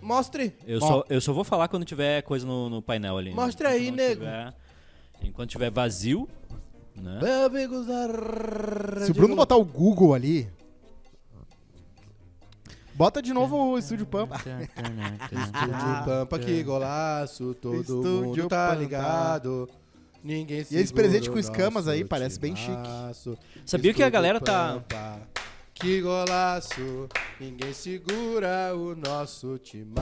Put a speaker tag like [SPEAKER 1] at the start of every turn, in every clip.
[SPEAKER 1] Mostre.
[SPEAKER 2] Eu só, eu só vou falar quando tiver coisa no, no painel ali. né?
[SPEAKER 1] Mostra
[SPEAKER 2] Enquanto
[SPEAKER 1] aí,
[SPEAKER 2] não
[SPEAKER 1] nego.
[SPEAKER 2] tiver- enquanto tiver vazio, né?
[SPEAKER 1] Amigos da
[SPEAKER 3] Se o Bruno botar o Google ali. Bota de novo o Estúdio Pampa.
[SPEAKER 1] Estúdio Pampa, que golaço, todo
[SPEAKER 3] Ah, é. Estúdio
[SPEAKER 1] mundo tá
[SPEAKER 3] Pampa.
[SPEAKER 1] ligado. Ninguém se
[SPEAKER 3] esse presente com escamas aí parece bem chique.
[SPEAKER 2] Sabia que a galera tá-
[SPEAKER 1] Que golaço, ninguém segura o nosso time.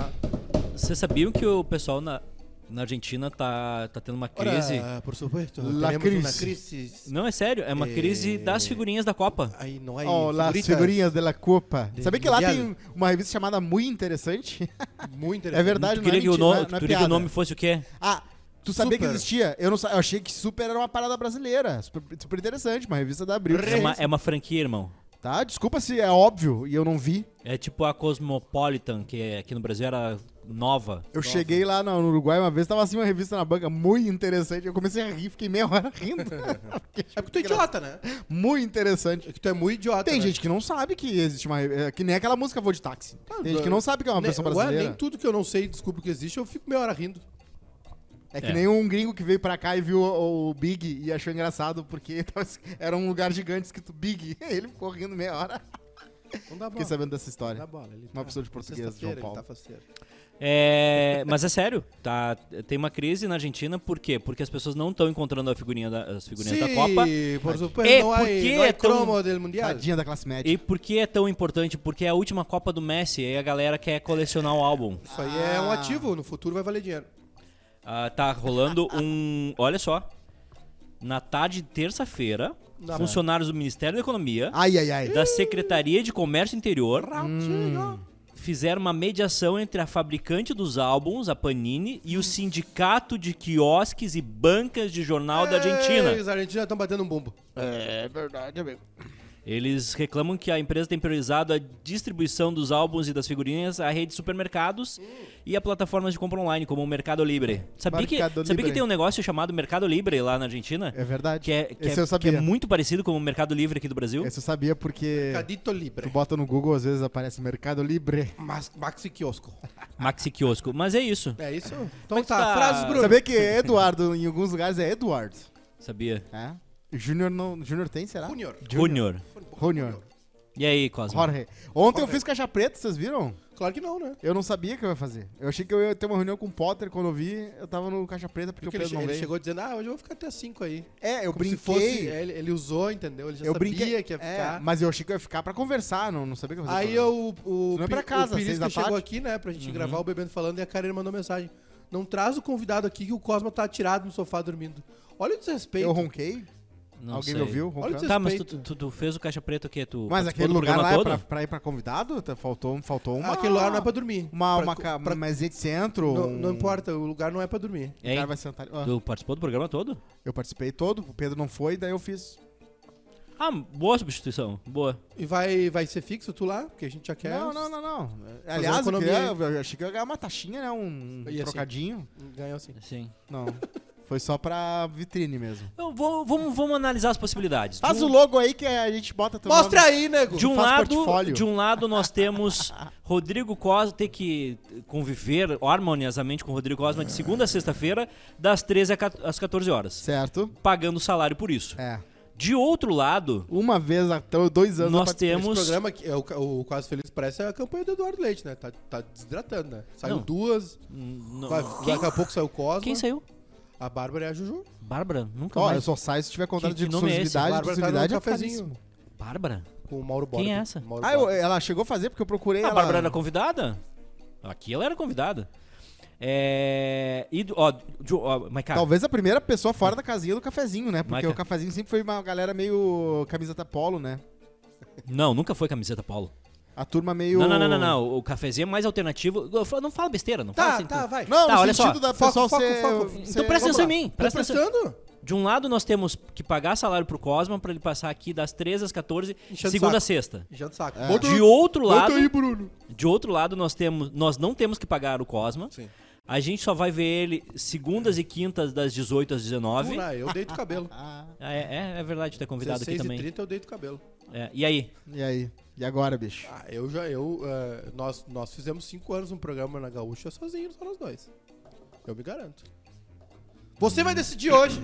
[SPEAKER 2] Vocês sabiam que o pessoal na, na Argentina tá, tá tendo uma crise?
[SPEAKER 1] por supuesto,
[SPEAKER 3] La
[SPEAKER 1] temos
[SPEAKER 3] crise.
[SPEAKER 1] uma crise.
[SPEAKER 2] Não, é sério, é uma
[SPEAKER 1] É.
[SPEAKER 2] crise das figurinhas da Copa.
[SPEAKER 1] Aí não é há
[SPEAKER 3] Ó, lá, as figurinhas da Copa.
[SPEAKER 1] De-
[SPEAKER 3] Sabia que lá
[SPEAKER 1] mundial.
[SPEAKER 3] tem uma revista chamada Muito Interessante?
[SPEAKER 1] Muito interessante.
[SPEAKER 3] É verdade,
[SPEAKER 2] tu
[SPEAKER 3] não é,
[SPEAKER 2] queria, que, o
[SPEAKER 3] menti-
[SPEAKER 2] nome,
[SPEAKER 3] não é- não é
[SPEAKER 2] tu queria que o
[SPEAKER 3] piada.
[SPEAKER 2] nome fosse o quê?
[SPEAKER 3] Ah, tu sabia que
[SPEAKER 1] Super.
[SPEAKER 3] existia? Eu, não, sa- eu achei que Super era uma parada brasileira. Super, super interessante, uma revista da Abril.
[SPEAKER 2] É uma, é uma franquia, irmão.
[SPEAKER 3] Tá, desculpa se é óbvio e eu não vi.
[SPEAKER 2] É tipo a Cosmopolitan, que é- aqui no Brasil era nova.
[SPEAKER 3] Eu cheguei lá no no Uruguai uma vez, tava assim uma revista na banca muito interessante. Eu comecei a rir, fiquei meia hora rindo. Porque
[SPEAKER 1] É porque tu é idiota, né?
[SPEAKER 3] muito interessante.
[SPEAKER 1] É que tu é muito idiota.
[SPEAKER 3] Tem
[SPEAKER 1] né?
[SPEAKER 3] gente que não sabe que existe uma. é, Que nem aquela música Vou de Táxi.
[SPEAKER 2] Ah,
[SPEAKER 3] Tem gente que não sabe que é uma
[SPEAKER 2] né,
[SPEAKER 1] Ne-
[SPEAKER 3] versão
[SPEAKER 1] Né, Ué,
[SPEAKER 3] brasileira.
[SPEAKER 1] nem tudo que eu não sei e descubro que existe, eu fico meia hora rindo.
[SPEAKER 3] É que
[SPEAKER 2] É.
[SPEAKER 3] nem um gringo que veio pra cá e viu o, o Big e achou engraçado porque tava- era um lugar gigante escrito Big. Ele ficou rindo meia hora.
[SPEAKER 1] Não dá bola.
[SPEAKER 3] Fiquei sabendo
[SPEAKER 1] Não
[SPEAKER 3] dessa
[SPEAKER 1] dá
[SPEAKER 3] história.
[SPEAKER 1] bola. Ele tá
[SPEAKER 3] Uma pessoa de português,
[SPEAKER 1] sexta-feira,
[SPEAKER 3] João
[SPEAKER 1] ele
[SPEAKER 3] Paulo.
[SPEAKER 1] tá faceiro.
[SPEAKER 2] É, mas é sério, tá, tem uma crise na Argentina, por quê? Porque as pessoas não estão encontrando a figurinha da- as figurinhas da Copa.
[SPEAKER 1] Sim, por supuesto,
[SPEAKER 2] E
[SPEAKER 1] não
[SPEAKER 2] por
[SPEAKER 1] hay,
[SPEAKER 2] que
[SPEAKER 1] no hay
[SPEAKER 2] é tão-
[SPEAKER 1] cromo del mundial.
[SPEAKER 3] Tadinha da classe média.
[SPEAKER 2] E por que é tão importante? Porque é a última Copa do Messi e a galera quer colecionar o álbum.
[SPEAKER 1] Isso aí é
[SPEAKER 3] Ah.
[SPEAKER 1] um ativo, no futuro vai valer dinheiro.
[SPEAKER 2] Ah, tá rolando um. Olha só. Na tarde de terça-feira,
[SPEAKER 1] Na-
[SPEAKER 2] funcionários do Ministério da Economia,
[SPEAKER 3] Ai, ai, ai.
[SPEAKER 2] da Secretaria de Comércio Interior, fizeram uma mediação entre a fabricante dos álbuns, a Panini, e o Sindicato de Quiosques e Bancas de Jornal
[SPEAKER 1] É.
[SPEAKER 2] da
[SPEAKER 1] Ei,
[SPEAKER 2] Argentina.
[SPEAKER 1] Os argentinos já estão batendo um bumbo.
[SPEAKER 3] É verdade, amigo.
[SPEAKER 2] Eles reclamam que a empresa tem priorizado a distribuição dos álbuns e das figurinhas à rede de supermercados e a plataformas de compra online, como o Mercado Libre. Sabia, que,
[SPEAKER 3] Mercado
[SPEAKER 2] sabia que
[SPEAKER 3] Libre.
[SPEAKER 2] tem um negócio chamado Mercado Libre lá na Argentina?
[SPEAKER 3] É verdade.
[SPEAKER 2] Que é, que,
[SPEAKER 3] Esse
[SPEAKER 2] é,
[SPEAKER 3] eu sabia.
[SPEAKER 2] que é muito parecido com o Mercado Livre aqui do Brasil.
[SPEAKER 3] Esse eu sabia porque
[SPEAKER 1] Cadito
[SPEAKER 3] tu
[SPEAKER 1] Libre.
[SPEAKER 3] bota no Google, às vezes aparece Mercado Libre.
[SPEAKER 1] Mas, Maxi Kiosco.
[SPEAKER 2] Maxi Kiosco. Mas é isso.
[SPEAKER 1] É isso?
[SPEAKER 2] Como é
[SPEAKER 1] Então
[SPEAKER 2] que
[SPEAKER 1] tá,
[SPEAKER 2] tá?
[SPEAKER 1] frases, Bruno.
[SPEAKER 3] Sabia que Eduardo, em alguns lugares, é Eduardo.
[SPEAKER 2] Sabia?
[SPEAKER 3] É? Júnior não. Júnior tem, será?
[SPEAKER 1] Júnior.
[SPEAKER 2] Junior.
[SPEAKER 3] Júnior.
[SPEAKER 2] E aí, Cosmo?
[SPEAKER 3] Jorge. Ontem eu fiz caixa preta, vocês viram?
[SPEAKER 1] Claro que não, né?
[SPEAKER 3] Eu não sabia que eu ia fazer. Eu achei que eu ia ter uma reunião com o Potter quando eu vi. Eu tava no caixa preta porque,
[SPEAKER 1] Porque
[SPEAKER 3] o
[SPEAKER 1] ele,
[SPEAKER 3] Pedro não
[SPEAKER 1] ele
[SPEAKER 3] veio.
[SPEAKER 1] chegou dizendo, ah, hoje eu vou ficar até 5 aí.
[SPEAKER 3] É, eu
[SPEAKER 1] Como se
[SPEAKER 3] brinquei.
[SPEAKER 1] fosse- é, ele, ele usou, entendeu? Ele já
[SPEAKER 3] eu
[SPEAKER 1] sabia
[SPEAKER 3] brinquei.
[SPEAKER 1] que ia
[SPEAKER 3] É,
[SPEAKER 1] ficar.
[SPEAKER 3] mas eu achei que eu ia ficar pra conversar, não, não sabia que eu ia fazer.
[SPEAKER 1] Aí
[SPEAKER 3] programa.
[SPEAKER 1] eu, o,
[SPEAKER 3] Não é pra
[SPEAKER 1] Pi-
[SPEAKER 3] casa,
[SPEAKER 1] o
[SPEAKER 3] seis
[SPEAKER 1] Pirisca
[SPEAKER 3] da
[SPEAKER 1] chegou
[SPEAKER 3] tarde. Uhum.
[SPEAKER 1] aqui, né, pra gente gravar o Bebendo Falando e a Karina mandou mensagem. Não traz o convidado aqui que o Cosma tá atirado no sofá dormindo. Olha o desrespeito.
[SPEAKER 3] Eu ronquei.
[SPEAKER 2] Não sei.
[SPEAKER 3] Alguém me ouviu?
[SPEAKER 1] Olha o
[SPEAKER 3] Roncando.
[SPEAKER 2] Tá, mas tu,
[SPEAKER 1] Respeito.
[SPEAKER 2] tu- tu fez o Caixa Preta o quê? Tu
[SPEAKER 3] Mas
[SPEAKER 2] participou
[SPEAKER 3] aquele
[SPEAKER 2] do
[SPEAKER 3] lugar
[SPEAKER 2] programa
[SPEAKER 3] lá é
[SPEAKER 2] todo?
[SPEAKER 3] pra, pra ir pra convidado? Tá- Faltou, faltou uma.
[SPEAKER 1] Aquele lugar não é pra dormir.
[SPEAKER 3] Uma,
[SPEAKER 1] Pra-
[SPEAKER 3] uma, ca-
[SPEAKER 1] pra-
[SPEAKER 3] uma mesinha de centro.
[SPEAKER 1] não,
[SPEAKER 3] um-
[SPEAKER 1] não importa, o lugar não é pra dormir.
[SPEAKER 3] O cara
[SPEAKER 2] Hein?
[SPEAKER 3] vai sentar. ali. Ah,
[SPEAKER 2] Tu participou do programa todo?
[SPEAKER 3] Eu participei todo, o Pedro não foi, daí eu fiz.
[SPEAKER 2] Ah, boa substituição. Boa.
[SPEAKER 1] E vai, vai ser fixo tu lá? Porque a gente já quer.
[SPEAKER 3] Não, não, não, não. Aliás, eu,
[SPEAKER 1] economia,
[SPEAKER 3] queria- eu achei que eu ia ganhar uma taxinha, né? Um
[SPEAKER 1] E assim?
[SPEAKER 3] trocadinho.
[SPEAKER 1] Ganhou sim.
[SPEAKER 2] Sim.
[SPEAKER 3] Não. Foi só pra vitrine mesmo.
[SPEAKER 2] Então, vamos, vamos, vamos analisar as possibilidades.
[SPEAKER 3] Faz
[SPEAKER 2] de
[SPEAKER 3] o
[SPEAKER 2] um,
[SPEAKER 3] logo aí que a gente bota teu
[SPEAKER 1] Mostra
[SPEAKER 3] nome.
[SPEAKER 1] aí, nego!
[SPEAKER 2] de um
[SPEAKER 3] faz
[SPEAKER 2] lado,
[SPEAKER 3] portfólio.
[SPEAKER 2] de um lado nós temos Rodrigo Cosma ter que conviver harmoniosamente com o Rodrigo Cosma de segunda a sexta-feira, das 13 a ca- às 14 horas,
[SPEAKER 3] Certo?
[SPEAKER 2] pagando salário por isso.
[SPEAKER 3] É.
[SPEAKER 2] De outro lado,
[SPEAKER 3] Uma vez há t- dois anos.
[SPEAKER 2] nós
[SPEAKER 3] eu participei.
[SPEAKER 1] Esse
[SPEAKER 2] temos.
[SPEAKER 1] programa, que é o, ca- o Quase Feliz Parece, é a campanha do Eduardo Leite, né? Tá, tá desidratando, né? Saiu
[SPEAKER 2] Não.
[SPEAKER 1] duas,
[SPEAKER 2] N-
[SPEAKER 1] vai-
[SPEAKER 2] quem,
[SPEAKER 1] daqui a pouco saiu o Cosma.
[SPEAKER 2] quem saiu?
[SPEAKER 1] A Bárbara e a Juju.
[SPEAKER 2] Bárbara? Nunca
[SPEAKER 3] Ó, eu
[SPEAKER 2] mais.
[SPEAKER 3] só saio se tiver contrato
[SPEAKER 2] Que-
[SPEAKER 3] de
[SPEAKER 2] que nome é esse?
[SPEAKER 3] exclusividade.
[SPEAKER 1] Bárbara tá
[SPEAKER 3] exclusividade
[SPEAKER 1] num
[SPEAKER 3] é
[SPEAKER 1] cafezinho.
[SPEAKER 3] caríssimo.
[SPEAKER 2] Bárbara?
[SPEAKER 1] Com o Mauro Borba.
[SPEAKER 2] Quem é essa?
[SPEAKER 1] Mauro
[SPEAKER 3] Ah, eu-
[SPEAKER 1] Borba.
[SPEAKER 3] ela chegou a fazer porque eu procurei
[SPEAKER 2] A
[SPEAKER 3] ela.
[SPEAKER 2] Ah, Bárbara era convidada? Aqui ela era convidada. É. E, do- ó, de- ó, Maiká,
[SPEAKER 3] Talvez a primeira pessoa fora da casinha do cafezinho, né? Porque
[SPEAKER 2] Maica.
[SPEAKER 3] o cafezinho sempre foi uma galera meio camiseta polo, né?
[SPEAKER 2] Não, nunca foi camiseta Paulo.
[SPEAKER 3] A turma meio.
[SPEAKER 2] Não, não, não, não, não. O cafezinho é mais alternativo. Eu falo- Não fala besteira, não fala
[SPEAKER 1] Tá,
[SPEAKER 2] assim.
[SPEAKER 1] tá, vai.
[SPEAKER 3] Não,
[SPEAKER 2] Tá,
[SPEAKER 3] no
[SPEAKER 2] olha
[SPEAKER 3] sentido
[SPEAKER 2] só.
[SPEAKER 3] da
[SPEAKER 1] Foco,
[SPEAKER 3] pessoal
[SPEAKER 1] foco,
[SPEAKER 3] ser-
[SPEAKER 1] foco.
[SPEAKER 2] Então
[SPEAKER 3] ser-
[SPEAKER 2] presta
[SPEAKER 3] Vamos
[SPEAKER 2] atenção em
[SPEAKER 3] lá.
[SPEAKER 2] mim.
[SPEAKER 1] Tá
[SPEAKER 2] Presta atenção.
[SPEAKER 1] prestando?
[SPEAKER 2] De um lado nós temos que pagar salário pro Cosma pra ele passar aqui das 13 às 14,
[SPEAKER 1] Enchendo
[SPEAKER 2] segunda
[SPEAKER 1] saco.
[SPEAKER 2] a sexta.
[SPEAKER 1] Enchendo o
[SPEAKER 3] É.
[SPEAKER 1] saco.
[SPEAKER 2] É. De outro lado,
[SPEAKER 1] aí, Bruno.
[SPEAKER 2] de outro lado nós temos, nós não temos que pagar o Cosma.
[SPEAKER 1] Sim.
[SPEAKER 2] A gente só vai ver ele segundas e quintas das 18 às 19.
[SPEAKER 1] Bruno, ah, eu deito o cabelo.
[SPEAKER 3] Ah,
[SPEAKER 2] Ah, É, é, é verdade, tu é convidado aqui também.
[SPEAKER 1] 16h30 eu deito o cabelo.
[SPEAKER 2] É, e aí?
[SPEAKER 3] e aí? E agora, bicho?
[SPEAKER 1] Ah, eu já, eu, ah, nós, nós fizemos cinco anos um programa na Gaúcha sozinho, só nós dois. Eu me garanto. Você vai decidir hoje.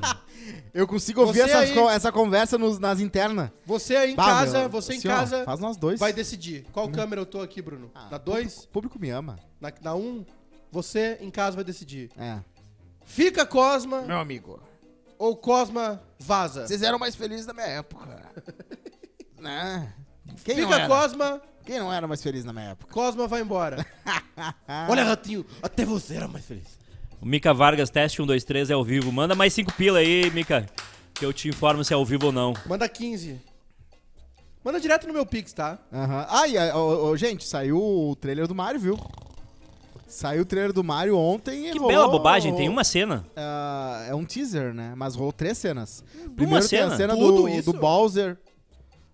[SPEAKER 3] Eu consigo ouvir
[SPEAKER 1] Você
[SPEAKER 3] essas
[SPEAKER 1] aí-
[SPEAKER 3] con- essa conversa nos- nas internas.
[SPEAKER 1] Você aí em
[SPEAKER 3] Bah,
[SPEAKER 1] casa,
[SPEAKER 3] meu,
[SPEAKER 1] você em
[SPEAKER 3] assim, ó,
[SPEAKER 1] casa
[SPEAKER 3] Faz nós dois.
[SPEAKER 1] vai decidir. Qual câmera eu tô aqui, Bruno?
[SPEAKER 3] Ah,
[SPEAKER 1] na dois?
[SPEAKER 3] O público me ama.
[SPEAKER 1] Na, na um? Você em casa vai decidir.
[SPEAKER 3] É.
[SPEAKER 1] Fica Cosma
[SPEAKER 3] Meu amigo.
[SPEAKER 1] ou Cosma vaza?
[SPEAKER 3] Vocês eram mais felizes na minha época. né? Quem não
[SPEAKER 1] Fica
[SPEAKER 3] era?
[SPEAKER 1] Cosma,
[SPEAKER 3] Quem não era mais feliz na minha época?
[SPEAKER 1] Cosma vai embora. Olha, Ratinho, até você era mais feliz.
[SPEAKER 2] O Mica Vargas, teste 1, 2, 3 é ao vivo. Manda mais 5 pila aí, Mica. Que eu te informo se é ao vivo ou não.
[SPEAKER 1] Manda 15. Manda direto no meu Pix, tá?
[SPEAKER 3] Aham. Ah, e, ah, ô, ô, gente, saiu o trailer do Mario, viu? Saiu o trailer do Mario ontem e
[SPEAKER 2] Que
[SPEAKER 3] rolou-
[SPEAKER 2] bela bobagem, tem uma cena.
[SPEAKER 3] Ah, é um teaser, né? Mas rolou três cenas.
[SPEAKER 2] cena?
[SPEAKER 3] a cena
[SPEAKER 1] Tudo
[SPEAKER 3] do,
[SPEAKER 1] isso?
[SPEAKER 3] do Bowser,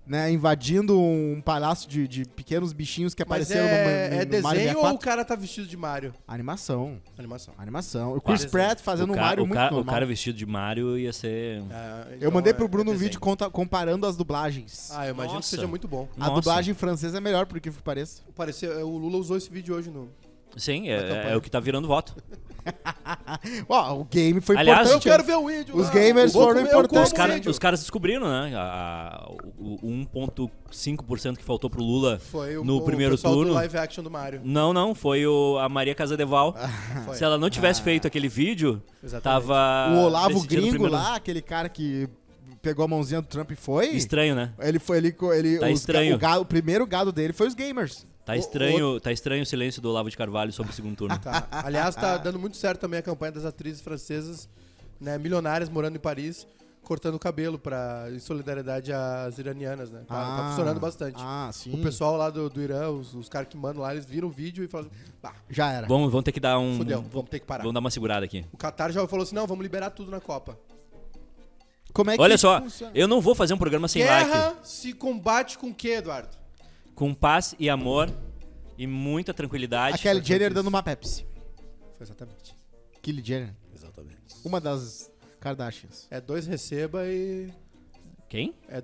[SPEAKER 3] né? Invadindo um palácio de, de pequenos bichinhos que
[SPEAKER 1] Mas é,
[SPEAKER 3] apareceram no, Ma-
[SPEAKER 1] é
[SPEAKER 3] no Mario
[SPEAKER 1] desenho ou
[SPEAKER 3] 64.
[SPEAKER 1] o cara tá vestido de Mario?
[SPEAKER 3] Animação.
[SPEAKER 1] Animação.
[SPEAKER 3] Animação. O Chris
[SPEAKER 1] Desenho.
[SPEAKER 3] Pratt fazendo
[SPEAKER 2] o,
[SPEAKER 3] um
[SPEAKER 2] ca-
[SPEAKER 3] Mario
[SPEAKER 2] o,
[SPEAKER 3] muito
[SPEAKER 2] ca- o
[SPEAKER 3] normal.
[SPEAKER 2] cara vestido de Mario ia ser.
[SPEAKER 1] Ah, então
[SPEAKER 3] Eu mandei
[SPEAKER 1] é-
[SPEAKER 3] pro Bruno
[SPEAKER 1] é
[SPEAKER 3] um
[SPEAKER 1] desenho.
[SPEAKER 3] vídeo conta- comparando as dublagens.
[SPEAKER 1] Ah, eu imagino que
[SPEAKER 2] Nossa.
[SPEAKER 1] seja muito bom.
[SPEAKER 3] a
[SPEAKER 2] é. Nossa.
[SPEAKER 3] dublagem francesa é melhor, por que que pareça.
[SPEAKER 1] Pareceu, o Lula usou esse vídeo hoje no. Na
[SPEAKER 2] Sim, é- é,
[SPEAKER 1] campanha.
[SPEAKER 2] o que tá virando voto.
[SPEAKER 3] Ó, o game foi
[SPEAKER 2] Aliás,
[SPEAKER 1] Eu
[SPEAKER 3] importante.
[SPEAKER 1] quero ver o vídeo.
[SPEAKER 3] Os
[SPEAKER 1] lá.
[SPEAKER 3] gamers
[SPEAKER 1] Eu vou
[SPEAKER 3] foram
[SPEAKER 1] comer- eu como
[SPEAKER 2] Os,
[SPEAKER 3] importantes.
[SPEAKER 1] o
[SPEAKER 2] cara-
[SPEAKER 1] vídeo.
[SPEAKER 2] os caras descobriram, né? a- a- o um o 1,5% que faltou pro Lula
[SPEAKER 1] Foi o,
[SPEAKER 2] no
[SPEAKER 1] o
[SPEAKER 2] primeiro
[SPEAKER 1] pessoal
[SPEAKER 2] turno.
[SPEAKER 1] do live action do Mario.
[SPEAKER 2] Não, não, foi o- a Maria Casadeval.
[SPEAKER 1] Ah, Foi. Ah.
[SPEAKER 2] Se ela não tivesse feito aquele vídeo,
[SPEAKER 1] Exatamente.
[SPEAKER 2] tava.
[SPEAKER 3] O Olavo
[SPEAKER 2] decidido no
[SPEAKER 3] Gringo
[SPEAKER 2] primeiro-
[SPEAKER 3] lá, aquele cara que pegou a mãozinha do Trump e foi.
[SPEAKER 2] Estranho, né?
[SPEAKER 3] Ele foi ali. co- Ele,
[SPEAKER 2] Tá
[SPEAKER 3] os ga-
[SPEAKER 2] estranho.
[SPEAKER 3] O, gado- o primeiro gado dele foi os gamers.
[SPEAKER 2] Tá
[SPEAKER 3] O-
[SPEAKER 2] estranho, tá estranho o silêncio do Olavo de Carvalho sobre o segundo turno.
[SPEAKER 1] Tá. Aliás, tá dando muito certo também a campanha das atrizes francesas, né, milionárias morando em Paris, cortando o cabelo pra, em solidariedade às iranianas, né? Tá, tá
[SPEAKER 3] Ah,
[SPEAKER 1] funcionando bastante.
[SPEAKER 3] Ah, sim.
[SPEAKER 1] O pessoal lá do, do Irã, os, os caras que mandam lá, eles viram o vídeo e falam: assim, bah,
[SPEAKER 3] Já era.
[SPEAKER 2] Vamos, vamos ter que dar um.
[SPEAKER 3] Uhum.
[SPEAKER 1] fudeu,
[SPEAKER 2] vamos,
[SPEAKER 1] vamos ter que parar.
[SPEAKER 2] vamos dar uma segurada aqui.
[SPEAKER 1] O Qatar já falou assim: não, vamos liberar tudo na Copa.
[SPEAKER 3] Como é que
[SPEAKER 2] Olha só,
[SPEAKER 3] funciona?
[SPEAKER 2] eu não vou fazer um programa sem like.
[SPEAKER 1] Guerra se combate com o quê, Eduardo?
[SPEAKER 2] Com paz e amor e muita tranquilidade.
[SPEAKER 3] A Kelly Jenner
[SPEAKER 2] é
[SPEAKER 1] isso.
[SPEAKER 3] dando uma Pepsi.
[SPEAKER 1] Foi exatamente.
[SPEAKER 3] Kelly Jenner.
[SPEAKER 1] Exatamente.
[SPEAKER 3] Uma das Kardashians.
[SPEAKER 1] É dois receba e.
[SPEAKER 2] Quem?
[SPEAKER 1] É,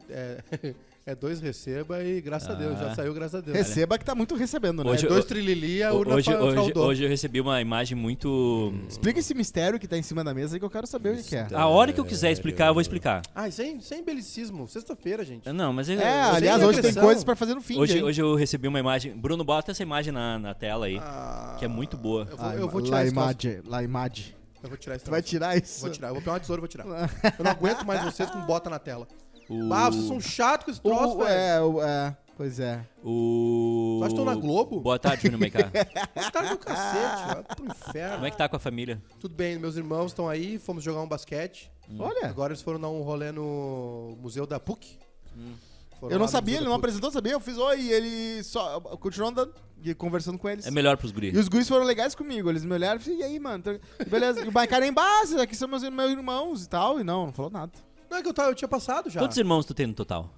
[SPEAKER 1] é, é dois receba e graças a Deus, já saiu graças a Deus.
[SPEAKER 3] Receba que tá muito recebendo, né?
[SPEAKER 1] É
[SPEAKER 2] Ah. Hoje-
[SPEAKER 1] dois trilili, a urna
[SPEAKER 2] hoje,
[SPEAKER 1] fa-
[SPEAKER 2] hoje,
[SPEAKER 1] fraudou.
[SPEAKER 2] hoje eu recebi uma imagem muito. ah,
[SPEAKER 3] Explica esse mistério que tá em cima da mesa aí que eu quero saber o que que é.
[SPEAKER 2] A hora que eu quiser explicar, eu vou explicar.
[SPEAKER 1] Ah, sem, sem belicismo. Sexta-feira, gente.
[SPEAKER 2] Não, mas eu-
[SPEAKER 3] É,
[SPEAKER 2] eu-
[SPEAKER 3] aliás,
[SPEAKER 1] que é
[SPEAKER 3] hoje tem
[SPEAKER 1] agressão.
[SPEAKER 3] coisas pra fazer no fim,
[SPEAKER 2] hoje,
[SPEAKER 3] hein?
[SPEAKER 2] hoje eu recebi uma imagem. Bruno, bota essa imagem na, na tela aí,
[SPEAKER 1] Ah,
[SPEAKER 2] que é muito boa.
[SPEAKER 1] Eu vou,
[SPEAKER 3] La-
[SPEAKER 1] eu vou tirar
[SPEAKER 3] La
[SPEAKER 1] esse troço.
[SPEAKER 3] Image, La Image.
[SPEAKER 1] Eu vou tirar esse
[SPEAKER 3] Tu vai
[SPEAKER 1] troço.
[SPEAKER 3] tirar isso?
[SPEAKER 1] Vou tirar. Eu vou pegar uma tesoura e vou tirar. Eu não aguento mais vocês com bota na tela.
[SPEAKER 2] O-
[SPEAKER 1] Ah, vocês são chatos com esse troço,
[SPEAKER 3] O-
[SPEAKER 1] velho.
[SPEAKER 3] é, o- é, pois é.
[SPEAKER 2] O.
[SPEAKER 1] Vocês estão na Globo?
[SPEAKER 2] Boa tarde, Júnior Maiká.
[SPEAKER 1] Gostaram é do cacete, vai pro inferno.
[SPEAKER 2] Como é que tá com a família?
[SPEAKER 1] Tudo bem, meus irmãos estão aí, fomos jogar um basquete.
[SPEAKER 2] Hum.
[SPEAKER 3] Olha,
[SPEAKER 1] Agora eles foram dar um rolê no Museu da PUC.
[SPEAKER 2] Hum.
[SPEAKER 1] Foram lá
[SPEAKER 3] eu não
[SPEAKER 1] no Museu
[SPEAKER 3] sabia, ele
[SPEAKER 1] da
[SPEAKER 3] não
[SPEAKER 1] PUC.
[SPEAKER 3] apresentou, sabia? Eu fiz oi e ele só continuou andando e conversando com eles.
[SPEAKER 2] É melhor pros guris.
[SPEAKER 3] E os guris foram legais comigo, eles me olharam e falaram, e aí, mano? Tran- Beleza. E o Baicá nem base, aqui são meus, meus irmãos e tal. E não, não falou nada.
[SPEAKER 1] Não, é que eu, tava, eu tinha passado já.
[SPEAKER 2] Quantos irmãos tu tem no total?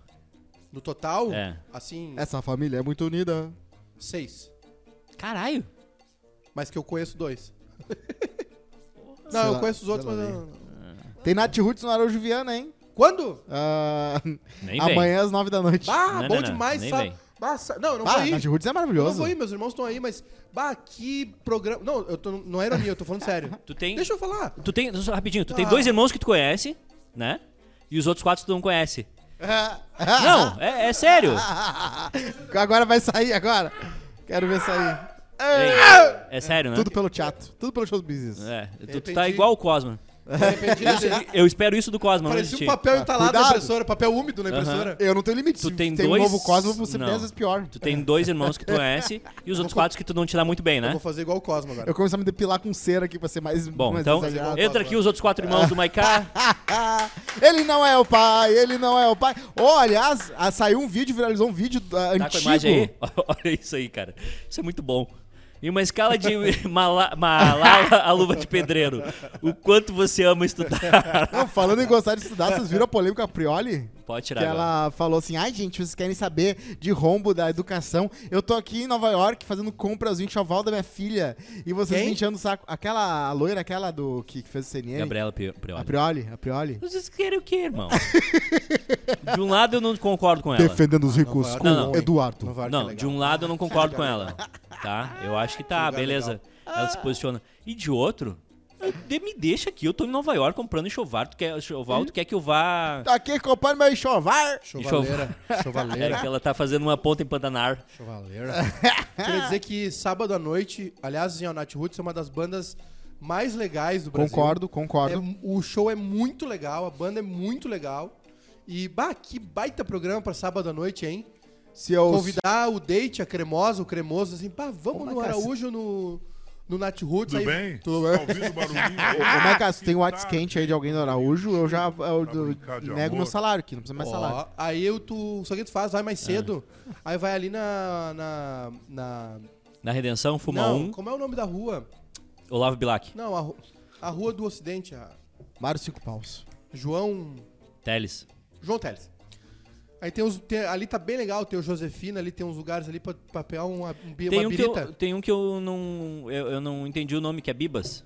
[SPEAKER 1] No total,
[SPEAKER 2] É.
[SPEAKER 1] assim,
[SPEAKER 3] Essa família é muito unida.
[SPEAKER 1] seis.
[SPEAKER 2] Caralho!
[SPEAKER 1] Mas que eu conheço dois. não,
[SPEAKER 3] Sei
[SPEAKER 1] eu
[SPEAKER 3] lá,
[SPEAKER 1] conheço os outros,
[SPEAKER 3] sei
[SPEAKER 1] mas
[SPEAKER 3] lá,
[SPEAKER 1] não, não.
[SPEAKER 3] Tem Nath Roots no Araújo Viana, hein?
[SPEAKER 1] Quando?
[SPEAKER 3] Ah,
[SPEAKER 2] Nem vem.
[SPEAKER 3] amanhã às nove da noite.
[SPEAKER 1] Bah,
[SPEAKER 2] Não,
[SPEAKER 1] bom
[SPEAKER 2] não, não,
[SPEAKER 1] demais,
[SPEAKER 2] nem
[SPEAKER 1] sabe?
[SPEAKER 2] vem.
[SPEAKER 1] Bah, sa- não, eu não
[SPEAKER 3] Ah,
[SPEAKER 1] vou ir.
[SPEAKER 3] Nath Roots é
[SPEAKER 1] Eu não
[SPEAKER 3] maravilhoso.
[SPEAKER 1] vou ir, meus irmãos estão aí, mas. Bah, que programa. Não, eu tô, não é ironia, eu tô falando sério.
[SPEAKER 2] Tu tem.
[SPEAKER 1] Deixa eu falar.
[SPEAKER 2] Tu tem. só Rapidinho, tu tem
[SPEAKER 1] Ah.
[SPEAKER 2] dois irmãos que tu conhece, né? E os outros quatro tu não conhece. Não, é, é sério.
[SPEAKER 3] agora vai sair, agora. Quero ver sair.
[SPEAKER 2] Ei, É sério, né?
[SPEAKER 3] Tudo pelo teatro, tudo pelo show business.
[SPEAKER 2] É, tu, tu tá
[SPEAKER 1] Arrependi.
[SPEAKER 2] igual o Cosma.
[SPEAKER 1] De repente,
[SPEAKER 2] Eu espero isso do Cosma, não
[SPEAKER 1] parecia
[SPEAKER 2] existir.
[SPEAKER 1] Ah. um papel entalado na
[SPEAKER 3] Cuidado.
[SPEAKER 1] impressora, papel úmido na impressora.
[SPEAKER 3] Eu não tenho limite.
[SPEAKER 2] Tu
[SPEAKER 3] Se
[SPEAKER 2] tem
[SPEAKER 3] tem um
[SPEAKER 2] dois-
[SPEAKER 3] novo Cosmo, você
[SPEAKER 2] Não.
[SPEAKER 3] dez vezes pior.
[SPEAKER 2] Tu tem dois irmãos que tu conhece e os outros quatro que tu não te dá muito bem,
[SPEAKER 1] Eu
[SPEAKER 2] né?
[SPEAKER 1] vou fazer igual o Cosmo agora.
[SPEAKER 3] Eu comecei a me depilar com cera aqui pra ser mais
[SPEAKER 2] Bom,
[SPEAKER 3] mais
[SPEAKER 2] então
[SPEAKER 3] exagerado.
[SPEAKER 2] entra aqui os outros quatro irmãos do Maiká. tá
[SPEAKER 3] Ah, ele não é o pai, ele não é o pai. Oh, aliás, ah, saiu um vídeo, viralizou um vídeo
[SPEAKER 2] Tá
[SPEAKER 3] ah,
[SPEAKER 2] com a
[SPEAKER 3] antigo.
[SPEAKER 2] imagem aí? Olha isso aí, cara. Isso é muito bom. Em uma escala de mala- Malala, a luva de pedreiro, o quanto você ama estudar?
[SPEAKER 3] Não, falando em gostar de estudar, vocês viram a polêmica Prioli?
[SPEAKER 2] Pode tirar
[SPEAKER 3] Que
[SPEAKER 2] agora.
[SPEAKER 3] ela falou assim: ai, gente, vocês querem saber de rombo da educação? Eu tô aqui em Nova York fazendo compras do enxoval da minha filha e vocês
[SPEAKER 1] Quem?
[SPEAKER 3] me enchendo o saco. Aquela loira, aquela do que que fez o CNN.
[SPEAKER 2] Gabriela Pri-
[SPEAKER 3] A
[SPEAKER 2] Prioli.
[SPEAKER 3] Prioli, a Prioli.
[SPEAKER 2] Vocês querem o quê, irmão? De um lado eu não concordo com ela.
[SPEAKER 3] Defendendo os
[SPEAKER 1] Nova
[SPEAKER 3] ricos
[SPEAKER 1] York
[SPEAKER 3] com
[SPEAKER 2] é bom,
[SPEAKER 1] hein?
[SPEAKER 3] Eduardo.
[SPEAKER 1] Nova York é
[SPEAKER 2] Não,
[SPEAKER 1] legal. é
[SPEAKER 2] de um lado eu não concordo com ela. Tá? Eu acho que tá,
[SPEAKER 1] lugar
[SPEAKER 2] beleza. Ela se posiciona. E de outro, eu- de- me deixa aqui, eu tô em Nova York comprando enxoval, tu quer, enxoval, tu quer que eu vá.
[SPEAKER 3] Tá aqui comprando meu enxoval.
[SPEAKER 2] um-
[SPEAKER 1] Chovaleira.
[SPEAKER 2] Era que
[SPEAKER 1] Chovaleira.
[SPEAKER 2] ela tá fazendo uma ponta em Pantanar.
[SPEAKER 1] Chovaleira. Queria dizer que sábado à noite, aliás, assim, ó, Nath Roots é uma das bandas mais legais do Brasil.
[SPEAKER 3] Concordo,
[SPEAKER 1] É,
[SPEAKER 3] concordo.
[SPEAKER 1] o show é muito legal, a banda é muito legal. E, bah, que baita programa pra sábado à noite, hein?
[SPEAKER 3] É, Se eu.
[SPEAKER 1] Convidar o Date, a Cremosa, o Cremoso, assim, pá, vamos
[SPEAKER 3] Ô,
[SPEAKER 1] no
[SPEAKER 3] Macaça.
[SPEAKER 1] Araújo, no, no Nath Roots.
[SPEAKER 4] Tudo
[SPEAKER 1] aí-
[SPEAKER 4] bem?
[SPEAKER 1] Tudo bem.
[SPEAKER 4] Tá ouvindo o barulhinho?
[SPEAKER 3] Ô, Macas, tem um WhatsApp quente aí de alguém do Araújo, eu já eu, eu
[SPEAKER 4] brincar de
[SPEAKER 3] nego
[SPEAKER 4] amor.
[SPEAKER 3] meu salário aqui, não precisa mais salário.
[SPEAKER 1] Ó, aí eu, tu, só que tu faz, vai mais cedo.
[SPEAKER 2] É.
[SPEAKER 1] Aí vai ali na... na, na
[SPEAKER 2] Na Redenção, Fuma
[SPEAKER 1] não,
[SPEAKER 2] um,
[SPEAKER 1] como é o nome da rua?
[SPEAKER 2] Olavo Bilac.
[SPEAKER 1] Não, a, ru- a rua do Ocidente, a
[SPEAKER 3] Vários cinco paus.
[SPEAKER 1] João...
[SPEAKER 2] Teles.
[SPEAKER 1] João Teles. Aí tem uns. tem- ali tá bem legal, tem o Josefina, ali tem uns lugares ali pra, pra pegar uma, um bi-
[SPEAKER 2] Tem
[SPEAKER 1] uma
[SPEAKER 2] um, que
[SPEAKER 1] birita.
[SPEAKER 2] eu, tem um que eu não. Eu, eu não entendi o nome, que é Bibas.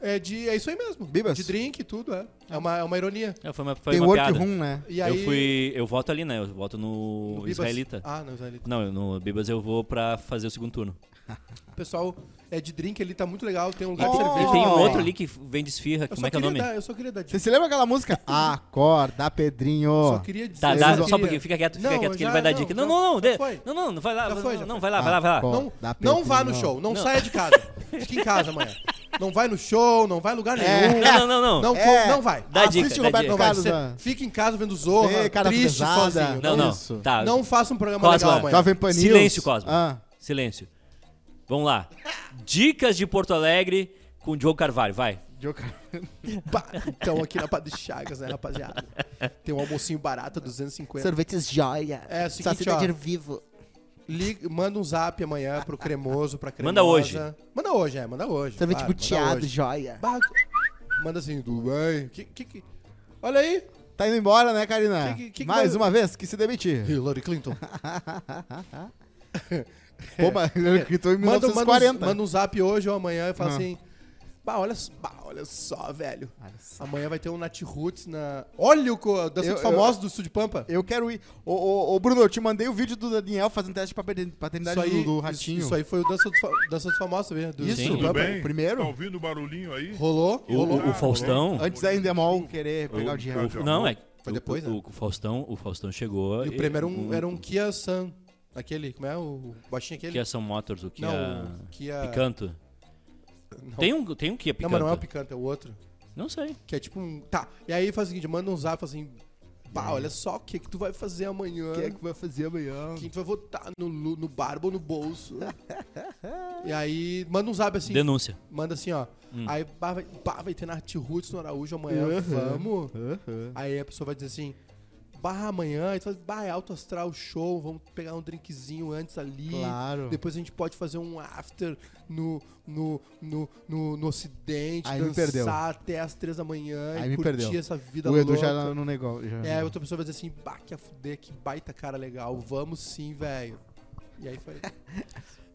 [SPEAKER 1] É, de, é isso aí mesmo.
[SPEAKER 3] Bibas?
[SPEAKER 1] De drink e tudo, é. É uma, é uma ironia.
[SPEAKER 2] É, Foi uma, foi
[SPEAKER 3] Tem
[SPEAKER 2] uma piada.
[SPEAKER 3] workroom, né?
[SPEAKER 1] E aí,
[SPEAKER 2] Eu fui. Eu voto ali, né? Eu voto no,
[SPEAKER 1] no Bibas-
[SPEAKER 2] Israelita.
[SPEAKER 1] Ah, no Israelita.
[SPEAKER 2] Não, eu- no Bibas eu vou pra fazer o segundo turno.
[SPEAKER 1] O pessoal é de drink ali, tá muito legal. Tem um
[SPEAKER 2] E,
[SPEAKER 1] lugar
[SPEAKER 3] Ah,
[SPEAKER 1] de
[SPEAKER 2] tem-
[SPEAKER 1] cerveja.
[SPEAKER 2] e tem um
[SPEAKER 3] ó.
[SPEAKER 2] outro ali que vende esfirra.
[SPEAKER 1] Eu
[SPEAKER 2] Como
[SPEAKER 1] só
[SPEAKER 2] é que é o
[SPEAKER 1] queria
[SPEAKER 2] nome?
[SPEAKER 1] Dar, eu só queria dar dica.
[SPEAKER 3] Você se lembra aquela música? Acorda, Pedrinho.
[SPEAKER 1] Só queria dizer.
[SPEAKER 2] Tá,
[SPEAKER 1] eu
[SPEAKER 2] dá,
[SPEAKER 1] queria-
[SPEAKER 2] só porque fica quieto, fica
[SPEAKER 1] Não,
[SPEAKER 2] quieto que
[SPEAKER 1] já-
[SPEAKER 2] ele vai dar dica.
[SPEAKER 1] já-
[SPEAKER 2] Não, não, não,
[SPEAKER 1] já
[SPEAKER 2] dê-
[SPEAKER 1] foi.
[SPEAKER 2] não, não, não, vai lá,
[SPEAKER 1] Já
[SPEAKER 2] vai-
[SPEAKER 1] foi, já foi.
[SPEAKER 2] não, vai lá, vai lá, vai lá.
[SPEAKER 3] Ó,
[SPEAKER 1] Não,
[SPEAKER 3] dá
[SPEAKER 1] não
[SPEAKER 3] Pedrinho,
[SPEAKER 1] vá no
[SPEAKER 3] não.
[SPEAKER 1] show, não,
[SPEAKER 2] Não.
[SPEAKER 1] saia de casa. Fica em casa amanhã. Não vai no show, não vai em lugar nenhum.
[SPEAKER 2] Não, não, não, não.
[SPEAKER 1] Não,
[SPEAKER 3] É.
[SPEAKER 1] com- não vai.
[SPEAKER 2] Dá dica,
[SPEAKER 3] Assiste o
[SPEAKER 2] dá
[SPEAKER 3] Roberto
[SPEAKER 2] dica.
[SPEAKER 1] Não vai.
[SPEAKER 3] Carlos,
[SPEAKER 1] Cê
[SPEAKER 3] ó.
[SPEAKER 1] Fica em casa vendo Zorra,
[SPEAKER 3] Vê, cara
[SPEAKER 1] triste,
[SPEAKER 3] pesada.
[SPEAKER 1] sozinho.
[SPEAKER 2] Não, não.
[SPEAKER 3] Isso.
[SPEAKER 2] Tá.
[SPEAKER 1] Não faça um programa
[SPEAKER 2] Cosma,
[SPEAKER 1] legal amanhã.
[SPEAKER 3] Jovem Pan News.
[SPEAKER 2] Silêncio, Cosmo.
[SPEAKER 3] Ah,
[SPEAKER 2] Silêncio. Vamos lá. Dicas de Porto Alegre com o Diogo Carvalho, vai.
[SPEAKER 3] Joker.
[SPEAKER 1] Pá, Então aqui na Padre Chagas, né, rapaziada? Tem um almocinho barato, 250.
[SPEAKER 3] Sorvetes joia.
[SPEAKER 1] É, o seguinte, ó.
[SPEAKER 3] vivo.
[SPEAKER 1] Liga, manda um zap amanhã pro cremoso, pra cremosa.
[SPEAKER 2] Manda hoje.
[SPEAKER 1] Manda hoje, é, manda hoje.
[SPEAKER 3] Sorvete
[SPEAKER 1] claro, manda
[SPEAKER 3] buteado,
[SPEAKER 1] hoje.
[SPEAKER 3] joia.
[SPEAKER 1] Bah, Manda assim, tudo bem? Que, que, que... Olha aí,
[SPEAKER 3] Tá indo embora, né, Karina?
[SPEAKER 1] Que- que- que
[SPEAKER 3] Mais
[SPEAKER 1] que-
[SPEAKER 3] uma vez, que se demitir.
[SPEAKER 1] Hillary Clinton.
[SPEAKER 3] Pô, mas ele gritou em
[SPEAKER 1] É. Manda, manda, um,
[SPEAKER 3] 1940.
[SPEAKER 1] manda um zap hoje ou amanhã e fala
[SPEAKER 3] Ah.
[SPEAKER 1] assim... Bah olha, s- bah, olha só, velho. Amanhã vai ter um Nat Roots na... Olha o co- dançante
[SPEAKER 3] Eu- eu-
[SPEAKER 1] famoso do Sul de Pampa.
[SPEAKER 3] Eu quero ir. Ô, ô, ô, Bruno, eu te mandei o vídeo do Daniel fazendo teste de paterni- paternidade
[SPEAKER 1] Isso aí,
[SPEAKER 3] do, do
[SPEAKER 1] isso-
[SPEAKER 3] Ratinho.
[SPEAKER 1] Isso, aí foi o Dança, dos Fa- Dança dos Famosos, sabia? Do
[SPEAKER 3] Isso,
[SPEAKER 1] Sul de
[SPEAKER 2] tudo
[SPEAKER 4] Tudo
[SPEAKER 1] Pampa.
[SPEAKER 4] bem?
[SPEAKER 3] primeiro?
[SPEAKER 4] Tá ouvindo o barulhinho aí?
[SPEAKER 1] Rolou,
[SPEAKER 2] O,
[SPEAKER 1] rolou.
[SPEAKER 2] o- o Faustão.
[SPEAKER 3] Antes da Endemol querer pegar o dinheiro.
[SPEAKER 4] Tá,
[SPEAKER 2] Não, é.
[SPEAKER 1] Foi depois,
[SPEAKER 2] o,
[SPEAKER 1] né?
[SPEAKER 2] o- o Faustão, o Faustão chegou.
[SPEAKER 1] E o prêmio era um, era um Kia Sun. Aquele, como é? O baixinho aquele?
[SPEAKER 2] Kia São Motors, o Kia,
[SPEAKER 1] Não, o Kia-
[SPEAKER 2] Picanto.
[SPEAKER 1] Não.
[SPEAKER 2] Tem um, tem um Kia
[SPEAKER 1] Não,
[SPEAKER 2] Picanto.
[SPEAKER 1] mas não é o Picanto, é o outro.
[SPEAKER 2] Não sei.
[SPEAKER 1] Que é tipo um... Tá, e aí faz o seguinte, manda um zap, fala assim... Pá, olha só o que, que tu vai fazer amanhã.
[SPEAKER 3] Quem é que vai fazer amanhã?
[SPEAKER 1] Quem tu vai votar no, Lu- no barba ou no bolso? e aí, manda um zap assim.
[SPEAKER 2] Denúncia.
[SPEAKER 1] Manda assim, ó. Aí, pá, vai, pá, vai ter na Art Roots no Araújo amanhã,
[SPEAKER 3] Uhum.
[SPEAKER 1] vamos.
[SPEAKER 3] Aham.
[SPEAKER 1] Aí a pessoa vai dizer assim, barra amanhã, aí tu fala, bah, é alto astral, show, vamos pegar um drinkzinho antes ali.
[SPEAKER 3] Claro.
[SPEAKER 1] Depois a gente pode fazer um after no, no, no, no, no ocidente,
[SPEAKER 3] Aí me
[SPEAKER 1] dançar
[SPEAKER 3] perdeu.
[SPEAKER 1] até as três da manhã e
[SPEAKER 3] Aí me
[SPEAKER 1] curtir
[SPEAKER 3] perdeu.
[SPEAKER 1] essa vida
[SPEAKER 3] O Edu
[SPEAKER 1] louca.
[SPEAKER 3] já era no negócio. já-
[SPEAKER 1] É, outra pessoa vai dizer assim, bah, que a fuder, que baita cara legal, vamos sim, velho. E aí foi.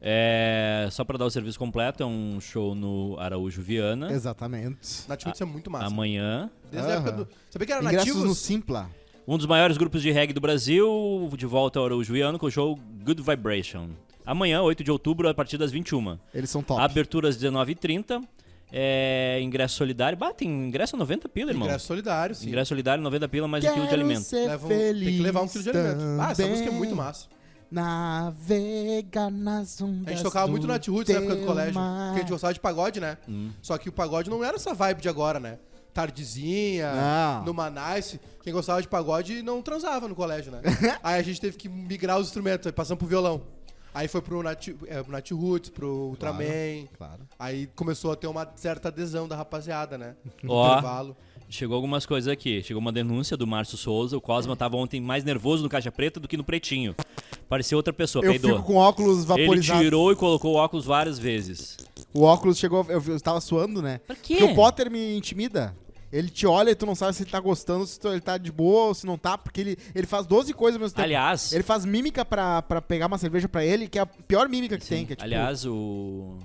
[SPEAKER 2] É, só pra dar o serviço completo, é um show no Araújo Viana.
[SPEAKER 3] Exatamente.
[SPEAKER 1] Nativos é muito massa.
[SPEAKER 2] Amanhã.
[SPEAKER 1] Desde a época
[SPEAKER 3] Aham.
[SPEAKER 1] do. Sabia que era
[SPEAKER 3] Ingressos no
[SPEAKER 1] nativos?
[SPEAKER 3] Simpla.
[SPEAKER 2] Um dos maiores grupos de reggae do Brasil, de volta ao Araújo Viana com o show Good Vibration. Amanhã, 8 de outubro, a partir das 21.
[SPEAKER 3] Eles são top.
[SPEAKER 2] Abertura às 19h30. É, ingresso solidário. Bah, tem ingresso a 90 pila, irmão.
[SPEAKER 1] Ingresso solidário, sim.
[SPEAKER 2] Ingresso solidário, 90 pila, mais um quilo de
[SPEAKER 3] Quero
[SPEAKER 2] alimento.
[SPEAKER 3] ser
[SPEAKER 1] Leva um-
[SPEAKER 3] feliz
[SPEAKER 1] tem que levar um quilo de alimento. Ah, essa música é muito
[SPEAKER 3] também.
[SPEAKER 1] massa.
[SPEAKER 3] Navega nas ondas
[SPEAKER 1] A gente tocava muito na Roots na época do colégio, porque a gente gostava de pagode, né?
[SPEAKER 3] Hum.
[SPEAKER 1] Só que o pagode não era essa vibe de agora, né? Tardezinha,
[SPEAKER 3] Não.
[SPEAKER 1] numa nice. Quem gostava de pagode não transava no colégio, né? aí a gente teve que migrar os instrumentos, aí passamos pro violão. Aí foi pro Nat, é, pro Nat Roots, pro Ultraman.
[SPEAKER 3] Claro.
[SPEAKER 1] Aí começou a ter uma certa adesão da rapaziada, né? No
[SPEAKER 2] Ó.
[SPEAKER 1] intervalo.
[SPEAKER 2] Chegou algumas coisas aqui. Chegou uma denúncia do Márcio Souza. O Cosma tava ontem mais nervoso no Caixa Preta do que no Pretinho. Pareceu outra pessoa,
[SPEAKER 3] Eu
[SPEAKER 2] peidou.
[SPEAKER 3] fico com óculos
[SPEAKER 2] Ele
[SPEAKER 3] vaporizados.
[SPEAKER 2] tirou e colocou o óculos várias vezes.
[SPEAKER 3] O óculos chegou, eu, eu tava suando, né?
[SPEAKER 2] Pra quê?
[SPEAKER 3] Porque o Potter me intimida. Ele te olha e tu não sabe se ele tá gostando, se tu- ele tá de boa ou se não tá, porque ele, ele faz 12 coisas ao mesmo tempo.
[SPEAKER 2] Aliás,
[SPEAKER 3] Ele faz mímica pra, pra pegar uma cerveja pra ele, que é a pior mímica que
[SPEAKER 2] sim,
[SPEAKER 3] tem. Que é, tipo,
[SPEAKER 2] aliás, o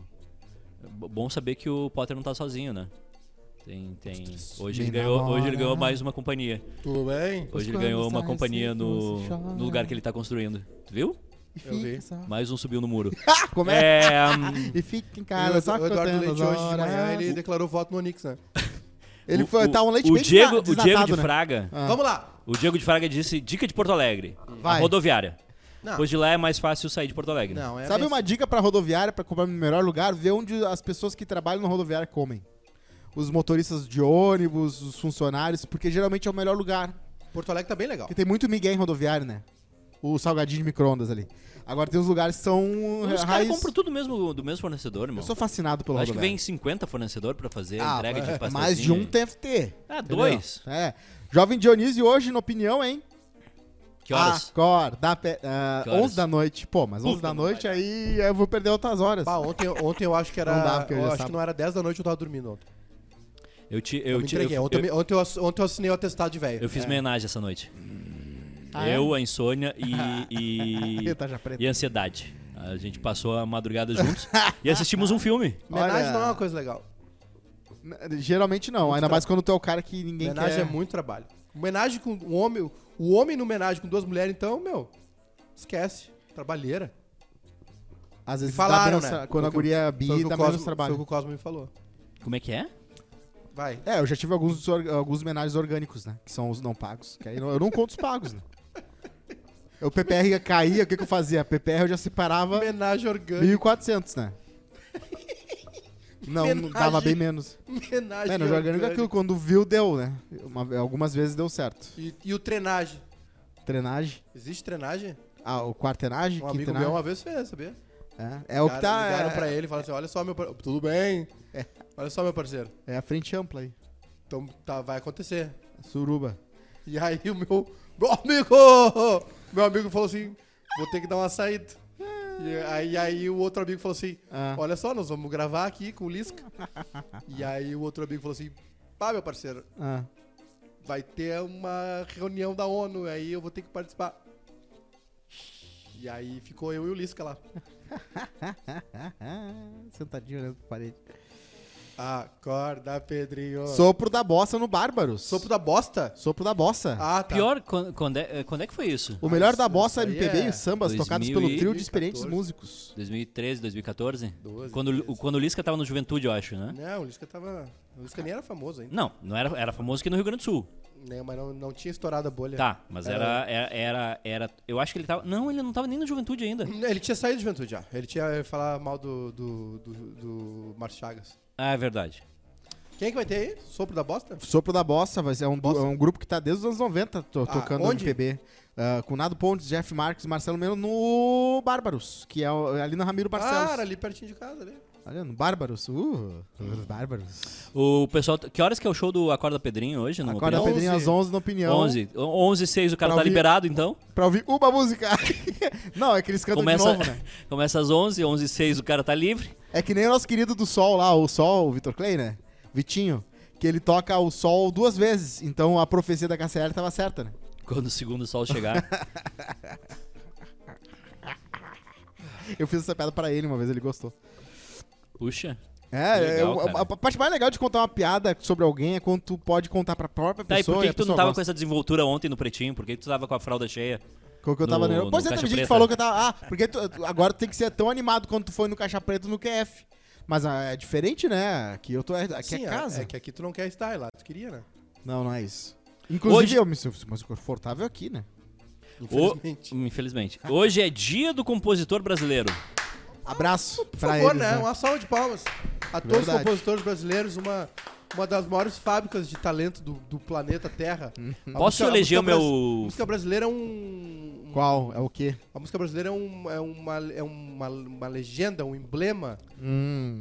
[SPEAKER 2] b- bom saber que o Potter não tá sozinho, né? Tem, tem. Hoje ele
[SPEAKER 3] bem na
[SPEAKER 2] ganhou, hoje ele
[SPEAKER 3] hora.
[SPEAKER 2] ganhou mais uma companhia.
[SPEAKER 1] Tudo bem?
[SPEAKER 2] Hoje ele
[SPEAKER 3] quando
[SPEAKER 2] ganhou uma
[SPEAKER 3] sai,
[SPEAKER 2] companhia
[SPEAKER 3] se
[SPEAKER 2] no,
[SPEAKER 3] você chora.
[SPEAKER 2] no lugar que ele tá construindo. Tu viu?
[SPEAKER 3] E
[SPEAKER 1] Eu vi.
[SPEAKER 3] fica só.
[SPEAKER 2] Mais um subiu no muro.
[SPEAKER 3] Ah, como é?
[SPEAKER 2] É, hum,
[SPEAKER 3] E fica em
[SPEAKER 1] o
[SPEAKER 3] casa, só
[SPEAKER 1] Edu- o Eduardo
[SPEAKER 3] contando
[SPEAKER 1] Leite
[SPEAKER 3] as
[SPEAKER 1] hoje de manhã,
[SPEAKER 3] horas.
[SPEAKER 1] ele declarou voto no Onix, né?
[SPEAKER 3] Ele foi,
[SPEAKER 2] o-
[SPEAKER 3] tá um leite
[SPEAKER 2] o
[SPEAKER 3] bem
[SPEAKER 2] Diego, o
[SPEAKER 3] desna-
[SPEAKER 2] Diego de
[SPEAKER 3] desnatado, né?
[SPEAKER 2] Fraga.
[SPEAKER 3] Ah.
[SPEAKER 1] Vamos lá!
[SPEAKER 2] O Diego de Fraga disse: dica de Porto Alegre. A
[SPEAKER 3] Vai.
[SPEAKER 2] rodoviária.
[SPEAKER 1] Não.
[SPEAKER 2] Pois de lá é mais fácil sair de Porto Alegre.
[SPEAKER 1] Não, é
[SPEAKER 3] Sabe
[SPEAKER 1] bem-
[SPEAKER 3] uma dica pra rodoviária, pra comprar no melhor lugar? Ver onde as pessoas que trabalham na rodoviária comem. Os motoristas de ônibus, os funcionários, porque geralmente é o melhor lugar.
[SPEAKER 1] Porto Alegre tá bem legal.
[SPEAKER 3] Porque tem muito migué em rodoviário, né? O salgadinho de micro-ondas ali. Agora tem uns lugares que são
[SPEAKER 2] Os caras
[SPEAKER 3] raiz.
[SPEAKER 2] compram tudo mesmo, do mesmo fornecedor, irmão.
[SPEAKER 3] Eu sou fascinado pelo
[SPEAKER 2] Acho que
[SPEAKER 3] rodoviário.
[SPEAKER 2] vem 50 fornecedor pra fazer a
[SPEAKER 3] Ah,
[SPEAKER 2] entrega de assim. pastelzinho.
[SPEAKER 3] Mais de um deve ter.
[SPEAKER 2] Ah,
[SPEAKER 3] entendeu?
[SPEAKER 2] dois.
[SPEAKER 3] É. Jovem Dionísio hoje, na opinião, hein?
[SPEAKER 2] Que horas?
[SPEAKER 3] Acorda, pe- ah,
[SPEAKER 2] Que horas?
[SPEAKER 3] 11 da noite. Pô, mas 11
[SPEAKER 2] Puta,
[SPEAKER 3] da
[SPEAKER 2] não
[SPEAKER 3] noite aí eu vou perder outras horas.
[SPEAKER 1] Bah, ontem, ontem eu acho que era.
[SPEAKER 3] Não dá, porque
[SPEAKER 1] eu
[SPEAKER 3] hoje é
[SPEAKER 1] acho que
[SPEAKER 3] sábado.
[SPEAKER 1] não era 10 da noite, eu tava dormindo ontem.
[SPEAKER 2] Eu, te,
[SPEAKER 1] Eu,
[SPEAKER 2] eu,
[SPEAKER 1] me
[SPEAKER 2] te-
[SPEAKER 1] entreguei.
[SPEAKER 2] eu,
[SPEAKER 1] ontem, eu,
[SPEAKER 2] eu,
[SPEAKER 1] me- ontem, eu, ass- ontem eu assinei o atestado de velho.
[SPEAKER 2] eu fiz homenagem essa noite.
[SPEAKER 3] Ah, é?
[SPEAKER 2] eu, a insônia e, e,
[SPEAKER 3] Eita, Tá já preto.
[SPEAKER 2] e a ansiedade. A gente passou a madrugada juntos e assistimos um filme.
[SPEAKER 1] Homenagem
[SPEAKER 3] Olha-
[SPEAKER 1] não é uma coisa legal.
[SPEAKER 3] N- Geralmente não, ainda mais quando tu é o cara que ninguém
[SPEAKER 1] Homenagem
[SPEAKER 3] quer.
[SPEAKER 1] é muito trabalho. Homenagem com um homem. O homem no homenagem com duas mulheres, então, meu, esquece. Trabalheira.
[SPEAKER 3] Às vezes
[SPEAKER 1] Me falaram,
[SPEAKER 3] dá menos
[SPEAKER 1] né?
[SPEAKER 3] tra- quando
[SPEAKER 1] Foi
[SPEAKER 3] a
[SPEAKER 1] o que-
[SPEAKER 3] guria bi,
[SPEAKER 1] Foi o que
[SPEAKER 3] dá
[SPEAKER 1] o
[SPEAKER 3] menos
[SPEAKER 1] Cosmo- foi o que
[SPEAKER 3] trabalho.
[SPEAKER 1] o Cosmo me falou.
[SPEAKER 2] Como é que é?
[SPEAKER 1] Vai.
[SPEAKER 3] É, eu já tive alguns, or- alguns homenagens orgânicos, né? Que são os não pagos. Que aí não- eu não conto os pagos, né? O PPR caía, o que, que eu fazia? PPR eu já separava
[SPEAKER 1] Homenagem orgânica.
[SPEAKER 3] 1.400, né? Não, não, dava bem menos.
[SPEAKER 1] Homenagem
[SPEAKER 3] É, no orgânico é aquilo, quando viu, deu, né? Uma- algumas vezes deu certo.
[SPEAKER 1] E, e o trenagem?
[SPEAKER 3] Trenagem,
[SPEAKER 1] Existe trenagem?
[SPEAKER 3] ah, o quartenagem,
[SPEAKER 1] Um amigo meu
[SPEAKER 3] quintenagem.
[SPEAKER 1] uma vez fez, sabia?
[SPEAKER 3] É, é o que tá.
[SPEAKER 1] Ligaram
[SPEAKER 3] é-
[SPEAKER 1] pra ele e falaram assim, olha só, meu par... Tudo bem?
[SPEAKER 3] É.
[SPEAKER 1] Olha só, meu parceiro.
[SPEAKER 3] É a frente ampla aí.
[SPEAKER 1] Então tá, vai acontecer.
[SPEAKER 3] Suruba.
[SPEAKER 1] E aí o meu, meu amigo! Meu amigo falou assim, vou ter que dar uma saída. E aí, aí o outro amigo falou assim,
[SPEAKER 3] Ah.
[SPEAKER 1] olha só, nós vamos gravar aqui com o Lisca. e aí o outro amigo falou assim, pá, meu parceiro,
[SPEAKER 3] Ah.
[SPEAKER 1] vai ter uma reunião da ONU, aí eu vou ter que participar. E aí ficou eu e o Lisca lá.
[SPEAKER 3] Sentadinho olhando pra parede.
[SPEAKER 1] Acorda, Pedrinho.
[SPEAKER 3] Sopro da bossa no Bárbaros.
[SPEAKER 1] Sopro da bosta?
[SPEAKER 3] Sopro da bossa.
[SPEAKER 1] Ah, tá.
[SPEAKER 2] Pior, quan- quando é, quando é que foi isso?
[SPEAKER 3] O melhor da
[SPEAKER 1] isso-
[SPEAKER 3] bossa
[SPEAKER 1] isso aí
[SPEAKER 3] MPB
[SPEAKER 1] é
[SPEAKER 3] e os sambas tocados
[SPEAKER 2] 2000
[SPEAKER 3] pelo
[SPEAKER 2] e-
[SPEAKER 3] trio de experientes
[SPEAKER 1] 2014.
[SPEAKER 3] músicos.
[SPEAKER 2] 2013, 2014?
[SPEAKER 1] 12,
[SPEAKER 2] quando, o-
[SPEAKER 1] 13.
[SPEAKER 2] quando o Lisca tava no Juventude, eu acho, né?
[SPEAKER 1] Não, o Lisca tava. O Lisca nem era famoso ainda.
[SPEAKER 2] Não, não era, era famoso aqui no Rio Grande do Sul.
[SPEAKER 1] Né, mas não, não tinha estourado a bolha.
[SPEAKER 2] Tá, mas era, era, era, era- Eu acho que ele tava. Não, ele não tava nem no Juventude ainda.
[SPEAKER 1] Ele tinha saído de juventude já. Ele tinha ia falar mal do, do, do, do Márcio Chagas.
[SPEAKER 2] Ah, é verdade.
[SPEAKER 1] Quem é que vai ter aí? Sopro da bosta?
[SPEAKER 3] Sopro da bossa vai ser um, du-
[SPEAKER 1] Bossa?
[SPEAKER 3] é um grupo que tá desde os anos 90 to- tocando
[SPEAKER 1] onde?
[SPEAKER 3] MPB. Ah, com Nado Pontes, Jeff Marques, Marcelo Melo no Bárbaros, que é o- ali no Ramiro Barcelos.
[SPEAKER 1] Ah, era ali pertinho de casa, ali.
[SPEAKER 3] Olha, no Bárbaros. Uh, os Bárbaros.
[SPEAKER 2] O pessoal. Que horas que é o show do Acorda Pedrinho hoje? No
[SPEAKER 3] Acorda
[SPEAKER 2] Opinião?
[SPEAKER 3] Pedrinho às 11 na opinião.
[SPEAKER 2] 11. 11 6 o cara tá
[SPEAKER 3] Pra ouvir-
[SPEAKER 2] liberado, então.
[SPEAKER 3] Pra ouvir uma música. Não, é que eles cantam
[SPEAKER 2] Começa,
[SPEAKER 3] de novo, né?
[SPEAKER 2] começa às 11, 11 6 o cara tá livre.
[SPEAKER 3] É que nem o nosso querido do Sol lá, o Sol, o Vitor Clay, né? Vitinho, que ele toca o Sol duas vezes. Então a profecia da KCL tava certa, né?
[SPEAKER 2] Quando o segundo sol chegar.
[SPEAKER 3] Eu fiz essa piada pra ele uma vez, ele gostou.
[SPEAKER 2] Puxa.
[SPEAKER 3] É,
[SPEAKER 2] Legal,
[SPEAKER 3] eu-
[SPEAKER 2] cara.
[SPEAKER 3] a, a parte mais legal de contar uma piada sobre alguém é quando tu pode contar pra própria
[SPEAKER 2] Tá, e
[SPEAKER 3] pessoa.
[SPEAKER 2] por que, que tu não tava com
[SPEAKER 3] essa.
[SPEAKER 2] essa desenvoltura ontem no pretinho? Por que tu tava com a fralda cheia?
[SPEAKER 3] eu tava
[SPEAKER 2] no-
[SPEAKER 3] nervoso. Pois
[SPEAKER 2] no
[SPEAKER 3] é,
[SPEAKER 2] Caixa
[SPEAKER 3] teve gente que
[SPEAKER 2] Preta?
[SPEAKER 3] falou que eu tava. Ah, porque tu- tu- agora tu tem que ser tão animado quanto tu foi no Caixa Preto no QF. Mas ah, é diferente, né? Aqui eu tô. Aqui
[SPEAKER 1] Sim,
[SPEAKER 3] é casa.
[SPEAKER 1] É, que aqui tu não quer estar lá. Tu queria, né?
[SPEAKER 3] Não, não é isso. Inclusive,
[SPEAKER 2] Hoje-
[SPEAKER 3] eu me sinto mais confortável aqui, né?
[SPEAKER 1] Infelizmente.
[SPEAKER 2] O- Infelizmente. Hoje é dia do compositor brasileiro.
[SPEAKER 3] Abraço
[SPEAKER 1] Por
[SPEAKER 3] pra
[SPEAKER 1] favor,
[SPEAKER 3] eles,
[SPEAKER 1] né?
[SPEAKER 3] né?
[SPEAKER 1] Uma salva de palmas a todos os
[SPEAKER 3] Verdade.
[SPEAKER 1] compositores brasileiros. Uma, uma das maiores fábricas de talento do, do planeta Terra. A
[SPEAKER 2] Posso
[SPEAKER 1] a
[SPEAKER 2] eleger o meu-
[SPEAKER 1] bras- A música brasileira é um...
[SPEAKER 3] Qual? É o quê?
[SPEAKER 1] A música brasileira é, um- é uma, é uma, uma legenda, um emblema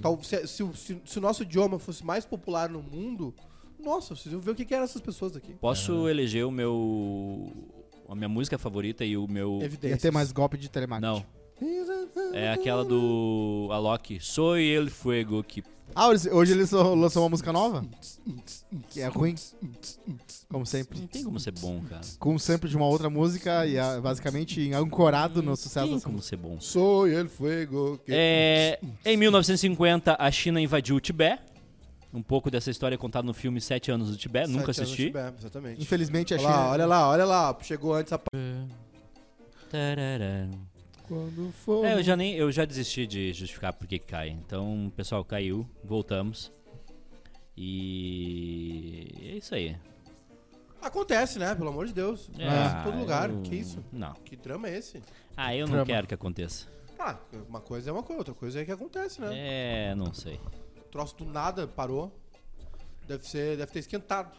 [SPEAKER 1] Tal- se, se o- se- se o nosso idioma fosse mais popular no mundo, Nossa, vocês iam ver o que que eram essas pessoas aqui.
[SPEAKER 3] Ah.
[SPEAKER 2] Posso eleger o meu. a minha música favorita e o meu.
[SPEAKER 3] Ia
[SPEAKER 1] Evidências.
[SPEAKER 3] ter mais golpe de telemarketing.
[SPEAKER 2] Não. É aquela do Alok. Soy el fuego que.
[SPEAKER 3] Ah, eles- hoje ele só lançou uma música nova? Que é ruim. Como sempre.
[SPEAKER 2] Não tem como ser bom, cara.
[SPEAKER 3] Com sempre de uma outra música e ah, basicamente ancorado no sucesso
[SPEAKER 2] Tem
[SPEAKER 3] dessa
[SPEAKER 2] como ser bom.
[SPEAKER 1] Sou el fuego que...
[SPEAKER 2] É, em 1950, a China invadiu o Tibete. Um pouco dessa história é contada no filme Sete Anos do Tibete. Nunca
[SPEAKER 1] Sete anos
[SPEAKER 2] assisti.
[SPEAKER 1] de Bé, Exatamente.
[SPEAKER 3] Infelizmente a
[SPEAKER 1] Olha
[SPEAKER 3] China.
[SPEAKER 1] lá, olha lá, olha lá. Chegou antes a...
[SPEAKER 2] Tarará.
[SPEAKER 3] Quando for.
[SPEAKER 2] É, eu já, nem, eu já desisti de justificar por que que cai. Então, pessoal, caiu. Voltamos. E é isso aí.
[SPEAKER 1] Acontece, né? Pelo amor de Deus.
[SPEAKER 2] É,
[SPEAKER 1] Acontece em Ah, todo lugar.
[SPEAKER 2] eu-
[SPEAKER 1] Que isso?
[SPEAKER 2] Não.
[SPEAKER 1] Que drama é esse?
[SPEAKER 2] Ah, eu
[SPEAKER 3] Trama.
[SPEAKER 2] não quero que aconteça.
[SPEAKER 1] Ah, uma coisa é uma coisa, outra coisa é que acontece, né?
[SPEAKER 2] É, não sei.
[SPEAKER 1] O troço do nada parou. Deve ser, deve ter esquentado.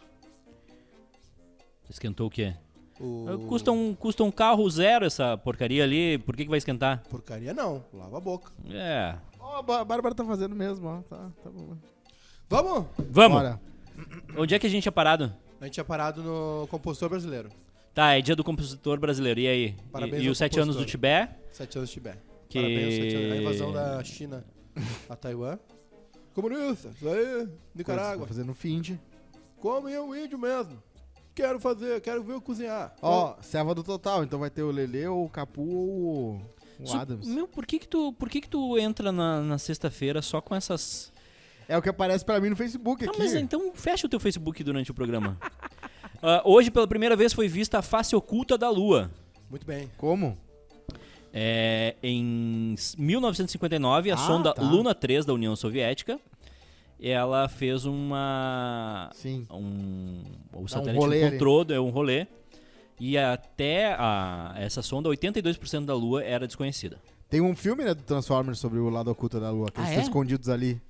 [SPEAKER 2] Esquentou o quê?
[SPEAKER 1] O...
[SPEAKER 2] Custa, um, custa um carro zero essa porcaria ali. Por que, que vai esquentar?
[SPEAKER 1] Porcaria não, lava a boca.
[SPEAKER 2] É.
[SPEAKER 3] Ó, a Bá- Bárbara tá fazendo mesmo, ó. Tá, tá bom.
[SPEAKER 1] Vamos!
[SPEAKER 2] Vamos!
[SPEAKER 3] Bora.
[SPEAKER 2] Onde é que a gente é parado?
[SPEAKER 1] A gente tinha parado no compositor brasileiro.
[SPEAKER 2] Tá, é dia do compositor brasileiro. E aí? E-
[SPEAKER 1] Parabéns
[SPEAKER 2] e,
[SPEAKER 1] ao
[SPEAKER 2] os sete anos do
[SPEAKER 1] compositor.
[SPEAKER 2] Tibete?
[SPEAKER 1] Sete anos de Tibete.
[SPEAKER 2] Que-
[SPEAKER 1] Parabéns, sete anos. A invasão da China a Taiwan. Comunista, isso aí,
[SPEAKER 3] Tá
[SPEAKER 1] Nicarágua.
[SPEAKER 3] fazendo finde.
[SPEAKER 1] Come eu índio mesmo. Quero fazer, quero ver eu cozinhar.
[SPEAKER 3] Ó, serva do total. Então vai ter o Lele, o Capu ou o- o
[SPEAKER 2] Su-
[SPEAKER 3] Adams.
[SPEAKER 2] Meu, por que que tu, por que que tu entra na, na sexta-feira só com essas...
[SPEAKER 3] É o que aparece pra mim no Facebook
[SPEAKER 2] Não,
[SPEAKER 3] aqui.
[SPEAKER 2] mas então fecha o teu Facebook durante o programa. Ah, hoje, pela primeira vez, foi vista a face oculta da Lua.
[SPEAKER 1] Muito bem.
[SPEAKER 3] Como?
[SPEAKER 2] É, em s- 1959, a
[SPEAKER 3] Ah,
[SPEAKER 2] sonda
[SPEAKER 3] tá.
[SPEAKER 2] Luna 3 da União Soviética, ela fez uma...
[SPEAKER 3] Sim.
[SPEAKER 2] um, o satélite
[SPEAKER 3] rolê ali.
[SPEAKER 2] encontrou, é um rolê. E até a- essa sonda, 82% da Lua era desconhecida.
[SPEAKER 3] Tem um filme, né, do Transformers sobre o lado oculto da lua, que
[SPEAKER 2] Ah,
[SPEAKER 3] eles estão
[SPEAKER 2] é?
[SPEAKER 3] escondidos ali.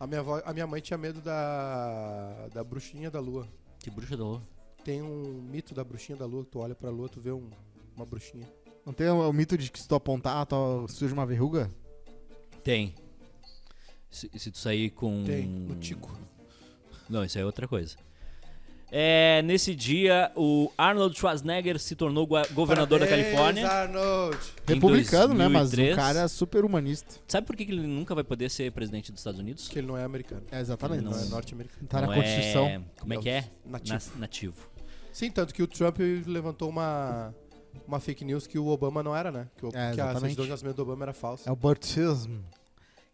[SPEAKER 1] A minha, avó- a minha mãe tinha medo da, da bruxinha da lua.
[SPEAKER 2] Que bruxa da Lua.
[SPEAKER 1] Tem um mito da bruxinha da lua, que tu olha pra lua, tu vê um- uma bruxinha.
[SPEAKER 3] Não tem o, o mito de que se tu apontar, tu surge uma verruga?
[SPEAKER 2] Tem. Se, se tu sair com.
[SPEAKER 1] Tem,
[SPEAKER 3] Hum.
[SPEAKER 1] no tico.
[SPEAKER 2] Não, isso aí é outra coisa. É, nesse dia, o Arnold Schwarzenegger se tornou gua- governador da
[SPEAKER 1] Parabéns,
[SPEAKER 2] Califórnia.
[SPEAKER 1] Arnold.
[SPEAKER 2] Em
[SPEAKER 3] Republicano, né, mas um
[SPEAKER 2] 2003.
[SPEAKER 3] cara super humanista.
[SPEAKER 2] Sabe por que que ele nunca vai poder ser presidente dos Estados Unidos?
[SPEAKER 1] Que ele não é americano.
[SPEAKER 3] É, exatamente.
[SPEAKER 1] Ele não é norte-americano.
[SPEAKER 3] Tá na
[SPEAKER 2] Não
[SPEAKER 3] Constituição.
[SPEAKER 2] É... Como é que é?
[SPEAKER 1] Nativo.
[SPEAKER 2] Nas- nativo.
[SPEAKER 1] Sim, tanto que o Trump levantou uma, uma fake news que o Obama não era, né? Que, o,
[SPEAKER 3] É,
[SPEAKER 1] que a
[SPEAKER 3] exatamente.
[SPEAKER 1] certidão de nascimento do Obama era falsa.
[SPEAKER 3] É o Burtism,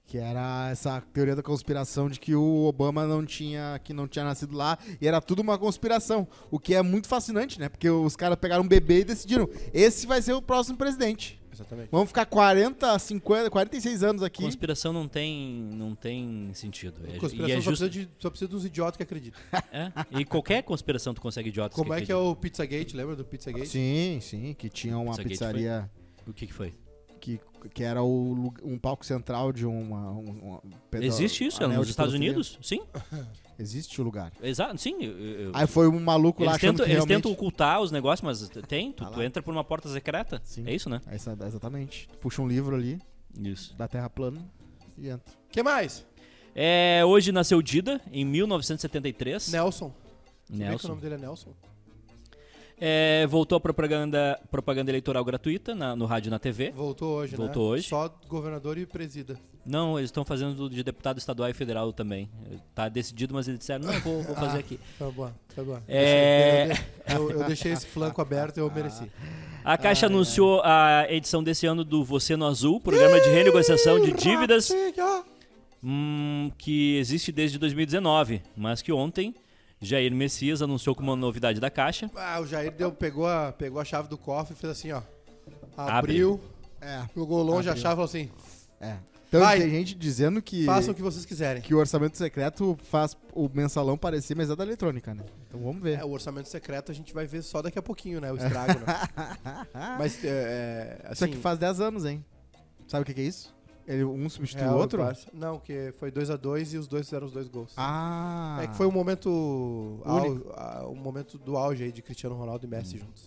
[SPEAKER 3] que era essa teoria da conspiração de que o Obama não tinha, que não tinha nascido lá, e era tudo uma conspiração. O que é muito fascinante, né? Porque os caras pegaram um bebê e decidiram, esse vai ser o próximo presidente.
[SPEAKER 1] Exatamente.
[SPEAKER 3] Vamos ficar 40, 50, 46 anos aqui.
[SPEAKER 2] Conspiração não tem, não tem sentido. É- e,
[SPEAKER 1] Conspiração só,
[SPEAKER 2] é justo,
[SPEAKER 1] precisa de, só precisa de uns idiotas que acreditam.
[SPEAKER 2] é, e qualquer conspiração tu consegue idiotas.
[SPEAKER 1] Como é que é
[SPEAKER 2] acreditam.
[SPEAKER 1] o Pizzagate? Lembra do Pizzagate?
[SPEAKER 3] Sim, sim, que tinha uma
[SPEAKER 2] Pizzagate
[SPEAKER 3] pizzaria
[SPEAKER 2] O que, que foi?
[SPEAKER 3] que, que era o, lu- um palco central de uma... um- um peda-
[SPEAKER 2] Existe isso? É
[SPEAKER 3] anel
[SPEAKER 2] nos
[SPEAKER 3] de
[SPEAKER 2] Estados
[SPEAKER 3] pedofilia.
[SPEAKER 2] Unidos? Sim.
[SPEAKER 3] Existe o lugar.
[SPEAKER 2] Exato. Sim. eu- eu-
[SPEAKER 3] Aí foi um maluco lá
[SPEAKER 2] Eles,
[SPEAKER 3] achando
[SPEAKER 2] tentam,
[SPEAKER 3] que
[SPEAKER 2] eles
[SPEAKER 3] realmente...
[SPEAKER 2] tentam ocultar os negócios, mas t- tem. Tu,
[SPEAKER 3] Tá
[SPEAKER 2] tu
[SPEAKER 3] lá.
[SPEAKER 2] entra por uma porta secreta.
[SPEAKER 3] Sim.
[SPEAKER 2] É isso, né?
[SPEAKER 3] Essa- exatamente. Puxa um livro ali
[SPEAKER 2] Isso.
[SPEAKER 3] da Terra plana e entra.
[SPEAKER 1] que mais?
[SPEAKER 2] É, hoje nasceu Dida, em 1973.
[SPEAKER 1] Nelson. Nelson. que o
[SPEAKER 2] Nelson.
[SPEAKER 1] nome dele é Nelson?
[SPEAKER 2] É, voltou a propaganda, propaganda eleitoral gratuita na- no rádio e na TV.
[SPEAKER 1] Voltou hoje, né?
[SPEAKER 2] Voltou hoje.
[SPEAKER 1] Só governador e presida.
[SPEAKER 2] Não, eles estão fazendo do- de deputado estadual e federal também. Tá decidido, mas eles disseram, não, vou, vou
[SPEAKER 3] Ah.
[SPEAKER 2] fazer aqui.
[SPEAKER 1] Tá bom, tá bom.
[SPEAKER 2] É.
[SPEAKER 1] Eu, eu deixei esse flanco aberto, eu mereci.
[SPEAKER 2] A Caixa anunciou a edição desse ano do Você no Azul, programa de renegociação de dívidas hum, que existe desde 2019, mas que ontem Jair Messias anunciou como uma novidade da Caixa.
[SPEAKER 1] Ah, o Jair deu, pegou, a, pegou a chave do cofre e fez assim, ó.
[SPEAKER 2] Abre.
[SPEAKER 1] Abriu,
[SPEAKER 3] É,
[SPEAKER 1] jogou longe a chave e falou assim:
[SPEAKER 3] é. Então
[SPEAKER 1] Vai.
[SPEAKER 3] tem gente dizendo que,
[SPEAKER 1] façam o que vocês quiserem.
[SPEAKER 3] que o orçamento secreto faz o mensalão parecer mais da eletrônica, né? Então vamos ver.
[SPEAKER 1] É, o orçamento secreto a gente vai ver só daqui a pouquinho, né? O estrago, né? Mas, é, é,
[SPEAKER 3] Isso
[SPEAKER 1] assim...
[SPEAKER 3] aqui faz 10 anos, hein? Sabe o que, que é isso? Ele, um substitui
[SPEAKER 1] Real
[SPEAKER 3] o
[SPEAKER 1] e
[SPEAKER 3] outro?
[SPEAKER 1] Barça- é, Não, que foi 2x2 e os dois fizeram os dois gols.
[SPEAKER 3] Ah.
[SPEAKER 1] É que foi um momento...
[SPEAKER 3] Único.
[SPEAKER 1] Au, ah, um momento do auge aí de Cristiano
[SPEAKER 2] Hum.
[SPEAKER 1] Ronaldo e Messi juntos.